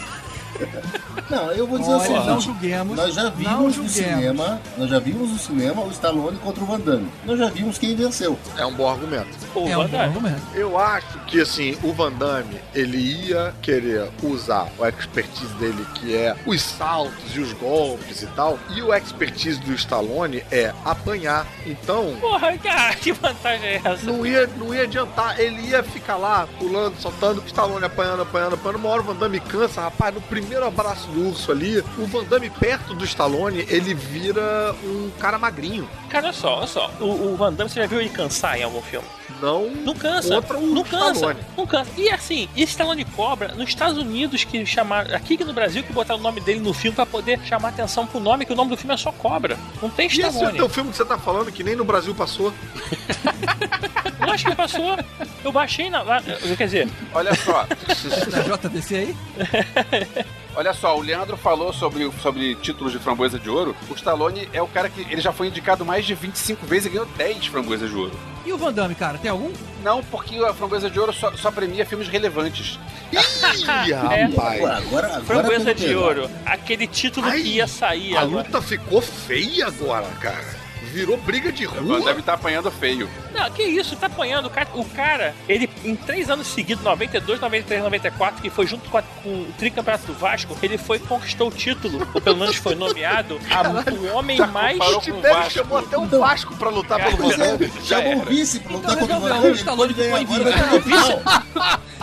G: Não, eu vou dizer o
B: Olha,
G: seguinte,
B: não julguemos.
G: nós já
B: não
G: vimos no
B: julguemos.
G: cinema, nós já vimos no cinema o Stallone contra o Van Damme. Nós já vimos quem venceu.
C: É um bom argumento.
D: O
B: É um
D: Van
B: bom
D: Damme.
B: argumento.
C: Eu acho que, assim, o Van Damme, ele ia querer usar a expertise dele, que é os saltos e os golpes e tal, e o expertise do Stallone é apanhar. Então,
D: Porra, cara, que vantagem é essa?
C: não ia, não ia adiantar, ele ia ficar lá pulando, soltando, Stallone apanhando, apanhando, apanhando. Uma hora o Van Damme cansa, rapaz, no prim... primeiro abraço do urso ali, o Van Damme perto do Stallone, ele vira um cara magrinho.
D: Cara, olha só, olha só. O, o Van Damme, você já viu ele cansar em algum filme?
C: Não,
D: Não cansa.
C: contra o
E: um
D: não cansa.
C: Stallone.
D: Não cansa. E assim, esse Stallone Cobra, nos Estados Unidos que chamaram. Aqui no Brasil que botaram o nome dele no filme pra poder chamar atenção pro nome, que o nome do filme é só Cobra. Não
C: E
D: tem
C: esse é o
D: Stallone.
C: teu filme que você tá falando que nem no Brasil passou?
D: Eu acho que passou. Eu baixei na. lá- Quer dizer,
E: Olha só,
B: Na JDC aí?
E: olha só, o Leandro falou sobre, sobre títulos de framboesa de ouro. O Stallone é o cara que ele já foi indicado mais de 25 vezes e ganhou 10 framboesas de ouro.
B: E o Van Damme, cara, tem algum?
G: Tá
E: Não, porque a framboesa de ouro só, só premia filmes relevantes.
C: Ih,
D: É.
C: rapaz.
G: Agora, agora, agora
D: Framboesa
G: tudo
D: de
G: melhor.
D: Ouro. Aquele título
C: Ai,
D: que ia sair
C: A
D: agora.
C: luta ficou feia agora, cara. Virou briga de
E: Agora
C: rua.
E: Deve estar tá apanhando feio.
D: Não, que isso, tá apanhando. O cara, o cara, ele em três anos seguidos, 92, 93, 94, que foi junto com, a- com o tricampeonato do Vasco, ele foi conquistou o título, ou pelo menos foi nomeado, a- o homem mais.
E: comparou
C: O Tibério
E: Vasco.
C: chamou até o
G: Então-
C: Vasco pra lutar pelo
G: Pois
C: Brasil.
G: é, chamou o vice pra lutar
B: Então
G: contra o
B: resolveu,
G: Van
B: o
G: Damme.
B: Stallone
G: Ele
B: ficou
G: ganha agora,
B: invicto.
G: vai ganhar o final.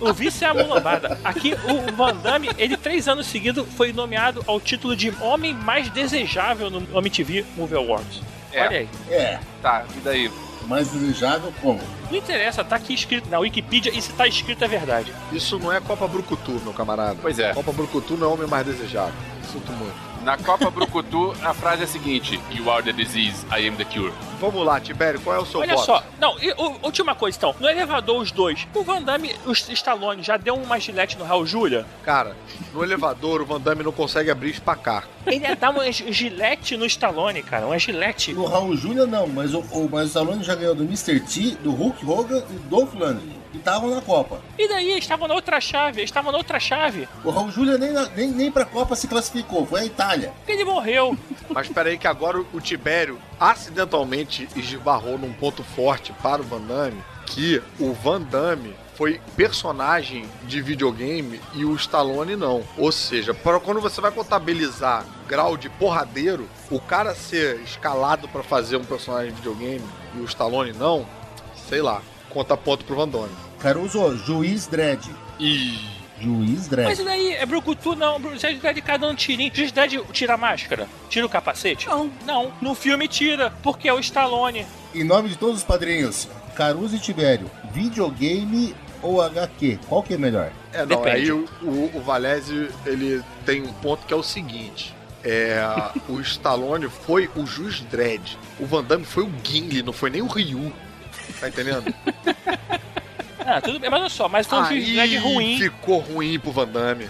D: O vice é a mão lombada. Aqui, o Van Damme, ele três anos seguidos foi nomeado ao título de homem mais desejável no MTV Movie Awards.
E: É.
D: Olha aí.
G: É,
E: Tá, e daí?
G: mais desejável como?
D: Não interessa, tá aqui escrito na Wikipedia e se tá escrito é verdade.
C: Isso não é Copa Brucutu, meu camarada.
E: Pois é.
C: Copa Brucutu não é o homem mais desejado. Sinto muito.
E: Na Copa Brucutu, a frase é a seguinte: You are the disease, I am the cure.
C: Vamos lá, Tibério, qual é o seu
D: Olha
C: voto?
D: só, não, e, o- última coisa então, no elevador os dois, o Van Damme, o Stallone já deu uma gilete no Raul Júlia?
C: Cara, no elevador o Van Damme não consegue abrir e espacar.
D: Ele ia dar uma gi- gilete no Stallone, cara, uma gilete.
G: O Raul Júlia não, mas o, o, mas o Stallone já ganhou do Mr. T, do Hulk Hogan e do Dolph Lundgren, que estavam na Copa.
D: E daí, eles estavam na outra chave, eles estavam na outra chave,
G: O Raul Júlia nem, na- nem, nem pra Copa se classificou, foi a Itália.
D: porque ele morreu.
C: Mas peraí que agora o Tibério acidentalmente esbarrou num ponto forte para o Van Damme, que o Van Damme foi personagem de videogame e o Stallone não. Ou seja, para quando você vai contabilizar grau de porradeiro, o cara ser escalado para fazer um personagem de videogame e o Stallone não, sei lá, conta ponto pro Van Damme.
G: Caruso, juiz Dredd.
E: E.
G: Juiz
D: Mas
G: Dredd.
D: e daí, é Brucutu não, Bru- Judge Dredd fica dando tirinho. Judge Dredd tira a máscara, tira o capacete?
B: Não.
D: Não, no filme tira, porque é o Stallone.
G: Em nome de todos os padrinhos, Caruso e Tibério, videogame ou HQ? Qual que é melhor?
C: É, não,
D: Depende.
C: aí o, o, o Valese, ele tem um ponto que é o seguinte. É, o Stallone foi o Juiz Dredd. O Van Damme foi o Gimli, não foi nem o Ryu. Tá entendendo?
D: Ah, tudo bem, mas olha só, mas foi um Juiz Dredd
C: Aí
D: ruim.
C: Ficou ruim pro Van Damme.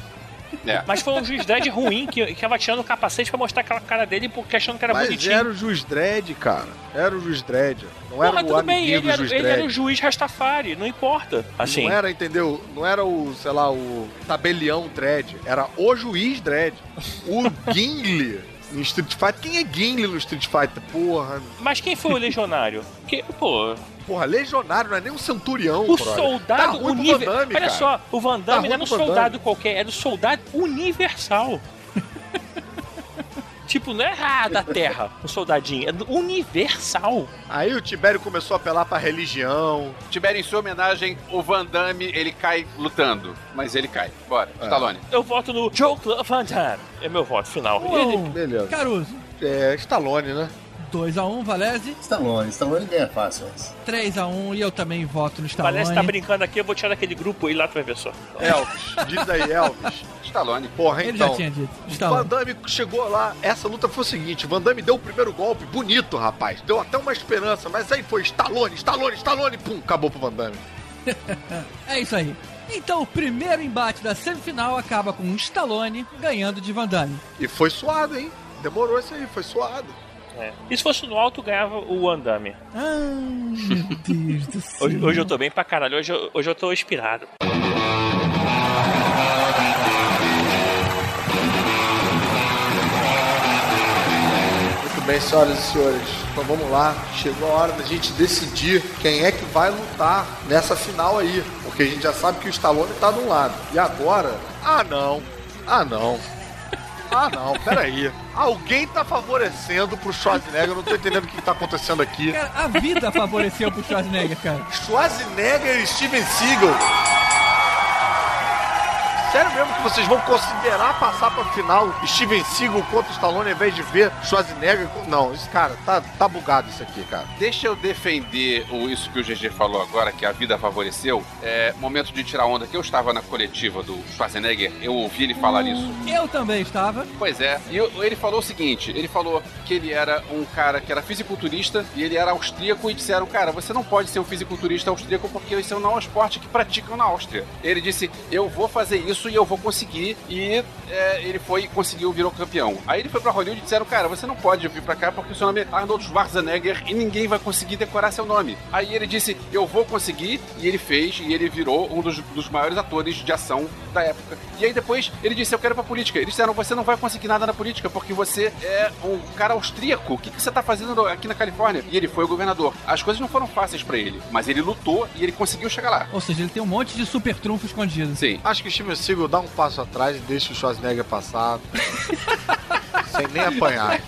D: Mas foi um juiz Dredd ruim que, que tava tirando o capacete pra mostrar aquela cara dele porque achando que era
C: Mas
D: bonitinho.
C: era o Juiz Dredd, cara. Era o Juiz Dredd. Não
D: Porra,
C: era o
D: tudo bem,
C: amiguinho
D: ele
C: do
D: era,
C: Juiz
D: ele era o
C: Dredd.
D: juiz Rastafari, não importa. Assim,
C: Não é? era, entendeu? Não era o, sei lá, o tabelião Dredd. Era o Juiz Dredd. O Gimli no Street Fighter. Quem é Gimli no Street Fighter? Porra,
D: mas quem foi o legionário? Que, pô,
C: Porra, legionário não é nem um centurião,
D: o
C: brother. Tá
D: soldado
C: ruim pro Van
D: universal.
C: Damme,
D: Olha
C: cara.
D: só, o Van
C: Tá
D: Damme
C: ruim
D: não era um
C: pro Van Damme.
D: soldado qualquer, era um soldado universal. tipo, não é ah, da Terra, um soldadinho, é do- universal.
C: Aí o Tibério começou a apelar pra religião.
E: Tiveram em sua homenagem, o Van Damme, ele cai lutando. Mas ele cai. Bora, Stallone.
D: Eu voto no Joe Cla- Van Damme. É meu voto final. Ele-
B: Ou-
C: Beleza.
B: Tá Caruso.
C: É, Stallone, né?
B: 2x1, Valese.
G: Stallone, Stallone ganha fácil. essa.
B: Né? 3x1 e eu também voto no Stallone.
D: Parece que tá brincando aqui, eu vou tirar daquele grupo aí lá tu vai ver só.
C: Elvis. Diz aí, Elvis.
E: Stallone.
C: Porra,
B: Ele
C: então.
B: já tinha dito.
C: Van
B: Stallone.
C: Damme chegou lá, essa luta foi o seguinte, Van Damme deu o primeiro golpe, bonito, rapaz, deu até uma esperança, mas aí foi Stallone, Stallone, Stallone, pum, acabou pro Van Damme.
B: É isso aí. Então, o primeiro embate da semifinal acaba com o Stallone ganhando de Van Damme.
C: E foi suado, hein? Demorou isso aí, foi suado.
D: É. E se fosse no alto, ganhava o Andame.
B: Ai, Ah, meu Deus do céu.
D: Hoje, hoje eu tô bem pra caralho, hoje eu, hoje eu tô inspirado.
C: Muito bem, senhoras e senhores. Então vamos lá. Chegou a hora da gente decidir quem é que vai lutar nessa final aí. Porque a gente já sabe que o Stallone tá de um lado. E agora? Ah não! Ah não! Ah não, peraí. Alguém tá favorecendo pro Schwarzenegger, eu não tô entendendo o que que tá acontecendo aqui.
B: Cara, a vida favoreceu pro Schwarzenegger, cara.
C: Schwarzenegger e Steven Seagal. sério mesmo que vocês vão considerar passar pra final Steven Seagal contra Stallone ao invés de ver Schwarzenegger? com- Não, isso, cara, tá, tá bugado isso aqui, cara.
E: Deixa eu defender o, isso que o GG falou agora, que a vida favoreceu. É, momento de tirar onda, que eu estava na coletiva do Schwarzenegger, eu ouvi ele falar isso.
B: Eu também estava.
E: Pois é, e eu- ele falou o seguinte: ele falou que ele era um cara que era fisiculturista e ele era austríaco e disseram, cara, você não pode ser um fisiculturista austríaco porque esse não é um esporte que praticam na Áustria. Ele disse, eu vou fazer isso e eu vou conseguir, e é, ele foi e conseguiu, virou campeão. Aí ele foi pra Hollywood e disseram, cara, você não pode vir pra cá porque o seu nome é Arnold Schwarzenegger e ninguém vai conseguir decorar seu nome. Aí ele disse, eu vou conseguir, e ele fez, e ele virou um dos, dos maiores atores de ação da época. E aí depois ele disse, eu quero ir pra política. Eles disseram, você não vai conseguir nada na política porque você é um cara austríaco. O que, que você tá fazendo aqui na Califórnia? E ele foi o governador. As coisas não foram fáceis pra ele, mas ele lutou e ele conseguiu chegar lá.
B: Ou seja, ele tem um monte de super trunfo escondido.
E: Sim.
C: Acho que o Steven Seagal dá um passo atrás e deixa o Schwarzenegger passar. sem nem apanhar.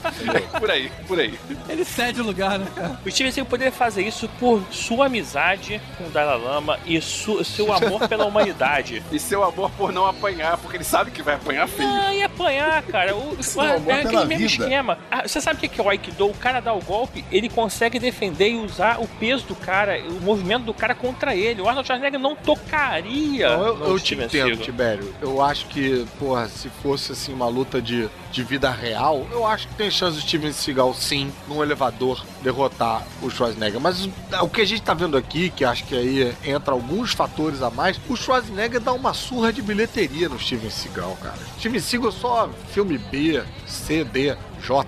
E: Por aí, por aí.
B: Ele cede o lugar, né, cara?
D: O Steven Seagal poderia fazer isso por sua amizade com o Dalai Lama e su- seu amor pela humanidade.
E: E seu amor por não apanhar, porque ele sabe que vai apanhar feio.
D: Ah, e apanhar, cara. O,
G: não,
D: é,
G: bota
D: é aquele
G: na
D: mesmo
G: vida.
D: esquema. Ah, você sabe o que que é o Aikido? O cara dá o golpe, ele consegue defender e usar o peso do cara, o movimento do cara contra ele. O Arnold Schwarzenegger não tocaria.
C: Então, eu,
D: no
C: eu te
D: Steven
C: entendo,
D: Seagal.
C: Tibério. Eu acho que, porra, se fosse assim uma luta de, de vida real, eu acho que tem chance do Steven Seagal, sim, num elevador, derrotar o Schwarzenegger. Mas o- o que a gente tá vendo aqui, que acho que aí entra alguns fatores a mais, o Schwarzenegger dá uma surra de bilheteria no Steven Seagal, cara. Steven Seagal é só filme B, C, D, J.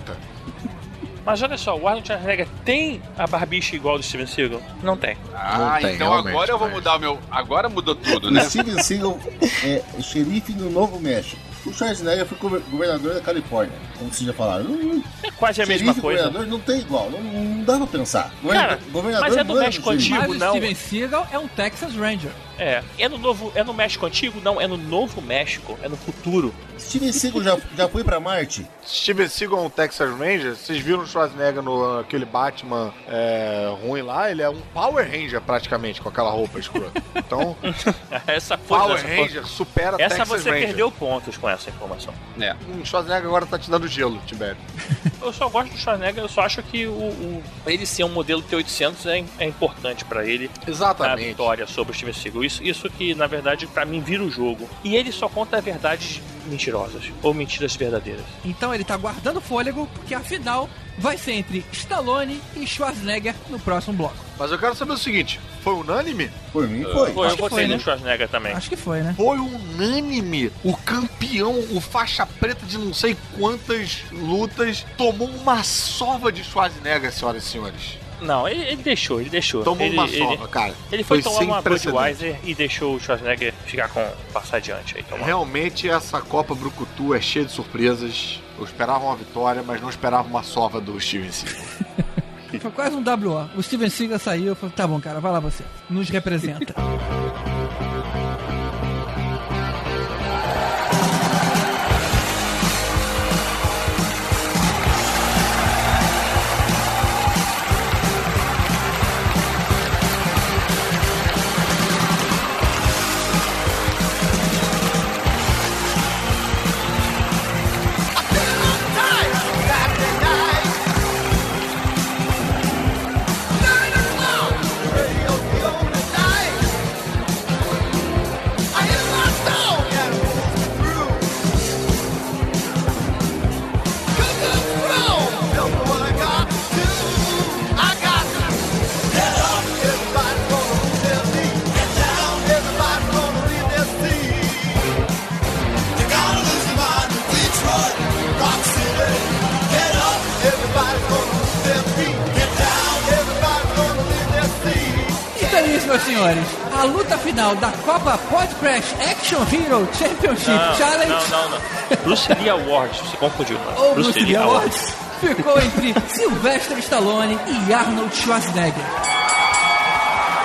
D: Mas olha só, o Arnold Schwarzenegger tem a barbicha igual do Steven Seagal? Não tem.
E: Ah,
C: tem,
E: então agora
C: realmente,
E: eu vou
C: mas-
E: mudar o meu. Agora mudou tudo,
G: O
E: né?
G: Steven Seagal é xerife do Novo México. O Schwarzenegger foi gover- governador da Califórnia, como vocês já falaram. Não, não,
D: É quase a
G: xerife
D: mesma
C: né?
D: coisa.
G: governador não tem igual, não, não dá pra pensar. Não é-
D: Cara,
G: governador
D: mas é do
G: manda no
D: México
G: xerife.
D: Antigo.
B: Mas
D: Digo,
B: o
D: não.
B: Steven Seagal é um Texas Ranger.
D: É. É no novo. É no México antigo? Não, é no Novo México. É no futuro.
G: Steven Seagal já, já foi pra Marte?
C: Steven Seagal é um Texas Ranger. Vocês viram o Schwarzenegger no aquele Batman é, ruim lá? Ele é um Power Ranger praticamente com aquela roupa escrota. Então,
D: Essa foi
C: Power
D: é, essa foi-
C: Ranger supera
D: Essa
C: Texas
D: você
C: Ranger.
D: perdeu pontos com essa informação.
E: É.
C: Hum, Schwarzenegger agora tá te dando gelo, Tibério.
D: Eu só gosto do Schwarzenegger, eu só acho que o, o- ele ser um modelo T800 é, im- é importante pra ele a
C: Exatamente.
D: vitória sobre o Steven Seagal. Isso, isso que, na verdade, pra mim vira o jogo. E ele só conta verdades mentirosas ou mentiras verdadeiras.
B: Então ele tá guardando fôlego, porque afinal vai ser entre Stallone e Schwarzenegger no próximo bloco.
C: Mas eu quero saber o seguinte: foi unânime?
G: Por mim foi.
D: Pô, eu
B: acho que
D: votei
B: foi,
D: no
B: né?
D: Schwarzenegger também.
B: Acho que foi, né?
C: Foi unânime. O campeão, o faixa preta de não sei quantas lutas, tomou uma sova de Schwarzenegger, senhoras e senhores.
D: Não, ele, ele deixou, ele deixou.
C: Tomou
D: ele,
C: uma
D: ele,
C: sova, cara.
D: ele foi, tomar
C: sem
D: uma
C: precedentes.
D: Budweiser e deixou o Schwarzenegger ficar com passar adiante aí. Tomar.
C: Realmente essa Copa Brucutu é cheia de surpresas. Eu esperava uma vitória, mas não esperava uma sova do Steven Seagal.
B: Foi quase um WO. O Steven Seagal saiu e falou: tá bom, cara, vai lá você. Nos representa. Então é isso, meus senhores. A luta final da Copa Pod Crash Action Hero Championship
D: Não,
B: Challenge
D: Ah, não, não, não. Bruce Lee Awards, se confundiu.
B: ou Bruce Lee Awards ficou entre Sylvester Stallone e Arnold Schwarzenegger.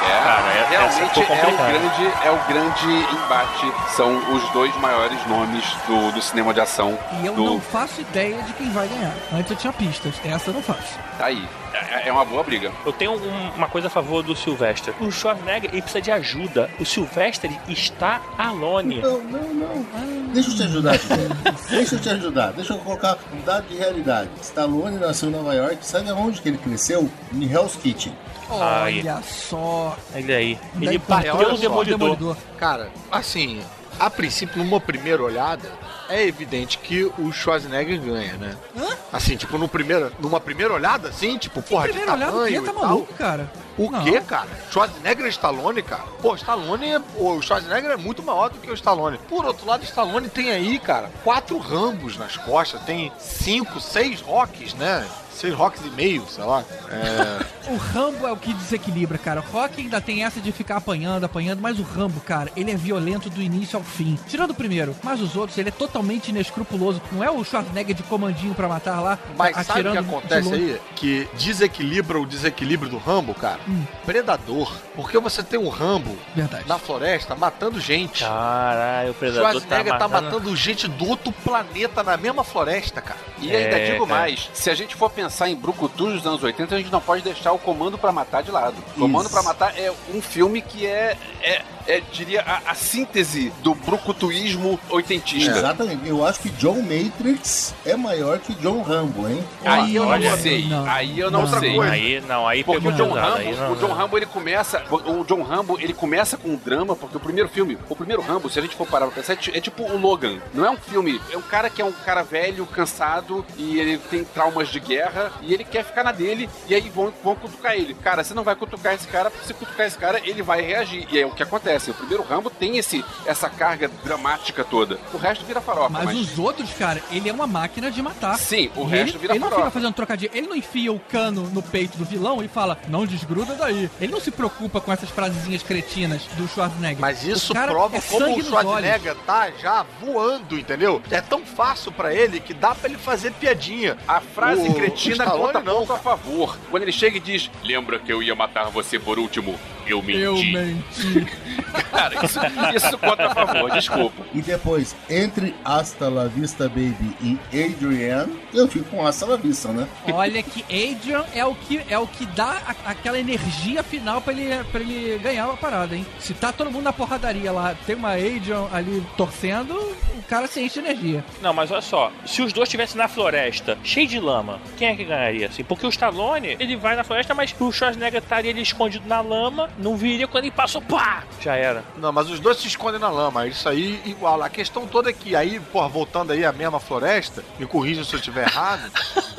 E: É,
D: Cara, é- essa
E: realmente
D: ficou
E: é o
D: complicada.
E: grande, é o grande embate. São os dois maiores nomes do, do cinema de ação.
B: E eu
E: do...
B: não faço ideia de quem vai ganhar. Antes eu tinha pistas, essa eu não faço.
E: Tá aí. É, é uma boa briga.
D: Eu tenho um- uma coisa a favor do Sylvester. O Schwarzenegger ele precisa de ajuda. O Sylvester ele está alone.
G: Não, não, não. Deixa eu te ajudar, Tito. Deixa eu te ajudar. Deixa eu colocar um dado de realidade. Stallone nasceu em Nova York. Sabe aonde que ele cresceu? Em Hell's Kitchen.
D: Ai.
B: Olha só.
D: Olha aí.
B: Daí,
D: Ele
B: pô,
D: bateu no
B: olha só,
D: demolidor.
C: Cara, assim, a princípio, numa primeira olhada, é evidente que o Schwarzenegger ganha, né?
B: Hã?
C: Assim, tipo, no primeiro, numa primeira olhada, assim, tipo, porra, de
B: Primeiro olhar do
C: tamanho
B: quê?
C: e
B: Tá
C: tal.
B: maluco, cara?
C: O
B: Não.
C: quê, cara? Schwarzenegger e Stallone, cara? Pô, Stallone, é- o Schwarzenegger é muito maior do que o Stallone. Por outro lado, Stallone tem aí, cara, quatro rambos nas costas, tem cinco, seis rocks, né? Seis rocks e meio, sei lá. É,
B: O Rambo é o que desequilibra, cara. O Rock ainda tem essa de ficar apanhando, apanhando, mas o Rambo, cara, ele é violento do início ao fim. Tirando o primeiro, mas os outros, ele é totalmente inescrupuloso. Não é o Schwarzenegger de comandinho pra matar lá,
C: mas sabe o que
B: atirando de
C: acontece
B: longe.
C: aí? Que desequilibra o desequilíbrio do Rambo, cara.
B: Hum.
C: Predador. Porque você tem o Rambo
B: Verdade.
C: na floresta matando gente.
D: Caralho, o Tá. predador tá
C: Schwarzenegger
D: matando.
C: tá matando gente do outro planeta na mesma floresta, cara.
E: E ainda
D: É,
E: digo
D: cara.
E: mais, se a gente for pensar em Brucutus dos anos 80, a gente não pode deixar o Comando pra Matar de lado. Comando
G: Isso.
E: pra Matar é um filme que é, é, é, diria, a, a síntese do brucutuísmo
D: É.
E: oitentista.
G: Exatamente. Eu acho que John Matrix é maior que John Rambo, hein?
E: Aí eu não
D: Olha.
E: sei,
B: Não.
E: aí eu não,
B: Não.
E: sei.
B: Outra
D: Aí, não, aí
E: Porque
D: pegou
E: o John
D: pesado,
E: Rambo,
D: aí não-
E: o John Rambo ele começa, o John Rambo ele começa com um drama, porque o primeiro filme, o primeiro Rambo, se a gente for parar pra pensar, é ti- é tipo o Logan. Não é um filme, é um cara que é um cara velho, cansado e ele tem traumas de guerra e ele quer ficar na dele e aí vão, vão cutucar ele. Cara, você não vai cutucar esse cara, porque se cutucar esse cara, ele vai reagir. E é o que acontece. O primeiro Rambo tem esse essa carga dramática toda. O resto vira farofa, mas,
B: Mas os outros, cara, ele é uma máquina de matar.
E: sim, o
B: E
E: resto
B: ele,
E: vira
B: ele não
E: farofa.
B: fica fazendo trocadilho, ele não enfia o cano no peito do vilão e fala, não desgruda daí. Ele não se preocupa com essas frasezinhas cretinas do Schwarzenegger.
C: Mas isso
B: O cara
C: prova
B: é
C: como
B: sangue
C: o
B: nos
C: Schwarzenegger tá já voando, entendeu? É tão fácil pra ele que dá pra ele fazer piadinha.
E: A frase
C: O-
E: cretina
C: o Stallone
E: conta
C: não,
E: ponto a favor. Quando ele chega e diz: Lembra que eu ia matar você por último? Eu menti.
B: Eu menti.
E: Cara, isso, isso conta a favor, desculpa.
G: E depois, entre Hasta La Vista Baby e Adrian, eu fico com Hasta La Vista, né?
B: Olha que Adrian é o que, é o que dá a- aquela energia final pra ele, pra ele ganhar uma parada, hein? Se tá todo mundo na porradaria lá, tem uma Adrian ali torcendo, o cara se enche de energia.
D: Não, mas olha só, se os dois estivessem na floresta, cheio de lama, quem é que ganharia assim? Porque o Stallone, ele vai na floresta, mas o Schwarzenegger estaria ali escondido na lama, não viria quando ele passou, pá! Já era.
C: Não, mas os dois se escondem na lama, isso aí iguala. A questão toda é que aí, porra, voltando aí à mesma floresta, me corrija se eu estiver errado,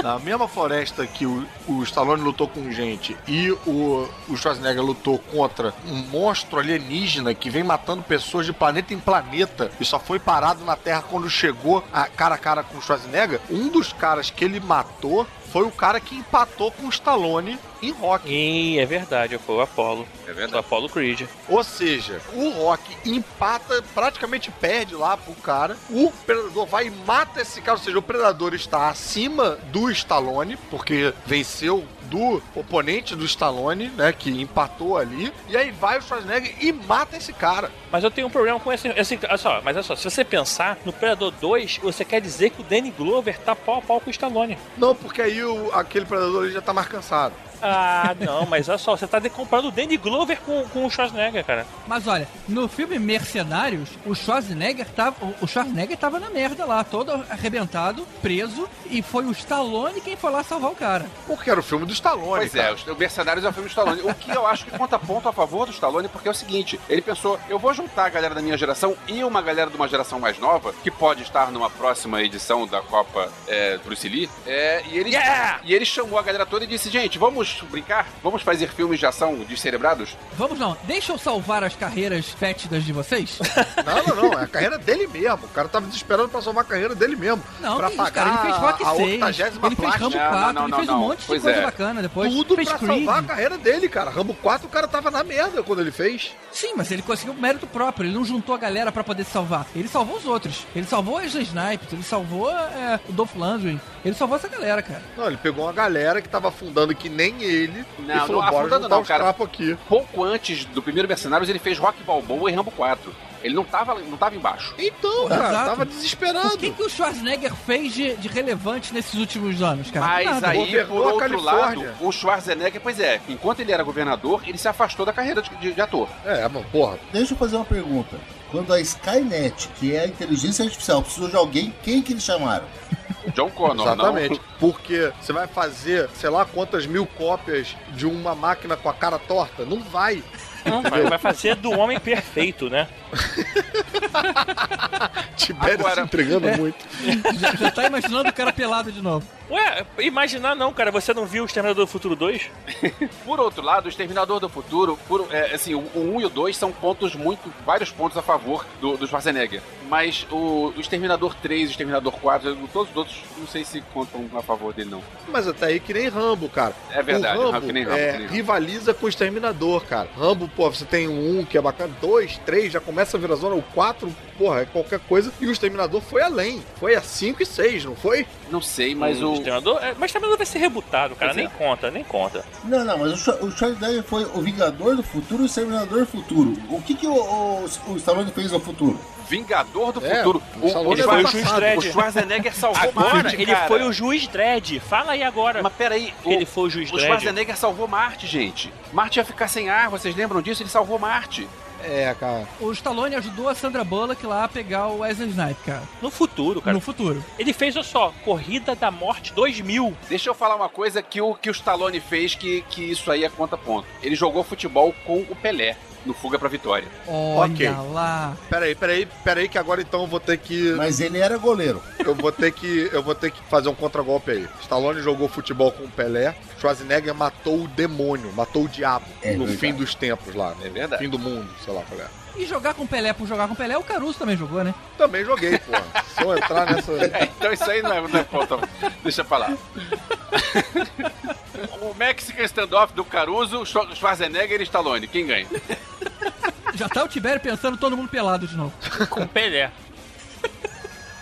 C: na mesma floresta que o, o Stallone lutou com gente e o, o Schwarzenegger lutou contra um monstro alienígena que vem matando pessoas de planeta em planeta e só foi parado na Terra quando chegou a cara a cara com o Schwarzenegger, um dos caras que ele matou foi o cara que empatou com o Stallone em Rock.
D: E é verdade, foi o Apollo.
E: É
D: O Apollo Creed.
C: Ou seja, o Rock empata, praticamente perde lá pro cara. O Predador vai e mata esse cara. Ou seja, o Predador está acima do Stallone, porque venceu do oponente do Stallone, né? Que empatou ali. E aí vai o Schwarzenegger e mata esse cara.
D: Mas eu tenho um problema com esse. esse olha só, mas olha só, se você pensar no Predador 2, você quer dizer que o Danny Glover tá pau a pau com o Stallone.
C: Não, porque aí o- aquele Predador ele já tá mais cansado.
D: Ah, não, mas olha só, você tá de- comparando o Danny Glover com, com o Schwarzenegger, cara.
B: Mas olha, no filme Mercenários, o Schwarzenegger tava, o- o Schwarzenegger tava na merda lá, todo arrebentado, preso, e foi o Stallone quem foi lá salvar o cara.
C: Porque era o filme do Stallone.
E: Pois
C: cara.
E: é, o Mercenários é o filme do Stallone. O que eu acho que conta ponto a favor do Stallone, porque é o seguinte: ele pensou, eu vou juntar a galera da minha geração e uma galera de uma geração mais nova, que pode estar numa próxima edição da Copa é, Bruce Lee, é, e ele.
D: Yeah!
E: E ele chamou a galera toda e disse: Gente, vamos brincar? Vamos fazer filmes de ação descerebrados?
B: Vamos não, deixa eu salvar as carreiras fétidas de vocês?
C: Não, não, não. É a carreira dele mesmo. O cara tava desesperado pra salvar a carreira dele mesmo.
B: Não,
C: pra
B: que isso, cara, ele fez Rock
C: a
B: 6,
C: 80ª
B: ele fez
C: plástica.
B: Rambo
E: Não,
B: 4,
E: não,
B: ele
E: não,
B: fez
E: não.
B: um monte
E: Pois
B: de coisa
E: é.
B: bacana depois.
C: tudo
B: fez
C: pra
B: Creed.
C: salvar a carreira dele, cara. Rambo 4, o cara tava na merda quando ele fez.
B: Sim, mas ele conseguiu mérito próprio, ele não juntou a galera pra poder se salvar. Ele salvou os outros. Ele salvou Wesley Snipes, ele salvou é, o Dolph Lundgren, ele salvou essa galera, cara.
C: Não, ele pegou uma galera que tava afundando que nem sem ele.
E: Não,
C: e falou,
E: não,
C: bora
E: afundando
C: juntar
E: não,
C: os
E: cara.
C: trapos aqui.
E: Pouco antes do primeiro Mercenários, ele fez Rock Balboa e Rambo 4. Ele não tava, não tava embaixo.
C: Então,
B: Exato.
C: cara, tava
B: O que,
C: desesperado.
B: que o Schwarzenegger fez de, de relevante nesses últimos anos, cara?
E: Mas
B: Nada.
E: aí,
C: Governou
E: por
C: a
E: outro
C: Califórnia.
E: lado, o Schwarzenegger, pois é, enquanto ele era governador, ele se afastou da carreira de, de- de ator.
C: É, mano, porra.
G: Deixa eu fazer uma pergunta. Quando a Skynet, que é a inteligência artificial, precisou de alguém, quem que eles chamaram?
E: John Connor,
C: Exatamente. Porque você vai fazer, sei lá, quantas mil cópias de uma máquina com a cara torta? Não vai.
D: Não, vai, vai fazer do homem perfeito, né?
C: Tibério
E: Agora-
C: se entregando
B: É.
C: muito.
B: Já, já tá imaginando o cara pelado de novo.
D: Ué, imaginar não, cara. Você não viu o Exterminador do Futuro 2?
E: não. Por outro lado, o Exterminador do Futuro, por, é, assim, o 1 e o 2 são pontos muito, vários pontos a favor do, do Schwarzenegger. Mas o, o Exterminador 3, o Exterminador 4, todos os outros, não sei se contam a favor dele, não.
C: Mas até aí que nem Rambo, cara.
E: É verdade,
C: o Rambo,
E: Rambo que nem Rambo,
C: é,
E: que nem Rambo.
C: rivaliza com o Exterminador, cara. Rambo, pô, você tem um que é bacana, dois, três, já começa a virar zona, o quatro, porra, é qualquer coisa. E o Exterminador foi além. Foi a cinco e seis, não foi?
E: Não sei, mas o.
D: Exterminador, é, mas o Exterminador vai ser rebutado, cara.
E: Pois
D: Nem
E: é.
D: conta, nem conta.
G: Não, não, mas o Schwa- o Schwarzenegger foi o Vingador do Futuro e o Exterminador do Futuro. O que, que o, o, o Stallone fez no futuro?
E: Vingador do
C: É,
E: Futuro.
C: o Stallone
E: ele
C: foi o
E: foi o tá
D: juiz
E: passado.
D: Dredd.
E: O Schwarzenegger salvou
D: Agora,
E: Marte,
D: ele
E: cara.
D: foi o juiz Dredd. Fala aí agora.
E: Mas peraí,
D: que
E: o,
D: ele foi o juiz
E: o
D: Dredd.
E: Schwarzenegger salvou Marte, gente. Marte ia ficar sem ar, vocês lembram disso? Ele salvou Marte.
C: É, cara.
B: O Stallone ajudou a Sandra Bullock lá a pegar o Wesley Snipes, cara.
D: No futuro, cara.
B: No futuro.
D: Ele fez, olha só, Corrida da Morte 2000.
E: Deixa eu falar uma coisa que o, que o Stallone fez, que, que isso aí é conta ponto. Ele jogou futebol com o Pelé no Fuga pra Vitória.
B: Olha
C: Ok.
B: lá.
C: Peraí, peraí, peraí, que agora então eu vou ter que.
G: Mas ele era goleiro.
C: Eu vou ter que. Eu vou ter que fazer um contragolpe aí. Stallone jogou futebol com o Pelé. Schwarzenegger matou o demônio, matou o diabo
G: É
C: no
G: verdade.
C: fim dos tempos lá, né?
E: É verdade.
C: Fim do mundo, sei lá, qual é.
B: E jogar com Pelé por jogar com Pelé, o Caruso também jogou, né?
C: Também joguei, porra. Se eu entrar nessa.
E: É, então isso aí não é, não é ponta. Deixa pra lá. o Mexican Standoff do Caruso, Schwa- Schwarzenegger e Stallone. Quem ganha?
B: Já tá o Tibério pensando todo mundo pelado de novo.
D: Com Pelé.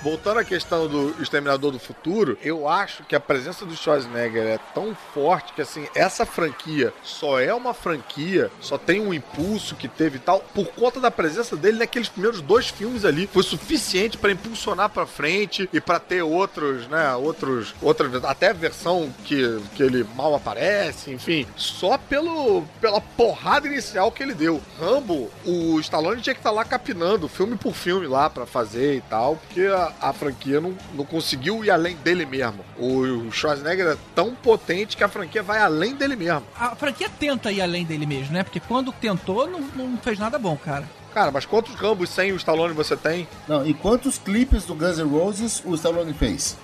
C: Voltando à questão do Exterminador do Futuro, eu acho que a presença do Schwarzenegger é tão forte que, assim, essa franquia só é uma franquia, só tem um impulso que teve e tal, por conta da presença dele naqueles primeiros dois filmes ali. Foi suficiente pra impulsionar pra frente e pra ter outros, né, outros, outras, até a versão que, que ele mal aparece, enfim, só pelo, pela porrada inicial que ele deu. Rambo, o Stallone tinha que estar lá capinando, filme por filme lá pra fazer e tal, porque a, a franquia não, não conseguiu ir além dele mesmo. O, o Schwarzenegger é tão potente que a franquia vai além dele mesmo.
B: A franquia tenta ir além dele mesmo, né? Porque quando tentou, não, não fez nada bom, cara.
C: Cara, mas quantos Rambos sem o Stallone você tem?
G: Não, e quantos clipes do Guns N' Roses o Stallone fez?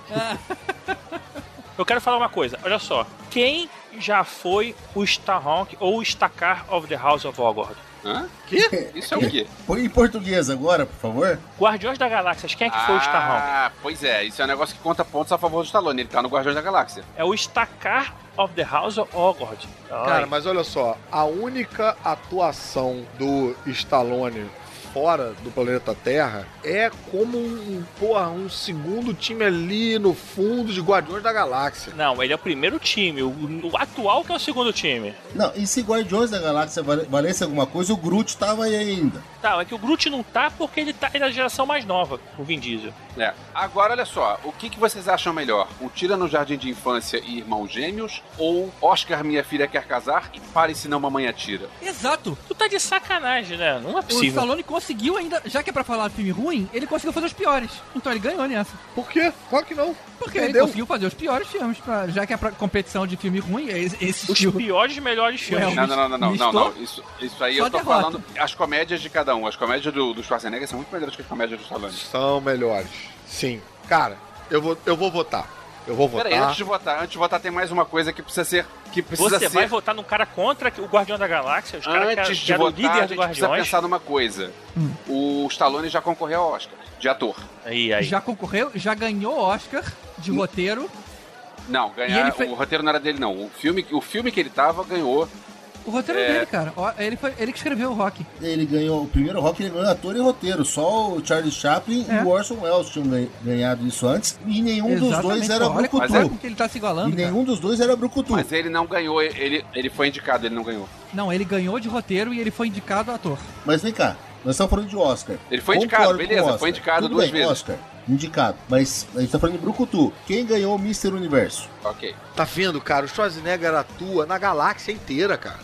D: Eu quero falar uma coisa, olha só. Quem já foi o Starhawk ou o Stacar of the House of Ogord?
E: Hã? Que? Isso é o quê?
G: Põe em português agora, por favor.
D: Guardiões da Galáxia, quem é que foi o Starhawk?
E: Ah, pois é, isso é um negócio que conta pontos a favor do Stallone. Ele tá no Guardiões da Galáxia.
D: É o Stacar of the House of Ogord. Ai.
C: Cara, mas olha só, a única atuação do Stallone fora do planeta Terra é como um, porra, um segundo time ali no fundo de Guardiões da Galáxia.
D: Não, ele é o primeiro time, o, o atual que é o segundo time.
G: Não, e se Guardiões da Galáxia vale- valesse alguma coisa, o Groot tava aí ainda.
D: Tá, é que o Groot não tá porque ele tá ele é a geração mais nova, o Vin Diesel.
E: É. Agora, olha só, o que, que vocês acham melhor? O Tira no Jardim de Infância e Irmãos Gêmeos ou Oscar Minha Filha Quer Casar e Pare Se Não Mamãe Atira?
B: Exato.
D: Tu tá de sacanagem, né? Não é
B: O
D: possível.
B: Stallone conseguiu ainda, já que é pra falar de filme ruim, ele conseguiu fazer os piores. Então ele ganhou nessa.
C: Por quê? Claro que não.
B: Porque ele
C: Entendeu?
B: conseguiu fazer os piores filmes, pra- já que é pra competição de filme ruim, é esse esse
D: Os
B: estilo.
D: piores e melhores filmes.
B: Ué,
E: Não, não, não, não, não, não,
B: Listou?
E: não. Isso, isso aí
B: Só
E: eu tô
B: derrota.
E: falando. As comédias de cada um. As comédias do, do Schwarzenegger são muito melhores que as comédias do Stallone.
C: São melhores. Sim. Cara, eu vou, eu vou votar. Eu vou votar.
E: Peraí, antes de votar, antes de votar, tem mais uma coisa que precisa ser. Que precisa
D: Você
E: ser.
D: vai votar num cara contra o Guardião da Galáxia? Os caras que,
E: Antes
D: que
E: de
D: eram
E: votar, a
D: líder do
E: gente precisa
D: Guardiões. Hum.
E: pensar numa coisa. O Stallone já concorreu ao Oscar, de ator.
D: Aí, aí.
B: Já concorreu, já ganhou Oscar de roteiro.
E: Não,
B: E ele
E: ganhar.
B: fe-
E: O roteiro não era dele, não. O filme, o filme que ele tava ganhou
B: O roteiro
E: É.
B: dele, cara. Ó, Ele, foi, ele que escreveu o rock.
G: Ele ganhou o primeiro rock, ele ganhou ator e roteiro. Só o Charlie Chaplin
B: É.
G: e o Orson Welles tinham ganha- ganhado isso antes. E nenhum Um dos dois era
B: pô. Olha como,
G: brucutu.
B: olha como que ele tá se
G: E
B: igualando, cara.
G: nenhum dos dois era brucutu.
E: Mas ele não ganhou, ele, ele foi indicado, ele não ganhou.
B: Não, ele ganhou de roteiro e ele foi indicado ator.
G: Mas vem cá, nós estamos falando de Oscar.
E: Ele foi
G: Concordo
E: indicado,
G: com o
E: beleza,
G: Oscar.
E: foi indicado
G: Tudo
E: duas
G: bem,
E: vezes.
G: Oscar, indicado. Mas a gente tá falando de Brucutu. Quem ganhou o Mr. Universo?
E: Ok.
C: Tá vendo, cara? O Schwarzenegger atua na galáxia inteira, cara.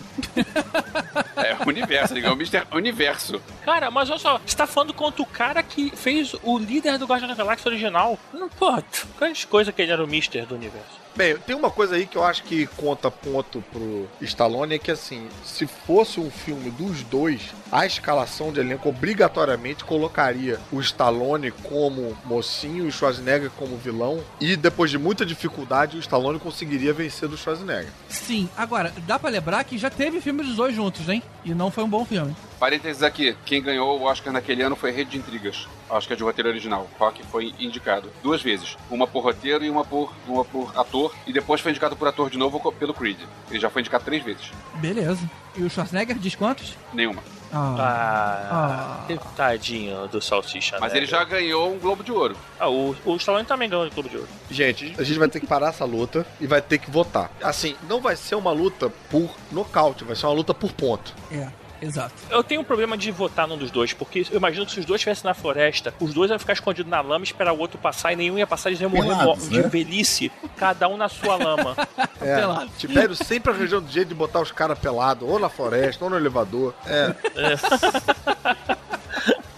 E: É o universo, ele ganhou o Mr. Universo.
D: Cara, mas olha só, você tá falando contra o cara que fez o líder do Guardião da Galáxia original. Não, pô, grandes coisas que ele era o Mister do universo.
C: Bem, tem uma coisa aí que eu acho que conta ponto pro Stallone, é que assim, se fosse um filme dos dois, a escalação de elenco obrigatoriamente colocaria o Stallone como mocinho e o Schwarzenegger como vilão, e depois de muita dificuldade, o Stallone conseguiria vencer do Schwarzenegger.
B: Sim, agora, dá pra lembrar que já teve filme dos dois juntos, hein? E não foi um bom filme.
E: Parênteses aqui, quem ganhou o Oscar naquele ano foi Rede de Intrigas. Oscar de roteiro original. Rock foi indicado duas vezes. Uma por roteiro e uma por, uma por ator. E depois foi indicado por ator de novo co- pelo Creed. Ele já foi indicado três vezes.
B: Beleza. E o Schwarzenegger diz quantos?
E: Nenhuma.
D: Tá.
B: Ah.
D: Ah,
B: Ah.
D: tadinho do
B: Tá
D: Salsicha.
E: Mas
D: né,
E: ele
D: cara?
E: já ganhou um Globo de Ouro.
D: Ah, o, o Stallone também ganhou o Clube de Ouro.
C: Gente, a gente vai ter que parar essa luta e vai ter que votar. Assim, não vai ser uma luta por nocaute, vai ser uma luta por ponto.
B: É, exato.
D: Eu tenho um problema de votar num dos dois, porque eu imagino que se os dois estivessem na floresta, os dois iam ficar escondidos na lama, esperar o outro passar e nenhum ia passar, eles iam morrer
G: Pelados,
D: mo- de
G: né?
D: velhice, cada um na sua lama.
C: É,
B: Pelado.
C: Tibério sempre arranjando jeito de botar os caras pelados, ou na floresta, ou no elevador. É,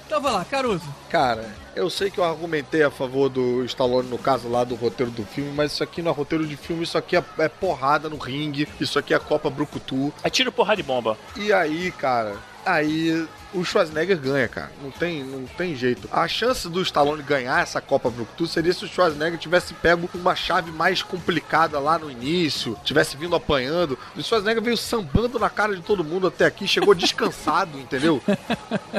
B: Então vai lá, Caruso.
C: cara, eu sei que eu argumentei a favor do Stallone no caso lá do roteiro do filme, mas isso aqui não é roteiro de filme, isso aqui é, é porrada no ringue, isso aqui é Copa Brucutu.
D: Atira porrada de bomba.
C: E aí, cara, aí o Schwarzenegger ganha, cara. Não tem, não tem jeito. A chance do Stallone ganhar essa Copa Brucutu seria se o Schwarzenegger tivesse pego uma chave mais complicada lá no início, tivesse vindo apanhando. O Schwarzenegger veio sambando na cara de todo mundo até aqui, chegou descansado, entendeu?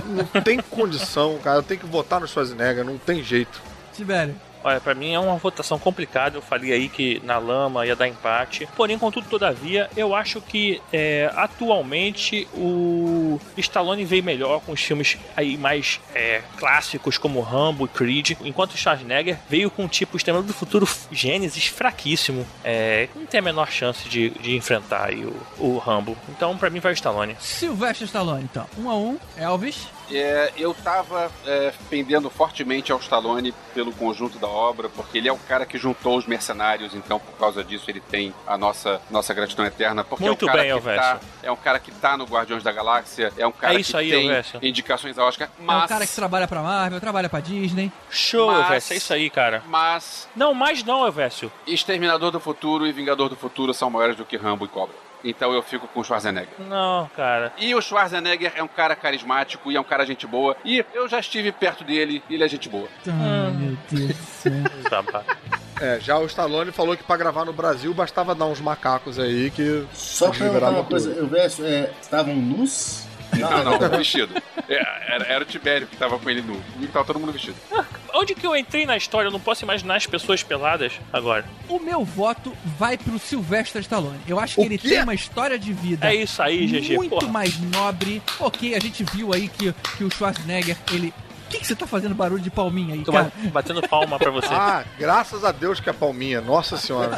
C: Não tem condição, cara. Eu tenho que votar no Schwarzenegger, não tem jeito.
B: Tibério.
D: Olha, pra mim é uma votação complicada. Eu falei aí que na lama ia dar empate. Porém, contudo, todavia, eu acho que é, atualmente o Stallone veio melhor com os filmes aí mais é, clássicos como Rambo e Creed, enquanto o Schwarzenegger veio com um tipo Exterminador do Futuro Gênesis fraquíssimo. É, que não tem a menor chance de, de enfrentar aí o, o Rambo. Então, pra mim, vai o Stallone.
B: Sylvester Stallone, então. Um a um. Elvis.
E: É, eu tava é, pendendo fortemente ao Stallone pelo conjunto da obra, porque ele é o cara que juntou os mercenários, então por causa disso ele tem a nossa, nossa gratidão eterna. Porque
D: Muito
E: é um cara
D: bem,
E: que
D: Elvésio.
E: tá, É um cara que tá no Guardiões da Galáxia, é um cara
D: isso
E: que
D: aí,
E: tem
D: Elvésio.
E: indicações a Oscar,
B: É
E: mas.
B: um cara que trabalha pra Marvel, trabalha pra Disney.
D: Show,
E: Mas-
D: Elvésio. É isso aí, cara.
E: Mas
D: Não, mais não, Elvésio.
E: Exterminador do Futuro e Vingador do Futuro são maiores do que Rambo e Cobra. Então eu fico com o Schwarzenegger.
D: Não, cara.
E: E o Schwarzenegger é um cara carismático e é um cara gente boa. E eu já estive perto dele e ele é gente boa.
B: Ai, Ah, meu Deus do céu.
D: Tá,
C: É, já o Stallone falou que pra gravar no Brasil bastava dar uns macacos aí que.
E: Tá
G: Só pra perguntar uma
C: Liberado
G: coisa, eu vejo, é, estavam nus?
E: Não, não, vestido. É, Era, era o Tibério que tava com ele nu. E tava todo mundo vestido.
D: Onde que eu entrei na história? Eu não posso imaginar as pessoas peladas agora.
B: O meu voto vai pro Sylvester Stallone. Eu acho que
C: O
B: ele
C: quê?
B: tem uma história de vida.
D: É isso aí, GG.
B: Muito
D: porra.
B: mais nobre. Ok, a gente viu aí que, que o Schwarzenegger, ele. O que, que você tá fazendo barulho de palminha aí,
D: Tô
B: cara?
D: ba- batendo palma pra você.
C: Ah, graças a Deus que é palminha, nossa senhora.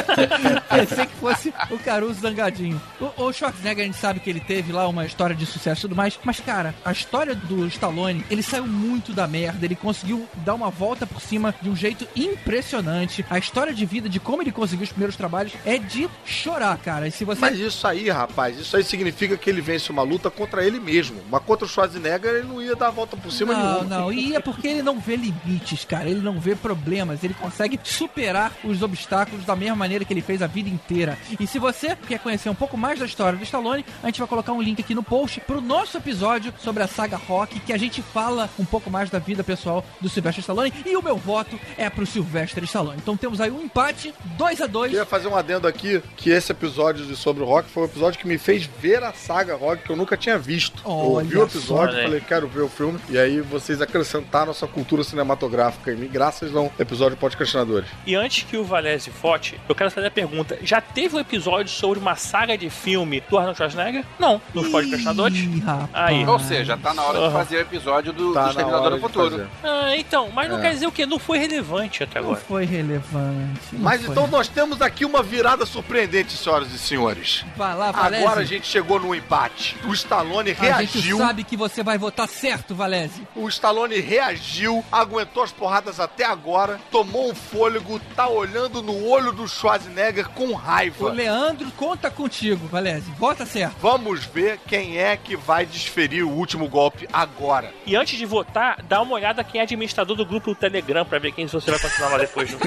B: Pensei que fosse o Caruso zangadinho. O, o Schwarzenegger, a gente sabe que ele teve lá uma história de sucesso e tudo mais. Mas, cara, a história do Stallone, ele saiu muito da merda. Ele conseguiu dar uma volta por cima de um jeito impressionante. A história de vida, de como ele conseguiu os primeiros trabalhos, é de chorar, cara. E se você.
C: Mas isso aí, rapaz, isso aí significa que ele vence uma luta contra ele mesmo. Mas contra o Schwarzenegger ele não ia dar a volta por cima
B: não,
C: nenhuma.
B: não. E é porque ele não vê limites, cara. Ele não vê problemas. Ele consegue superar os obstáculos da mesma maneira que ele fez a vida inteira. E se você quer conhecer um pouco mais da história do Stallone, a gente vai colocar um link aqui no post pro nosso episódio sobre a saga Rock, que a gente fala um pouco mais da vida pessoal do Sylvester Stallone. E o meu voto é pro Sylvester Stallone. Então temos aí um empate, 2 a 2
C: Queria fazer um adendo aqui que esse episódio de sobre o rock foi um episódio que me fez ver a saga rock que eu nunca tinha visto.
B: Olha
C: eu vi o
B: só,
C: episódio,
D: né?
C: falei, quero ver o filme. E aí vocês acrescentaram a sua cultura cinematográfica em mim, graças a um episódio de Tá Podcastinadores.
D: E antes que o Valese vote, eu quero fazer a pergunta: já teve um episódio sobre uma saga de filme do Arnold Schwarzenegger? Não, nos podcastinadores?
B: Ih, rapaz.
D: Aí.
E: Ou seja, tá na hora de
D: Aham.
E: fazer o episódio do,
C: Tá
E: do
C: na
E: Exterminador
C: hora
E: do
C: de
E: Futuro.
C: fazer.
D: Ah, então, mas não
C: É.
D: quer dizer o quê? Não foi relevante até
B: Não
D: agora.
B: foi relevante. não
C: Mas
B: foi.
C: então nós temos aqui uma virada surpreendente, senhoras e senhores.
B: Vai lá, Valese.
C: Agora a gente chegou num empate. O Stallone
B: A gente
C: reagiu.
B: sabe que você vai votar certo, Valese.
C: O Stallone reagiu, aguentou as porradas até agora, tomou um fôlego, tá olhando no olho do Schwarzenegger com
B: O
C: raiva.
B: Leandro conta contigo, Valese. Vota certo.
C: Vamos ver quem é que vai desferir o último golpe agora.
D: E antes de votar, dá uma olhada quem é administrador do grupo do Telegram pra ver quem você vai continuar lá depois. né?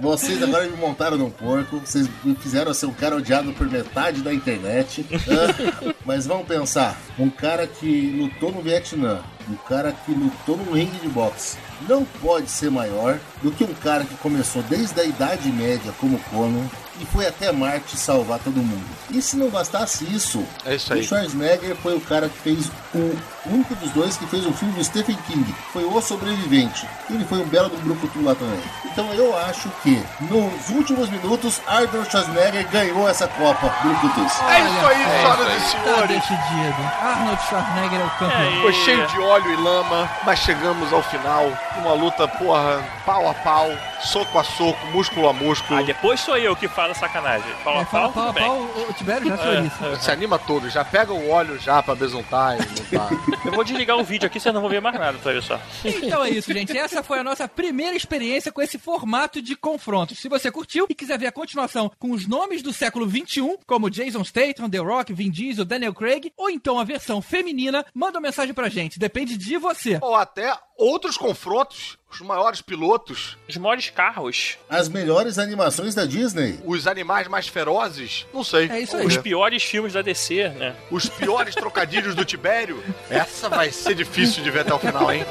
G: Vocês agora me montaram num porco, vocês me fizeram ser um cara odiado por metade da internet. né? Mas vamos pensar: um cara que lutou no Vietnã, um cara que lutou no ringue de boxe, não pode ser maior do que um cara que começou desde a Idade Média como Conan e foi até Marte salvar todo mundo. E se não bastasse isso,
C: É isso
G: o Schwarzenegger foi o cara que fez o único dos dois que fez o filme do Stephen King. Foi O Sobrevivente. Ele foi um belo do grupo lá também. Então eu acho que nos últimos minutos Arnold Schwarzenegger ganhou essa Copa Brucutus.
C: É isso aí,
B: Olha,
C: senhoras e
B: Tá
C: senhores.
B: decidido. Arnold Schwarzenegger é o campeão.
D: É,
C: Foi cheio de óleo e lama, mas chegamos ao final. Uma luta, porra, pau a pau, soco a soco, músculo a músculo.
D: Ah, depois sou eu que falo sacanagem. Pau a
B: É, fala,
D: pau, tudo
B: fala,
D: bem. É.
B: fala, o- o Tibério já falou isso.
C: Se anima todo, já pega o óleo já pra besuntar e limpar.
D: é. Eu vou desligar o vídeo aqui, vocês não vão ver mais nada, tá vendo só?
B: Então é isso, gente. Essa foi a nossa primeira experiência com esse formato de confrontos. Se você curtiu e quiser ver a continuação com os nomes do século XXI, como Jason Statham, The Rock, Vin Diesel, Daniel Craig, ou então a versão feminina, manda uma mensagem pra gente. Depende de você.
C: Ou até outros confrontos, os maiores pilotos,
D: Os maiores carros,
G: As melhores animações da Disney.
C: os animais mais ferozes, não sei.
B: É isso aí.
C: Vamos
D: os
C: ver.
D: piores filmes da DC, né?
C: Os piores trocadilhos do Tibério. Essa vai ser difícil de ver até o final, hein?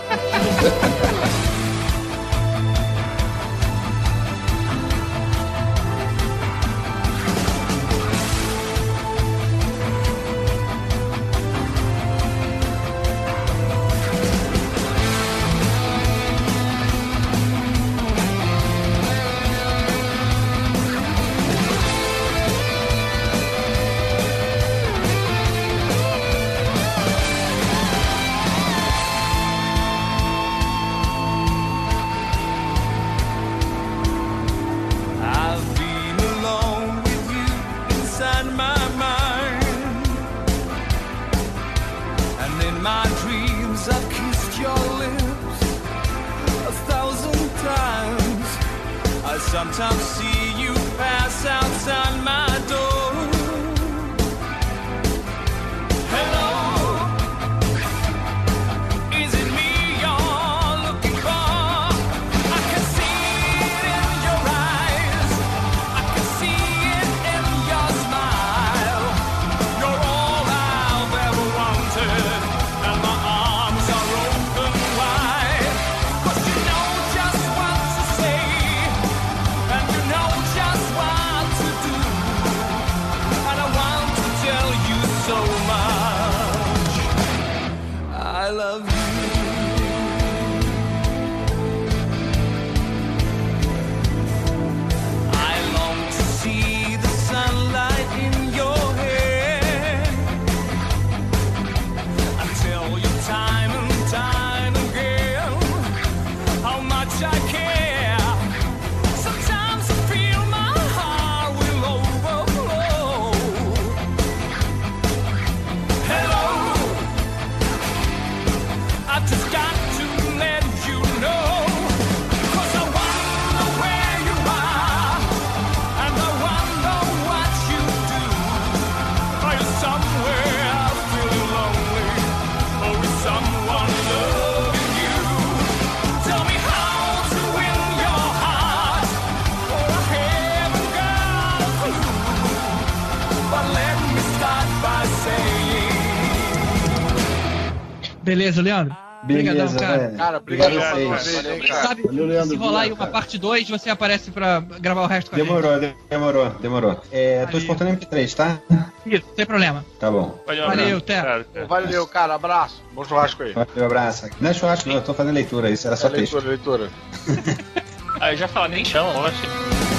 H: I've been alone with you inside my mind. And in my dreams, I've kissed your lips a thousand times. I sometimes see you pass outside my door. Hello. Is it me you're looking for? I can see it in your eyes. I can see it in your smile. You're all I've ever wanted, and my arms are open wide. 'Cause you know just what to say, and you know just what to do, and I want to tell you so much. I love you. I long to see the sunlight in your hair I tell you time and time again how much I care Sometimes I feel my heart will overflow Hello I just got to let you know 'Cause I wonder where you are and I wonder what you do. Are you somewhere out feeling lonely? Or is someone loving you? Tell me how to win your heart. For I haven't got a clue. But let me start by saying.
I: Ah,
B: Beleza, Leandro? Obrigadão,
J: Beleza, é.
B: cara.
J: velho.
E: Cara,
J: obrigado
E: obrigado
J: a
E: a
J: vocês.
E: vocês. Valeu, cara.
B: Sabe,
I: Valeu, Leandro.
B: se rolar aí
I: Obrigado,
B: uma
I: cara.
B: parte 2, você aparece pra gravar o resto com a
J: Demorou, demorou, demorou. É, tô
B: Valeu.
J: exportando MP3, tá?
B: gente. Isso, não tem problema.
J: Tá bom.
D: Valeu,
B: Valeu,
D: abraço.
B: até.
D: Cara, cara.
C: Valeu, cara. Abraço. Bom churrasco aí.
J: Valeu, abraço. Não é
C: É
J: churrasco, não, eu tô fazendo leitura, isso era só texto.
C: leitura, leitura.
D: Aí já fala, nem chama, eu acho.